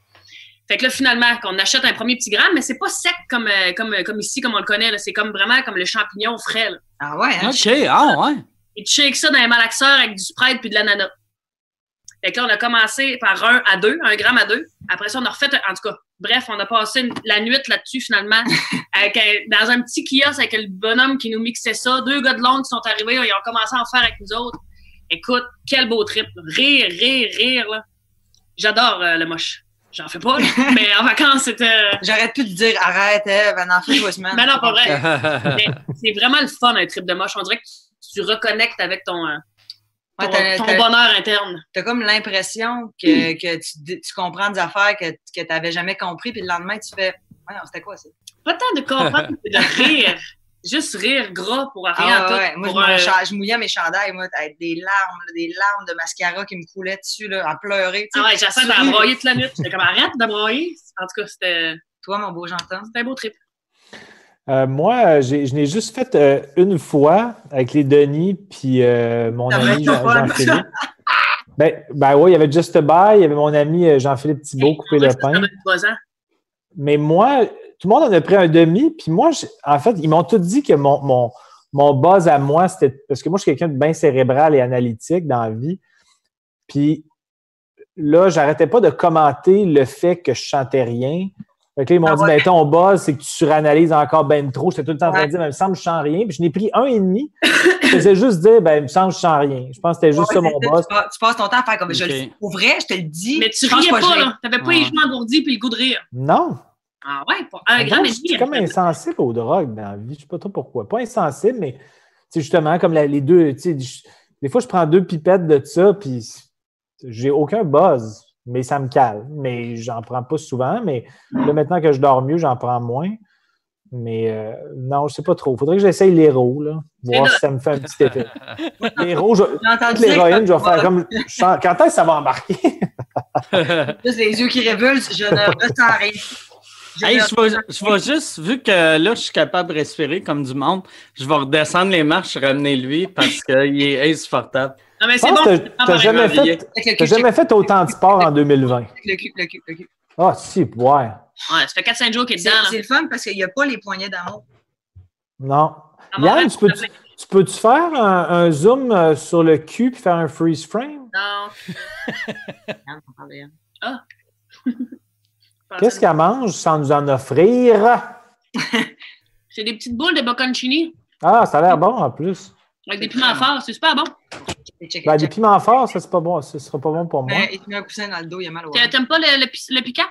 S4: Fait que là, finalement, qu'on achète un premier petit gramme, mais c'est pas sec comme, euh, comme, comme ici, comme on le connaît, là. C'est comme vraiment comme le champignon frais, là.
S2: Ah ouais, hein?
S3: OK, ah ouais.
S4: Et tu shakes ça dans les malaxeurs avec du Sprite puis de l'ananas. Fait que là, on a commencé par un à deux, un gramme à deux. Après ça, on a refait, un- en tout cas, bref, on a passé une- la nuit là-dessus, finalement, avec un- dans un petit kiosque avec le bonhomme qui nous mixait ça. Deux gars de Londres qui sont arrivés, ils ont commencé à en faire avec nous autres. Écoute, quel beau trip. là. Rire, rire, rire, là. J'adore euh, le moche. J'en fais pas, là. mais en vacances, c'était...
S2: J'arrête plus de dire arrête, Eve, en fait deux semaines.
S4: Ben non, pas vrai.
S3: Ah
S4: Mais c'est vraiment le fun, un trip de moche. On dirait que tu, tu reconnectes avec ton, euh,
S2: Ouais,
S4: ton-
S2: t'as-
S4: ton
S2: t'as-
S4: bonheur interne.
S2: T'as comme l'impression que, que tu, d- tu comprends des affaires que, que t'avais jamais compris, puis le lendemain, tu fais Ouais, non, c'était quoi ça?
S4: pas tant de comprendre que de rire. Juste rire gras pour rien
S2: Ah
S4: à
S2: ouais, ouais.
S4: tout.
S2: Moi, je,
S4: pour,
S2: me-
S4: euh,
S2: cha- je mouillais mes chandails, moi, avec des larmes, là, des larmes de mascara qui me coulaient dessus, là, à pleurer. tu
S4: ah
S2: sais.
S4: ouais, j'essaie
S2: Oui.
S4: d'en broyer toute la nuit. J'étais comme arrête de broyer. En tout cas, c'était
S2: Toi, mon beau Jean-Tom.
S4: c'était un beau trip.
S5: Euh, moi, j'ai- je l'ai juste fait euh, une fois avec les Denis puis euh, mon
S2: Ça
S5: ami
S2: va être
S5: Jean-
S2: le fun.
S5: Jean-Philippe. ben, ben oui, il y avait Just a Buy, il y avait mon ami euh, Jean-Philippe Thibault,
S2: ah
S5: Coupé le
S4: Ça
S5: pain.
S4: donne trois ans.
S5: Mais moi, tout le monde en a pris un demi, puis moi, j'ai- en fait, ils m'ont tout dit que mon, mon, mon buzz à moi, c'était. Parce que moi, je suis quelqu'un de bien cérébral et analytique dans la vie. Puis là, j'arrêtais pas de commenter le fait que je chantais rien. Fait que là, ils m'ont
S2: Ah
S5: dit,
S2: ouais.
S5: ben, ton buzz, c'est que tu suranalyses encore ben trop. J'étais tout le temps en train
S2: Ouais.
S5: de dire, ben, il me semble que je chante rien. Puis je n'ai pris un et demi. je faisais juste dire, ben, il me semble que je chante rien. Je pense que c'était juste ça,
S2: Ouais,
S5: mon
S2: c'est
S5: buzz.
S2: Tu, pas- tu passes ton temps à faire comme je le
S3: Ok.
S2: fais pour vrai, je te le dis.
S4: Mais tu
S2: Je pense
S4: riais
S2: que
S4: pas,
S2: je ris.
S4: là. T'avais pas les
S3: Ouais.
S4: genoux engourdis puis le goût de rire.
S5: Non!
S4: Ah ouais, pour un
S5: Mais
S4: gramme
S5: moi,
S4: et
S5: je
S4: demi.
S5: suis comme insensible aux drogues dans la vie. Je sais pas trop pourquoi. Pas insensible, mais tu sais, justement, comme la- les deux. tu sais, je- Des fois, je prends deux pipettes de ça, puis j'ai aucun buzz, mais ça me calme. Mais j'en prends pas souvent. Mais là, maintenant que je dors mieux, j'en prends moins. Mais euh, non, je sais pas trop. Faudrait que j'essaye l'héros, là. Voir
S4: C'est
S5: si ça me fait un petit effet. L'héros, je...
S2: J'ai entendu
S5: avec
S2: dire que
S5: l'héroïne, je vais
S2: t'as-
S5: faire comme. je sens- Quand est-ce que ça va embarquer?
S2: Juste les yeux qui révulsent, je ne ressens rien. Je
S3: Hey,
S2: ne-
S3: je vais, je vais juste, vu que là, je suis capable de respirer comme du monde, je vais redescendre les marches, ramener lui parce qu'il est insupportable.
S4: Non, mais
S5: Je
S4: c'est
S5: pense
S4: bon.
S5: que
S4: c'est
S5: t'as-
S4: bon,
S5: t'as
S4: par
S5: jamais
S4: exemple.
S5: fait,
S2: Avec le
S5: t'as
S2: cul,
S5: jamais fait autant de sport en 2020.
S2: check, le cul, le cul, le cul.
S5: Ah, si, ouais.
S4: Ouais, ça fait 4-5 jours qu'il est
S2: C'est
S4: dedans.
S2: c'est
S4: là.
S2: le fun parce qu'il n'y a pas les poignées d'amour.
S5: Non.
S4: À mon
S5: Yann,
S4: rêve,
S5: tu peux-tu
S4: c'est
S5: tu peux-tu faire un, un zoom euh, sur le cul puis faire un freeze frame?
S4: Non.
S2: Yann, on parle de Yann.
S5: Qu'est-ce qu'elle mange sans nous en offrir?
S4: C'est des petites boules de bocconcini
S5: Ah, ça a l'air bon en plus.
S4: avec des
S2: Ah.
S4: piments forts. C'est super bon.
S2: Check, check,
S5: Ben, des
S2: check.
S5: piments forts, ça, c'est pas bon. Ce sera pas bon pour moi.
S2: Ben, Il te met un coussin dans le dos, il a mal au
S4: T'a- T'aimes pas le, le, pi- le piquant?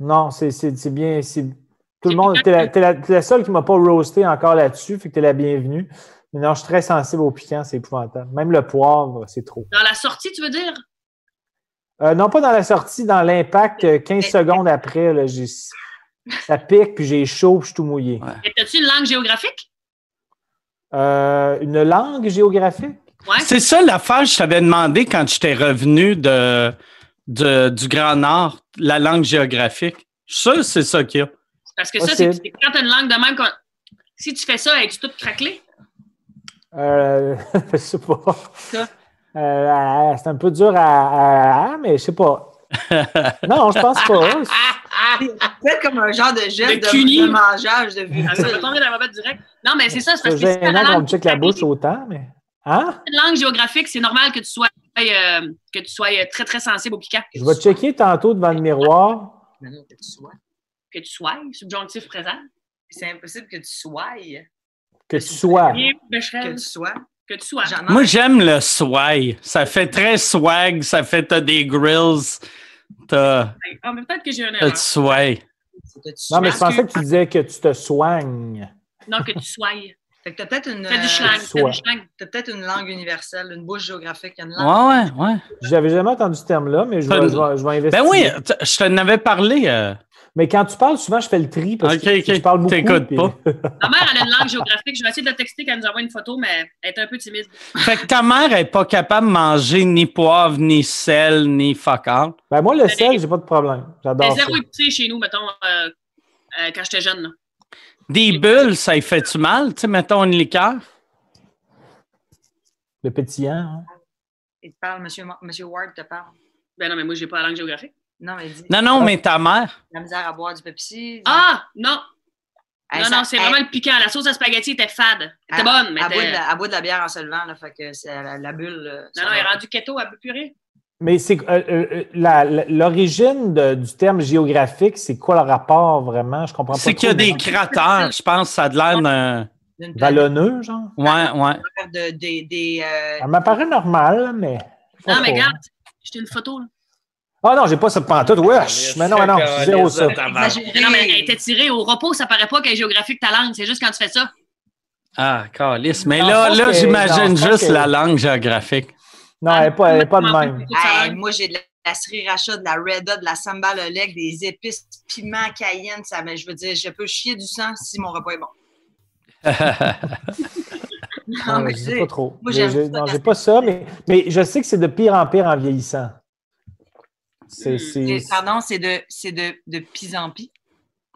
S5: Non, c'est c'est- c'est bien. c'est-
S4: C'est
S5: Tout le monde,
S4: piquant.
S5: t'es la, t'es la- t'es la seule qui m'a pas roasté encore là-dessus, fait que t'es la bienvenue. Mais non, je suis très sensible au piquant, c'est épouvantable. Même le poivre, c'est trop.
S4: Dans la sortie, tu veux dire?
S5: Euh, non, pas dans la sortie, dans l'impact, euh, 15 secondes après, là, j'ai- ça pique, puis j'ai chaud, puis je suis tout mouillé.
S4: Et T'as-tu une langue géographique?
S5: Euh, une langue géographique?
S4: Ouais.
S3: C'est ça l'affaire, je t'avais demandé quand j'étais revenu de, de- du Grand Nord, la langue géographique. Je suis sûr que c'est ça qu'il y a.
S4: Parce que ça, c'est
S5: Possible.
S4: c'est quand t'as une langue de même, qu'on- si tu fais ça, es-tu toute craquelée?
S5: Euh, je sais pas.
S4: Ça.
S5: Euh, euh, c'est un peu dur à, à- à- mais je sais pas. non, je pense pas.
S4: ah,
S2: Faites comme un genre de
S4: De
S2: gel de,
S4: cuni.
S2: de mangeage de vue.
S4: Ah, Ça va tomber dans la bobette direct. Non, mais c'est ça, c'est parce
S5: C'est
S4: que si t'as
S5: gênant
S4: la
S5: qu'on
S4: langue,
S5: me check la bouche autant, mais. Hein?
S4: une langue géographique, c'est normal que tu sois, euh, que tu sois euh, très, très sensible au piquant. Que
S5: Je
S4: tu
S5: vais
S4: sois-
S5: checker tantôt devant le miroir.
S2: Mais non, que tu sois.
S4: Que tu sois, subjonctif présent.
S2: C'est impossible que tu sois.
S5: Que tu sois.
S4: Bien,
S2: Que
S4: Becherel,
S2: tu sois.
S4: Que tu sois.
S2: J'en ai-
S3: Moi, j'aime le swag. Ça fait très swag. Ça fait t'as des grills. T'as
S4: Ah, mais peut-être que j'ai un
S5: Euh,
S3: t'as
S4: erreur.
S3: du swag.
S2: c'est que tu sois.
S5: Non, mais je pensais que tu disais que tu te soignes.
S4: Non, que tu sois.
S2: Fait que t'as peut-être une,
S4: Fais du
S2: euh,
S4: schlang, fais
S5: sois.
S4: du schlang.
S2: t'as peut-être une langue universelle, une bouche géographique, une
S3: Ouais,
S2: langue.
S3: ouais, ouais.
S5: J'avais jamais entendu ce terme-là, mais je vais,
S3: Ben-
S5: je vais- je vais
S3: Ben
S5: investiguer.
S3: oui, t- je t'en avais parlé. euh.
S5: Mais quand tu parles, souvent, je fais le tri parce
S3: Ok,
S5: que
S3: ok.
S5: tu parles beaucoup.
S3: T'écoutes
S5: puis-
S3: pas.
S4: Ma mère, elle a une langue géographique. Je vais essayer de la texter qu'elle nous envoie une photo, mais elle est un peu timide.
S3: Fait que ta mère est pas capable de manger ni poivre, ni sel, ni fuck all.
S5: Ben moi, le sel, j'ai pas de problème.
S4: Mais
S5: J'adore ça.
S4: Ben, zéro épicé chez nous, mettons, euh, euh, quand j'étais jeune. là.
S3: Des bulles, ça y fait-tu mal? Tu sais, mettons une liqueur.
S5: Le pétillant. hein.
S2: Il te parle, monsieur, Mo- monsieur Ward te parle.
S4: Ben non, mais moi, j'ai pas la langue géographique.
S2: Non, mais il dit
S3: Non, non,
S5: Ah.
S3: mais ta mère.
S2: la misère à boire du Pepsi.
S4: Ah! Non!
S2: Elle,
S4: non,
S2: ça-
S4: non, c'est
S2: elle-
S4: vraiment le piquant. La sauce à spaghetti était fade. Elle était
S2: Ah,
S4: bonne, mais
S2: Elle boit, de
S4: était-
S2: la, elle boit de la bière en se levant, là, fait que c'est la, la bulle. euh, ça
S4: Non, non,
S2: va.
S4: elle est rendue keto, elle peut plus rire.
S5: Mais c'est euh, euh, euh, la- la- l'origine de- du terme géographique, c'est quoi le rapport vraiment? Je comprends pas.
S3: C'est
S5: trop,
S3: qu'il y a
S5: mais-
S3: des cratères. Je pense que ça a de l'air d'un.
S2: D'une planète
S5: Vallonneux, genre?
S3: Ouais, ouais.
S2: de, des, des, euh,
S5: Elle m'apparaît normale, mais.
S4: Non, mais
S5: Pas trop.
S4: regarde, j'étais une photo. Là.
S5: Ah non, j'ai pas ça pantoute. Wesh! Mais non, mais non,
S1: Calisse,
S5: zéro ça.
S3: tabarnak.
S2: exagérées.
S4: Non, mais elle était tirée au repos, ça paraît pas qu'elle est géographique ta langue, c'est juste quand tu fais ça.
S3: Ah, calice. Mais
S5: Non,
S3: là,
S5: je pense
S3: là
S5: que- non,
S3: j'imagine
S5: je pense
S3: juste
S5: que-
S3: la langue géographique.
S5: Non, elle est pas, elle est pas de même.
S2: Hey, moi, j'ai de la, la sriracha, de la reda, de la sambal au lait, des épices, piment, cayenne. Ça, mais je veux dire, je peux chier du sang si mon repas est bon. Non, mais tu
S5: Non, Ah, je
S2: sais,
S5: sais pas trop.
S2: moi,
S5: J'ai-
S2: j'aime
S5: j'ai-
S2: ça,
S5: Non,
S2: la-
S5: j'ai pas ça, mais, mais je sais que c'est de pire en pire en vieillissant. C'est.
S2: Mm,
S4: Hmm,
S5: c'est-
S2: c'est- pardon, c'est de, c'est de, de pis en pis.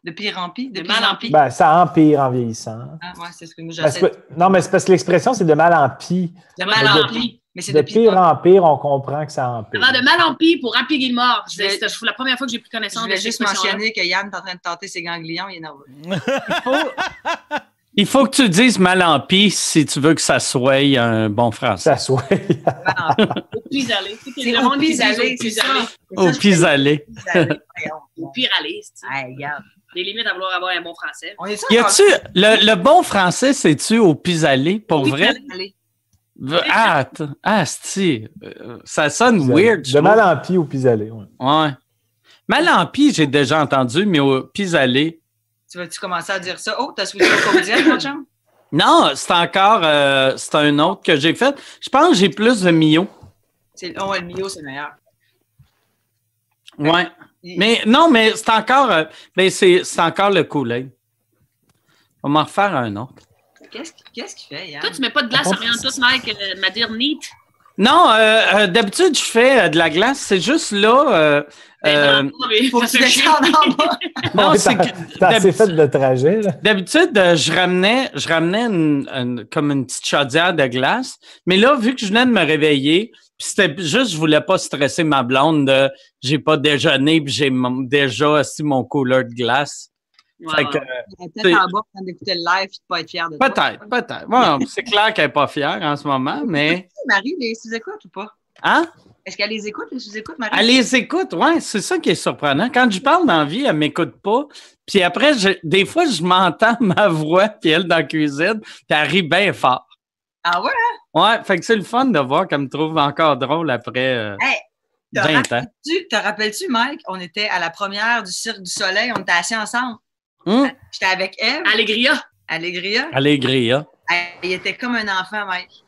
S2: De pire en pis. De
S4: De
S2: pis
S4: mal en
S2: en pis.
S5: Ben, ça empire en vieillissant.
S2: Ah, ouais, c'est ce que moi,
S5: Ben, c'est
S2: j'essaie.
S5: pas- non, mais c'est parce que l'expression, c'est de mal en pis.
S2: De
S4: mal
S2: mal en
S4: en pis.
S2: pis. Mais c'est
S5: de
S2: de pis
S5: pire en pire, on comprend que ça empire.
S4: Avant de mal en pis pour rappeler Guillemard.
S2: Je vais-
S4: C'était je trouve, la première fois que j'ai pris
S2: Je
S4: connaissance de
S2: voulais
S4: cette
S2: juste
S4: expression-là.
S2: mentionner que Yann est en train de tenter ses ganglions, il est nerveux.
S3: Il faut que tu dises mal en pis si tu veux que ça soit un bon français.
S5: Ça soit.
S2: Mal en pis.
S4: Au pis aller.
S2: C'est au pis aller, c'est ça.
S3: Au pis aller.
S2: Pis aller, voyons.
S4: Au pire aller. c'est ça.
S2: Hey, regarde.
S4: Des limites à vouloir avoir un bon français.
S2: On est sûr
S3: Y a-tu. Le, le bon français, c'est-tu au pis aller, pour vrai? V- Ah, t- ah, si. Ça sonne weird. je
S5: De mal
S3: trouve.
S5: en pis au pis-aller. ouais.
S3: Ouais. Mal en pis, j'ai déjà entendu, mais au pis aller.
S2: Tu vas-tu commencer à dire ça? Oh, t'as switché au comédien, mon chum?
S3: Non, c'est encore. euh, c'est un autre que j'ai fait. Je pense que j'ai plus de Mio.
S2: C'est oh, le Mio, c'est le meilleur.
S3: Ouais.
S2: Il-
S3: Mais non, mais c'est encore. euh, ben, c'est c'est encore le Kool-Aid. On va m'en refaire un autre.
S2: Qu'est-ce qu'il qu'est-ce qu'il fait, Yann?
S4: Toi, tu mets pas de glace,
S5: On
S4: on
S5: pense-
S4: rien tous, Mike, euh, de me dire neat.
S3: Non, euh, euh, d'habitude, je fais euh, de la glace. C'est juste là. euh, euh,
S4: Ben non, mais
S2: Faut
S4: ça
S2: que tu
S4: fait chier.
S2: descendes en bas.
S3: non,
S5: Ouais,
S3: c'est
S5: t'as-
S3: que
S5: t'as assez fait
S3: d'habitude-
S5: de trajet. là.
S3: D'habitude, euh, je ramenais, je ramenais une- une- comme une petite chaudière de glace. Mais là, vu que je venais de me réveiller, puis c'était juste, je voulais pas stresser ma blonde de j'ai pas déjeuné, puis j'ai mon- déjà aussi mon couleur de glace.
S4: Ouais,
S3: Fait
S4: ouais.
S3: que,
S2: Peut-être en bas, en train d'écouter le live et de pas être fier de toi.
S3: Peut-être, peut-être. Bon, c'est clair qu'elle est pas fière en ce moment, mais.
S2: Marie les sous-écoute ou pas?
S3: Hein?
S2: Est-ce qu'elle les écoute, les sous-écoute, Marie?
S3: Elle les écoute, ouais, c'est ça qui est surprenant. Quand je parle dans la vie, elle m'écoute pas. Puis après, je- des fois, je m'entends ma voix, puis elle dans la cuisine, puis elle rit bien fort.
S2: Ah ouais?
S3: Ouais, fait que c'est le fun de voir qu'elle me trouve encore drôle après euh,
S2: Hey, t'as
S3: 20 ans.
S2: Tu te rappelles-tu, Mike? On était à la première du Cirque du Soleil, on était assis ensemble.
S3: Hum,
S2: J'étais avec Eve,
S4: Allegria.
S2: Allégria.
S3: Allégria.
S2: Elle- Il était comme un enfant, Mike.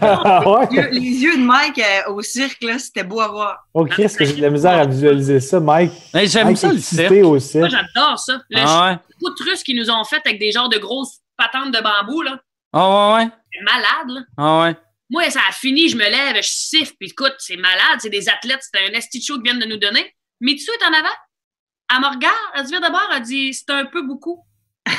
S5: Ah ouais?
S2: Les yeux- les yeux de Mike euh, au cirque, là, c'était beau à voir.
S5: Oh Chris, que j'ai de la misère à visualiser ça, Mike.
S3: Mais j'aime
S5: Mike
S3: ça
S5: est
S3: le
S5: excité
S3: cirque.
S5: au cirque.
S4: Moi, j'adore ça. Le ah.
S3: Ah ouais.
S4: russe qu'ils nous ont fait avec des genres de grosses patentes de bambou, là.
S3: Ah ouais, ouais.
S4: C'est Malade, là.
S3: Ah ouais.
S4: Moi, ça a fini, je me lève, je siffle, puis écoute, c'est malade, c'est des athlètes, c'est un esti de show qu'ils viennent de nous donner. Mitsu est en avant. Elle me regarde, elle se vient d'abord, elle dit c'est un peu beaucoup. je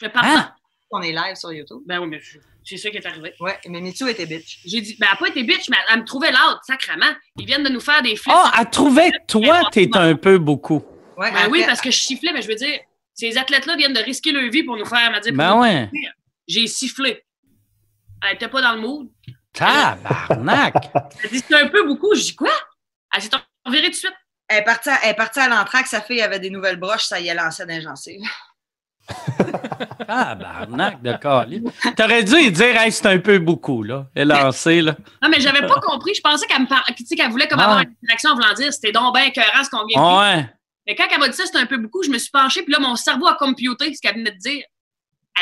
S4: fais pardon.
S3: Hein?
S2: On est live sur YouTube.
S4: Ben oui, mais je- c'est ça qui est arrivé.
S2: Ouais, mais Mitsu était bitch.
S4: J'ai dit, ben elle n'a pas été bitch, mais elle, elle me trouvait lourde, sacrément. Ils viennent de nous faire des flips.
S3: Ah, elle trouvait que toi, t'es un peu beaucoup.
S2: Ouais,
S4: Ben oui,
S3: ah,
S2: après-
S4: parce que je sifflais, mais je veux dire, ces athlètes-là viennent de risquer leur vie pour nous faire. elle m'a dit,
S3: Ben ouais.
S4: J'ai sifflé. Elle n'était pas dans le mood.
S3: Tabarnak!
S4: Elle dit, c'est un peu beaucoup. Je dis, quoi? Elle s'est envirée tout de suite.
S2: Elle est partie à, elle est partie à l'entraque, sa fille avait des nouvelles broches, ça y est, lancé d'un gencive.
S3: Tabarnak de calice. T'aurais dû lui dire, hey, c'est un peu beaucoup, là. Et lancé, là.
S4: Non, mais j'avais pas compris. Je pensais qu'elle me par- tu sais, qu'elle voulait comme
S3: Ah.
S4: avoir une interaction en voulant dire, c'était donc bien écœurant ce qu'on vient de
S5: Ah.
S4: vivre.
S3: Ouais.
S4: Mais quand elle m'a dit ça, c'était un peu beaucoup. Je me suis penchée, puis là, mon cerveau a computé ce qu'elle venait de dire.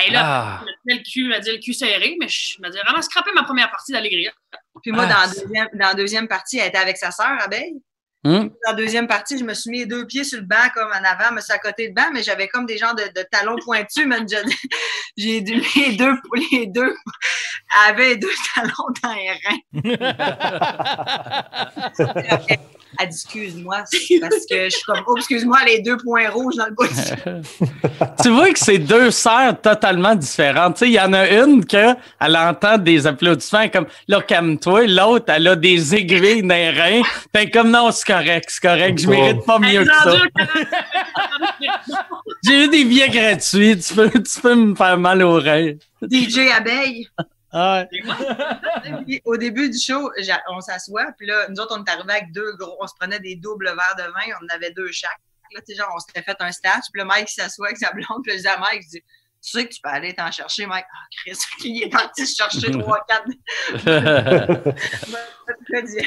S4: Elle là,
S3: Ah.
S4: elle me tenait le cul, elle m'a dit le cul serré, mais je me disais vraiment scraper ma première partie d'Allegria.
S2: Puis moi,
S3: Ah,
S2: dans, la
S3: c'est-
S2: deuxième, dans la deuxième partie, elle était avec sa sœur, Abeille.
S3: Hum?
S2: Dans la deuxième partie, je me suis mis les deux pieds sur le banc, comme en avant, me suis à côté le banc, mais j'avais comme des genres de, de talons pointus, man. Je- J'ai dû- les deux, les deux, elle avait les deux talons dans les reins. Après, Elle dit, excuse-moi, c'est parce que je suis comme, oh, excuse-moi, les deux points rouges dans le bas du
S3: tu vois que c'est deux sœurs totalement différentes. Tu sais, Il y en a une que elle entend des applaudissements elle est comme là, calme-toi. L'autre, elle a des aiguilles dans les reins. T'es comme non, c'est correct, c'est correct. Je mérite pas mieux que ça. J'ai eu des billets gratuits. Tu peux, tu peux me faire mal aux reins.
S2: DJ Abeille.
S3: Ouais.
S2: Puis au début du show, j'a- on s'assoit, puis là, nous autres, on est arrivés avec deux gros, on se prenait des doubles verres de vin, on en avait deux chaque. Là, tu sais, genre, on s'était fait un stage, puis le Mike s'assoit avec sa blonde, puis je dis à Mike, je dis, tu sais que tu peux aller t'en chercher, Mike. Ah, Chris, il est parti se chercher trois, quatre. Là, il dit,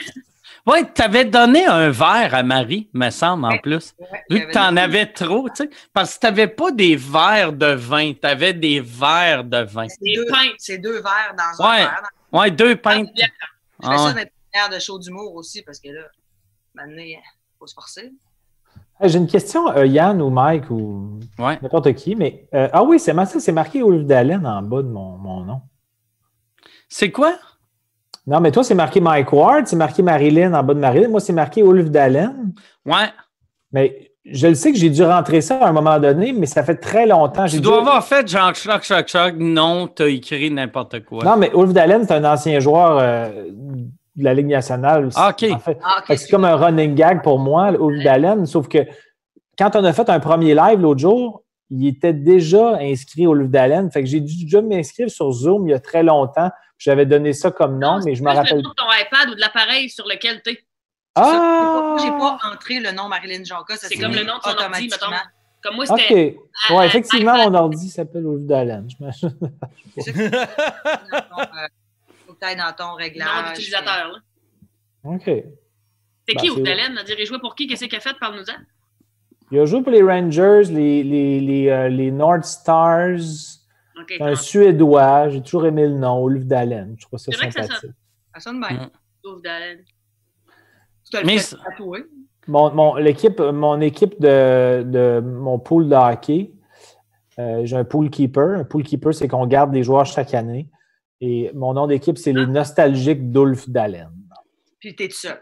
S3: ouais, t'avais donné un verre à Marie, me semble, en plus.
S2: Ouais,
S3: Vu que t'en avais trop, tu sais. Parce que t'avais pas des verres de vin, t'avais des verres de vin.
S2: C'est
S4: Des
S2: deux,
S4: pintes.
S2: c'est deux verres dans
S3: Ouais.
S2: un verre. dans-
S3: Ouais, deux pintes.
S2: Je fais
S3: Ah
S2: ça
S3: ouais.
S2: dans les premières de show d'humour aussi, parce que là, maintenant, faut se forcer.
S5: Ah, J'ai une question, euh, Yann ou Mike ou
S3: Ouais.
S5: n'importe qui, mais euh, ah oui, c'est ma- ça, c'est marqué Wolf Dalen en bas de mon, mon nom.
S3: C'est quoi?
S5: Non, mais toi, c'est marqué Mike Ward, c'est marqué Marilyn en bas de Marilyn. Moi, c'est marqué Wolf Dalen.
S3: Ouais.
S5: Mais je le sais que j'ai dû rentrer ça à un moment donné, mais ça fait très longtemps. J'ai
S3: Tu
S5: dû-
S3: dois avoir fait genre choc, choc, choc. Non, t'as écrit n'importe quoi.
S5: Non, mais Wolf Dalen, c'est un ancien joueur euh, de la Ligue nationale.
S3: Ah, OK.
S5: En fait,
S2: Ah,
S5: Fait que c'est comme un running gag pour moi, le Wolf Dalen, sauf que quand on a fait un premier live l'autre jour, il était déjà inscrit au Wolf Dalen. Fait que j'ai dû déjà m'inscrire sur Zoom il y a très longtemps. J'avais donné ça comme nom, mais je me
S4: Plus le
S5: rappelle.
S4: nom de ton iPad ou de l'appareil sur lequel t'es.
S5: Ah!
S2: J'ai pas entré le nom Marilyn Jonca, ça
S4: C'est
S2: s'est
S4: comme
S2: mis
S4: le nom de ton ordi,
S2: automatiquement.
S4: mettons. Comme moi,
S5: OK.
S4: c'était. Ah,
S5: Ouais, effectivement,
S4: iPad.
S5: mon ordi s'appelle Wolf Dalen. Je m'achète-
S2: dans ton, euh, faut que t'ailles dans ton réglage.
S4: Nom d'utilisateur. là.
S5: OK.
S4: C'est
S5: Ben,
S4: qui,
S5: c'est-
S4: Oudalen? a dirigé pour qui? Qu'est-ce qu'il a fait? Parle-nous-en.
S5: Il a joué pour les Rangers, les, les, les, euh, les North Stars.
S4: OK.
S5: C'est un Suédois. J'ai toujours aimé le nom, Wolf Dalen. Je trouve ça
S4: C'est vrai que ça
S5: sympathique.
S2: Ça sonne bien.
S3: Mm.
S4: Oudalen.
S2: Tu te
S3: Mais
S2: le fais
S3: c'est-
S2: tatouer.
S5: Mon, mon, l'équipe, mon équipe de, de mon pool de hockey, euh, j'ai un pool keeper. Un pool keeper, c'est qu'on garde des joueurs chaque année. Et mon nom d'équipe, c'est les Nostalgiques d'Ulf Dalen.
S2: Puis t'es tout seul.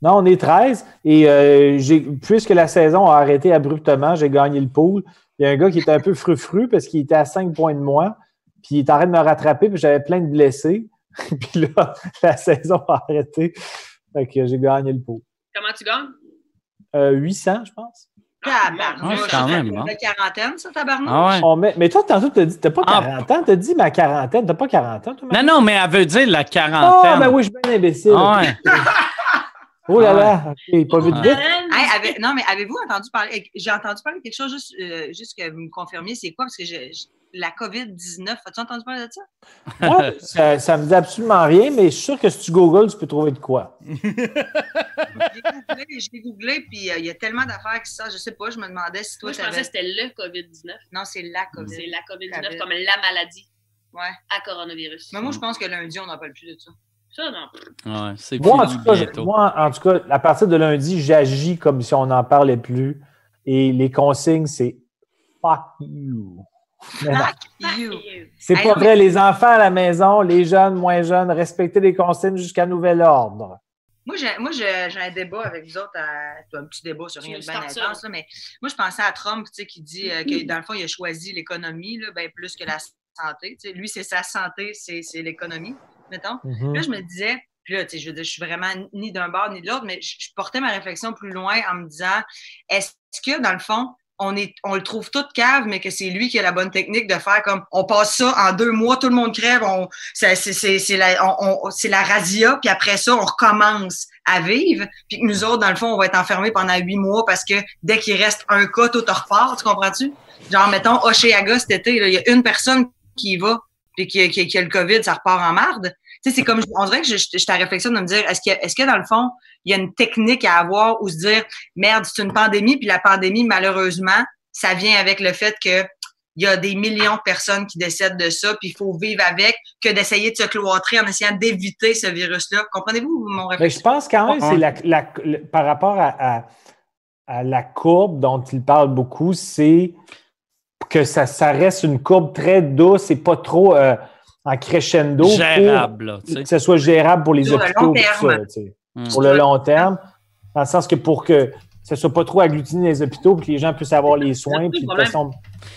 S5: Non, on est 13. Et euh, j'ai, puisque la saison a arrêté abruptement, j'ai gagné le pool. Il y a un gars qui était un peu frufru parce qu'il était à 5 points de moi. Puis il est en train de me rattraper, puis j'avais plein de blessés. puis là, la saison a arrêté. Fait que j'ai gagné le pool.
S4: Comment tu gagnes?
S5: Euh, 800, je pense.
S4: Ah,
S2: Tabarnouche.
S3: Ouais, quand même,
S2: Ça
S3: hein.
S2: fait quarantaine, ça, tabarnouche?
S3: Ah ouais.
S5: On met- Mais toi, tantôt, t'as dit, t'as pas
S3: Ah.
S5: 40 ans, t'as dit ma quarantaine, t'as pas 40 ans, toi, ma-
S3: Non, non, mais elle veut dire la
S5: Ah,
S3: quarantaine.
S5: ben oui, je suis bien imbécile.
S3: Ah ouais.
S5: Oh là
S3: Ah
S5: là, ok, pas vu de vite.
S4: Oudalen?
S2: Hey, avez- non, mais avez-vous entendu parler? J'ai entendu parler de quelque chose, juste, euh, juste que vous me confirmiez, c'est quoi? Parce que j'ai- j'ai- la COVID-19, as-tu entendu parler de ça?
S5: Ouais, ça, ça me dit absolument rien, mais je suis sûr que si tu googles, tu peux trouver de quoi.
S2: J'ai googlé, j'ai googlé, puis euh, il y a tellement d'affaires qui sortent. Je sais pas, je me demandais si toi,
S4: Moi, je pensais
S2: t'avais...
S4: que c'était le COVID-19.
S2: Non, c'est la
S4: C'est
S2: COVID.
S4: la COVID-19
S2: Covid.
S4: comme la maladie
S2: Ouais.
S4: à coronavirus.
S2: Mais moi, je pense que lundi, on n'en parle plus de ça.
S4: Ça, non.
S3: Ouais, c'est
S5: Moi, en
S3: fini
S5: tout cas, je-
S3: bientôt.
S5: moi, en tout cas, à partir de lundi, j'agis comme si on n'en parlait plus. Et les consignes, c'est fuck you. Mais non. C'est pas vrai, les enfants à la maison, les jeunes, moins jeunes, respectez les consignes jusqu'à nouvel ordre.
S2: Moi, j'ai, moi, j'ai, j'ai un débat avec vous autres, à- un petit débat sur
S4: Tu
S2: rien
S4: veux
S2: de
S4: le
S2: bien
S4: sortir?
S2: intense, là, mais moi, je pensais à Trump, tu sais, qui dit euh, que, dans le fond, il a choisi l'économie, là, ben, plus que la santé, tu sais. Lui, c'est sa santé, c'est, c'est l'économie, mettons. Puis Là, je me disais, puis là, tu sais, je veux dire, je suis vraiment ni d'un bord ni de l'autre, mais je, je portais ma réflexion plus loin en me disant, est-ce que, dans le fond, on, est, on le trouve tout cave, mais que c'est lui qui a la bonne technique de faire comme on passe ça en deux mois, tout le monde crève, on, ça, c'est, c'est, c'est la, on, on- c'est la razzia, puis après ça, on recommence à vivre, puis que nous autres, dans le fond, on va être enfermés pendant huit mois parce que dès qu'il reste un cas, tout repart, tu comprends-tu? Genre, mettons, Oshéaga cet été, là, il y a une personne qui y va, puis qui, qui- qui a le COVID, ça repart en marde. Tu sais, c'est comme, on dirait que je- j'étais à réflexion de me dire, est-ce que, est-ce que dans le fond, il y a une technique à avoir ou se dire, merde, c'est une pandémie, puis la pandémie, malheureusement, ça vient avec le fait que il y a des millions de personnes qui décèdent de ça, puis il faut vivre avec, que d'essayer de se cloîtrer en essayant d'éviter ce virus-là. Comprenez-vous mon
S5: Mais
S2: réflexion?
S5: je pense quand même, c'est la, la- le- par rapport à, à- à la courbe dont il parle beaucoup, c'est que ça, ça reste une courbe très douce et pas trop euh, en crescendo. pour
S3: Gérable, là, tu sais.
S5: que ce soit gérable pour les
S2: Sur le long
S5: hôpitaux. tout ça,
S2: terme.
S5: tu sais.
S3: Mm.
S5: Pour le long terme, dans le sens que pour que ça ne soit pas trop agglutiné les hôpitaux, puis que les gens puissent avoir les soins,
S4: tout
S5: puis
S4: le
S5: de
S4: problème.
S5: toute façon,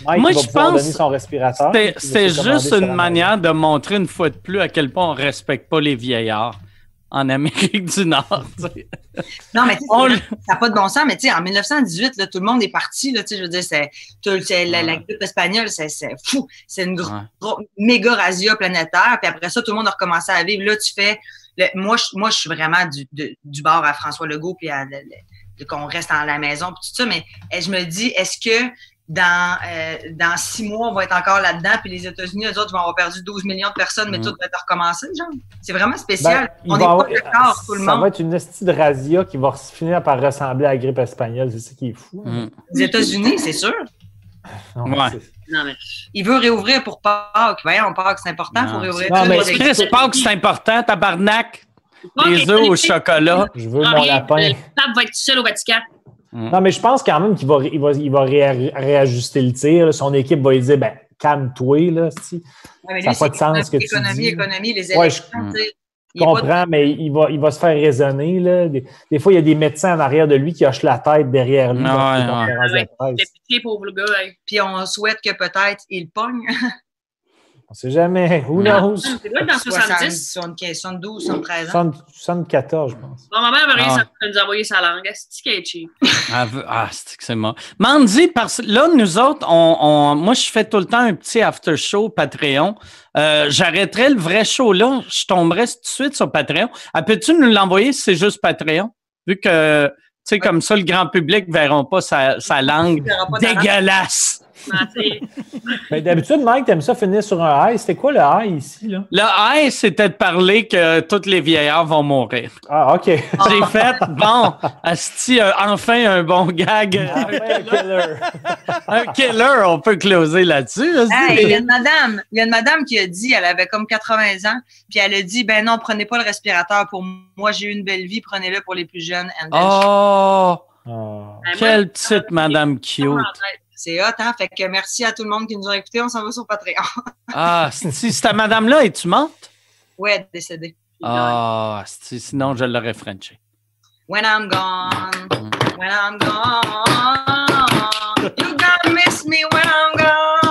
S5: Mike
S3: Moi,
S5: il va
S3: je
S5: pouvoir
S3: pense
S5: donner son respirateur.
S3: C'était-
S5: puis il va
S3: C'était
S5: se commander
S3: juste
S5: sur la
S3: une
S5: maison.
S3: manière de montrer une fois de plus à quel point on respecte pas les vieillards en Amérique du Nord. tu sais.
S2: Non, mais tu sais,
S3: On le-
S2: ça n'a pas de bon sens, mais tu sais, en 1918, là, tout le monde est parti, là, tu sais, je veux dire, c'est, tout- c'est la, la grippe espagnole, c'est, c'est fou, c'est une gro-
S3: Ouais.
S2: gro- méga razzia planétaire, puis après ça, tout le monde a recommencé à vivre, là, tu fais, le- moi, je, moi, je suis vraiment du, de- du bord à François Legault, puis à, le- le- qu'on reste dans la maison, puis tout ça, mais eh, je me dis, est-ce que dans, euh, dans six mois, on va être encore là-dedans, puis les États-Unis, eux autres, vont avoir perdu 12 millions de personnes, mais
S3: Mm.
S2: tout va être recommencé, genre? C'est vraiment
S5: Ben,
S2: spécial.
S5: il
S2: on
S5: va
S2: n'est pas
S5: avoir-
S2: d'accord, tout le
S5: ça
S2: monde.
S5: va être une hostie de razzia qui va finir par ressembler à la grippe espagnole. C'est ça qui est fou. hein.
S3: Mm.
S2: Les États-Unis, c'est sûr.
S5: Non,
S3: Ouais.
S5: c'est-
S4: Non, mais
S2: Il veut réouvrir pour Pâques. Voyons, Pâques, c'est important. Il faut
S3: Non,
S2: réouvrir.
S5: non,
S2: tout
S5: mais
S2: le
S5: c'est-
S2: monde.
S3: Chris, Pâques, c'est important, tabarnak.
S4: Pâques
S3: Les
S4: est
S3: œufs au
S4: connecté.
S3: chocolat.
S5: Je veux
S4: Ah,
S5: mon
S4: mais
S5: lapin.
S4: Le pape va être seul au Vatican.
S5: Non, mais je pense quand même qu'il va, il va, il va réa- réajuster le tir. là. Son équipe va lui dire ben, calme-toi. Là, si.
S2: Ouais, mais
S5: ça a
S2: lui,
S5: pas de
S2: c'est
S5: sens ce que tu
S2: économie,
S5: dis.
S2: économie, les
S5: Ouais, je
S2: élections. tu sais. Il est pas-
S5: comprends, mais il va, il va se faire raisonner. Là. Des, des fois, il y a des médecins en arrière de lui qui hochent la tête derrière lui.
S3: Ouais,
S5: dans ses
S3: ouais.
S5: conférences
S4: Ah,
S5: de
S4: Ouais.
S5: presse.
S4: C'est pitié, pauvre le gars. hein.
S2: Puis on souhaite que peut-être il pogne.
S5: On ne sait jamais. Who
S3: Non.
S5: knows?
S4: Ça doit être dans 70.
S2: 75, 72, 73 ans.
S5: 70 74, je pense.
S4: Bon, ma mère va rien
S3: Ah.
S4: savoir de nous envoyer sa langue. C'est-tu qu'elle est cheap?
S3: Ah, v- ah, c'est que c'est mort. Mandy, parce là, nous autres, on, on- moi, je fais tout le temps un petit after show Patreon. Euh, J'arrêterai le vrai show là. Je tomberai tout de suite sur Patreon. Ah, Peux-tu nous l'envoyer si c'est juste Patreon? Vu que, tu sais, comme ça, le grand public ne verront pas sa, sa langue
S2: Il aura pas d'argent.
S3: dégueulasse.
S4: Ah, tu sais.
S5: Mais D'habitude, Mike, t'aimes ça finir sur un high. C'était quoi le high ici? Là?
S3: Le hey, c'était de parler que tous les vieillards vont mourir.
S5: Ah, OK.
S3: J'ai fait, bon, asti, euh, enfin un bon gag,
S5: Ah,
S3: euh,
S5: ouais, un killer.
S3: un killer, on peut closer là-dessus. asti.
S2: Hey, il y a une madame, il y a une madame qui a dit, elle avait comme 80 ans, puis elle a dit, ben non, prenez pas le respirateur pour moi, j'ai eu une belle vie, prenez-le pour les plus jeunes. And then
S3: Oh!
S5: Ah.
S4: Ah, moi,
S3: Quelle petite madame cute.
S2: C'est hot, hein? Fait que merci à tout le monde qui nous a écoutés. On s'en va sur Patreon.
S3: Ah, si cette madame-là est morte?
S2: Ouais, décédé.
S3: Ah, si, sinon je l'aurais frenché.
S2: When I'm gone, when I'm gone, you gonna miss me when I'm gone.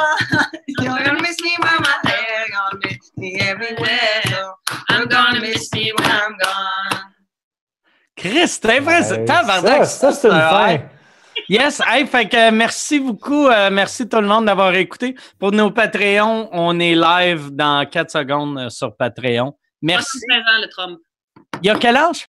S2: You're gonna miss me when my hair gonna miss me everywhere. So I'm gonna miss me when I'm gone.
S3: Christ, c'est vrai,
S5: Ouais,
S3: c'est
S5: ça,
S3: tabarnak,
S5: ça, c'est une
S3: ouais.
S5: fin.
S3: Yes, hey, fait que euh, merci beaucoup. euh, merci tout le monde d'avoir écouté. Pour nos Patreons, on est live dans 4 secondes euh, sur Patreon.
S4: Pas
S3: Merci.
S4: si présent, le Trump.
S3: Il y a quel âge?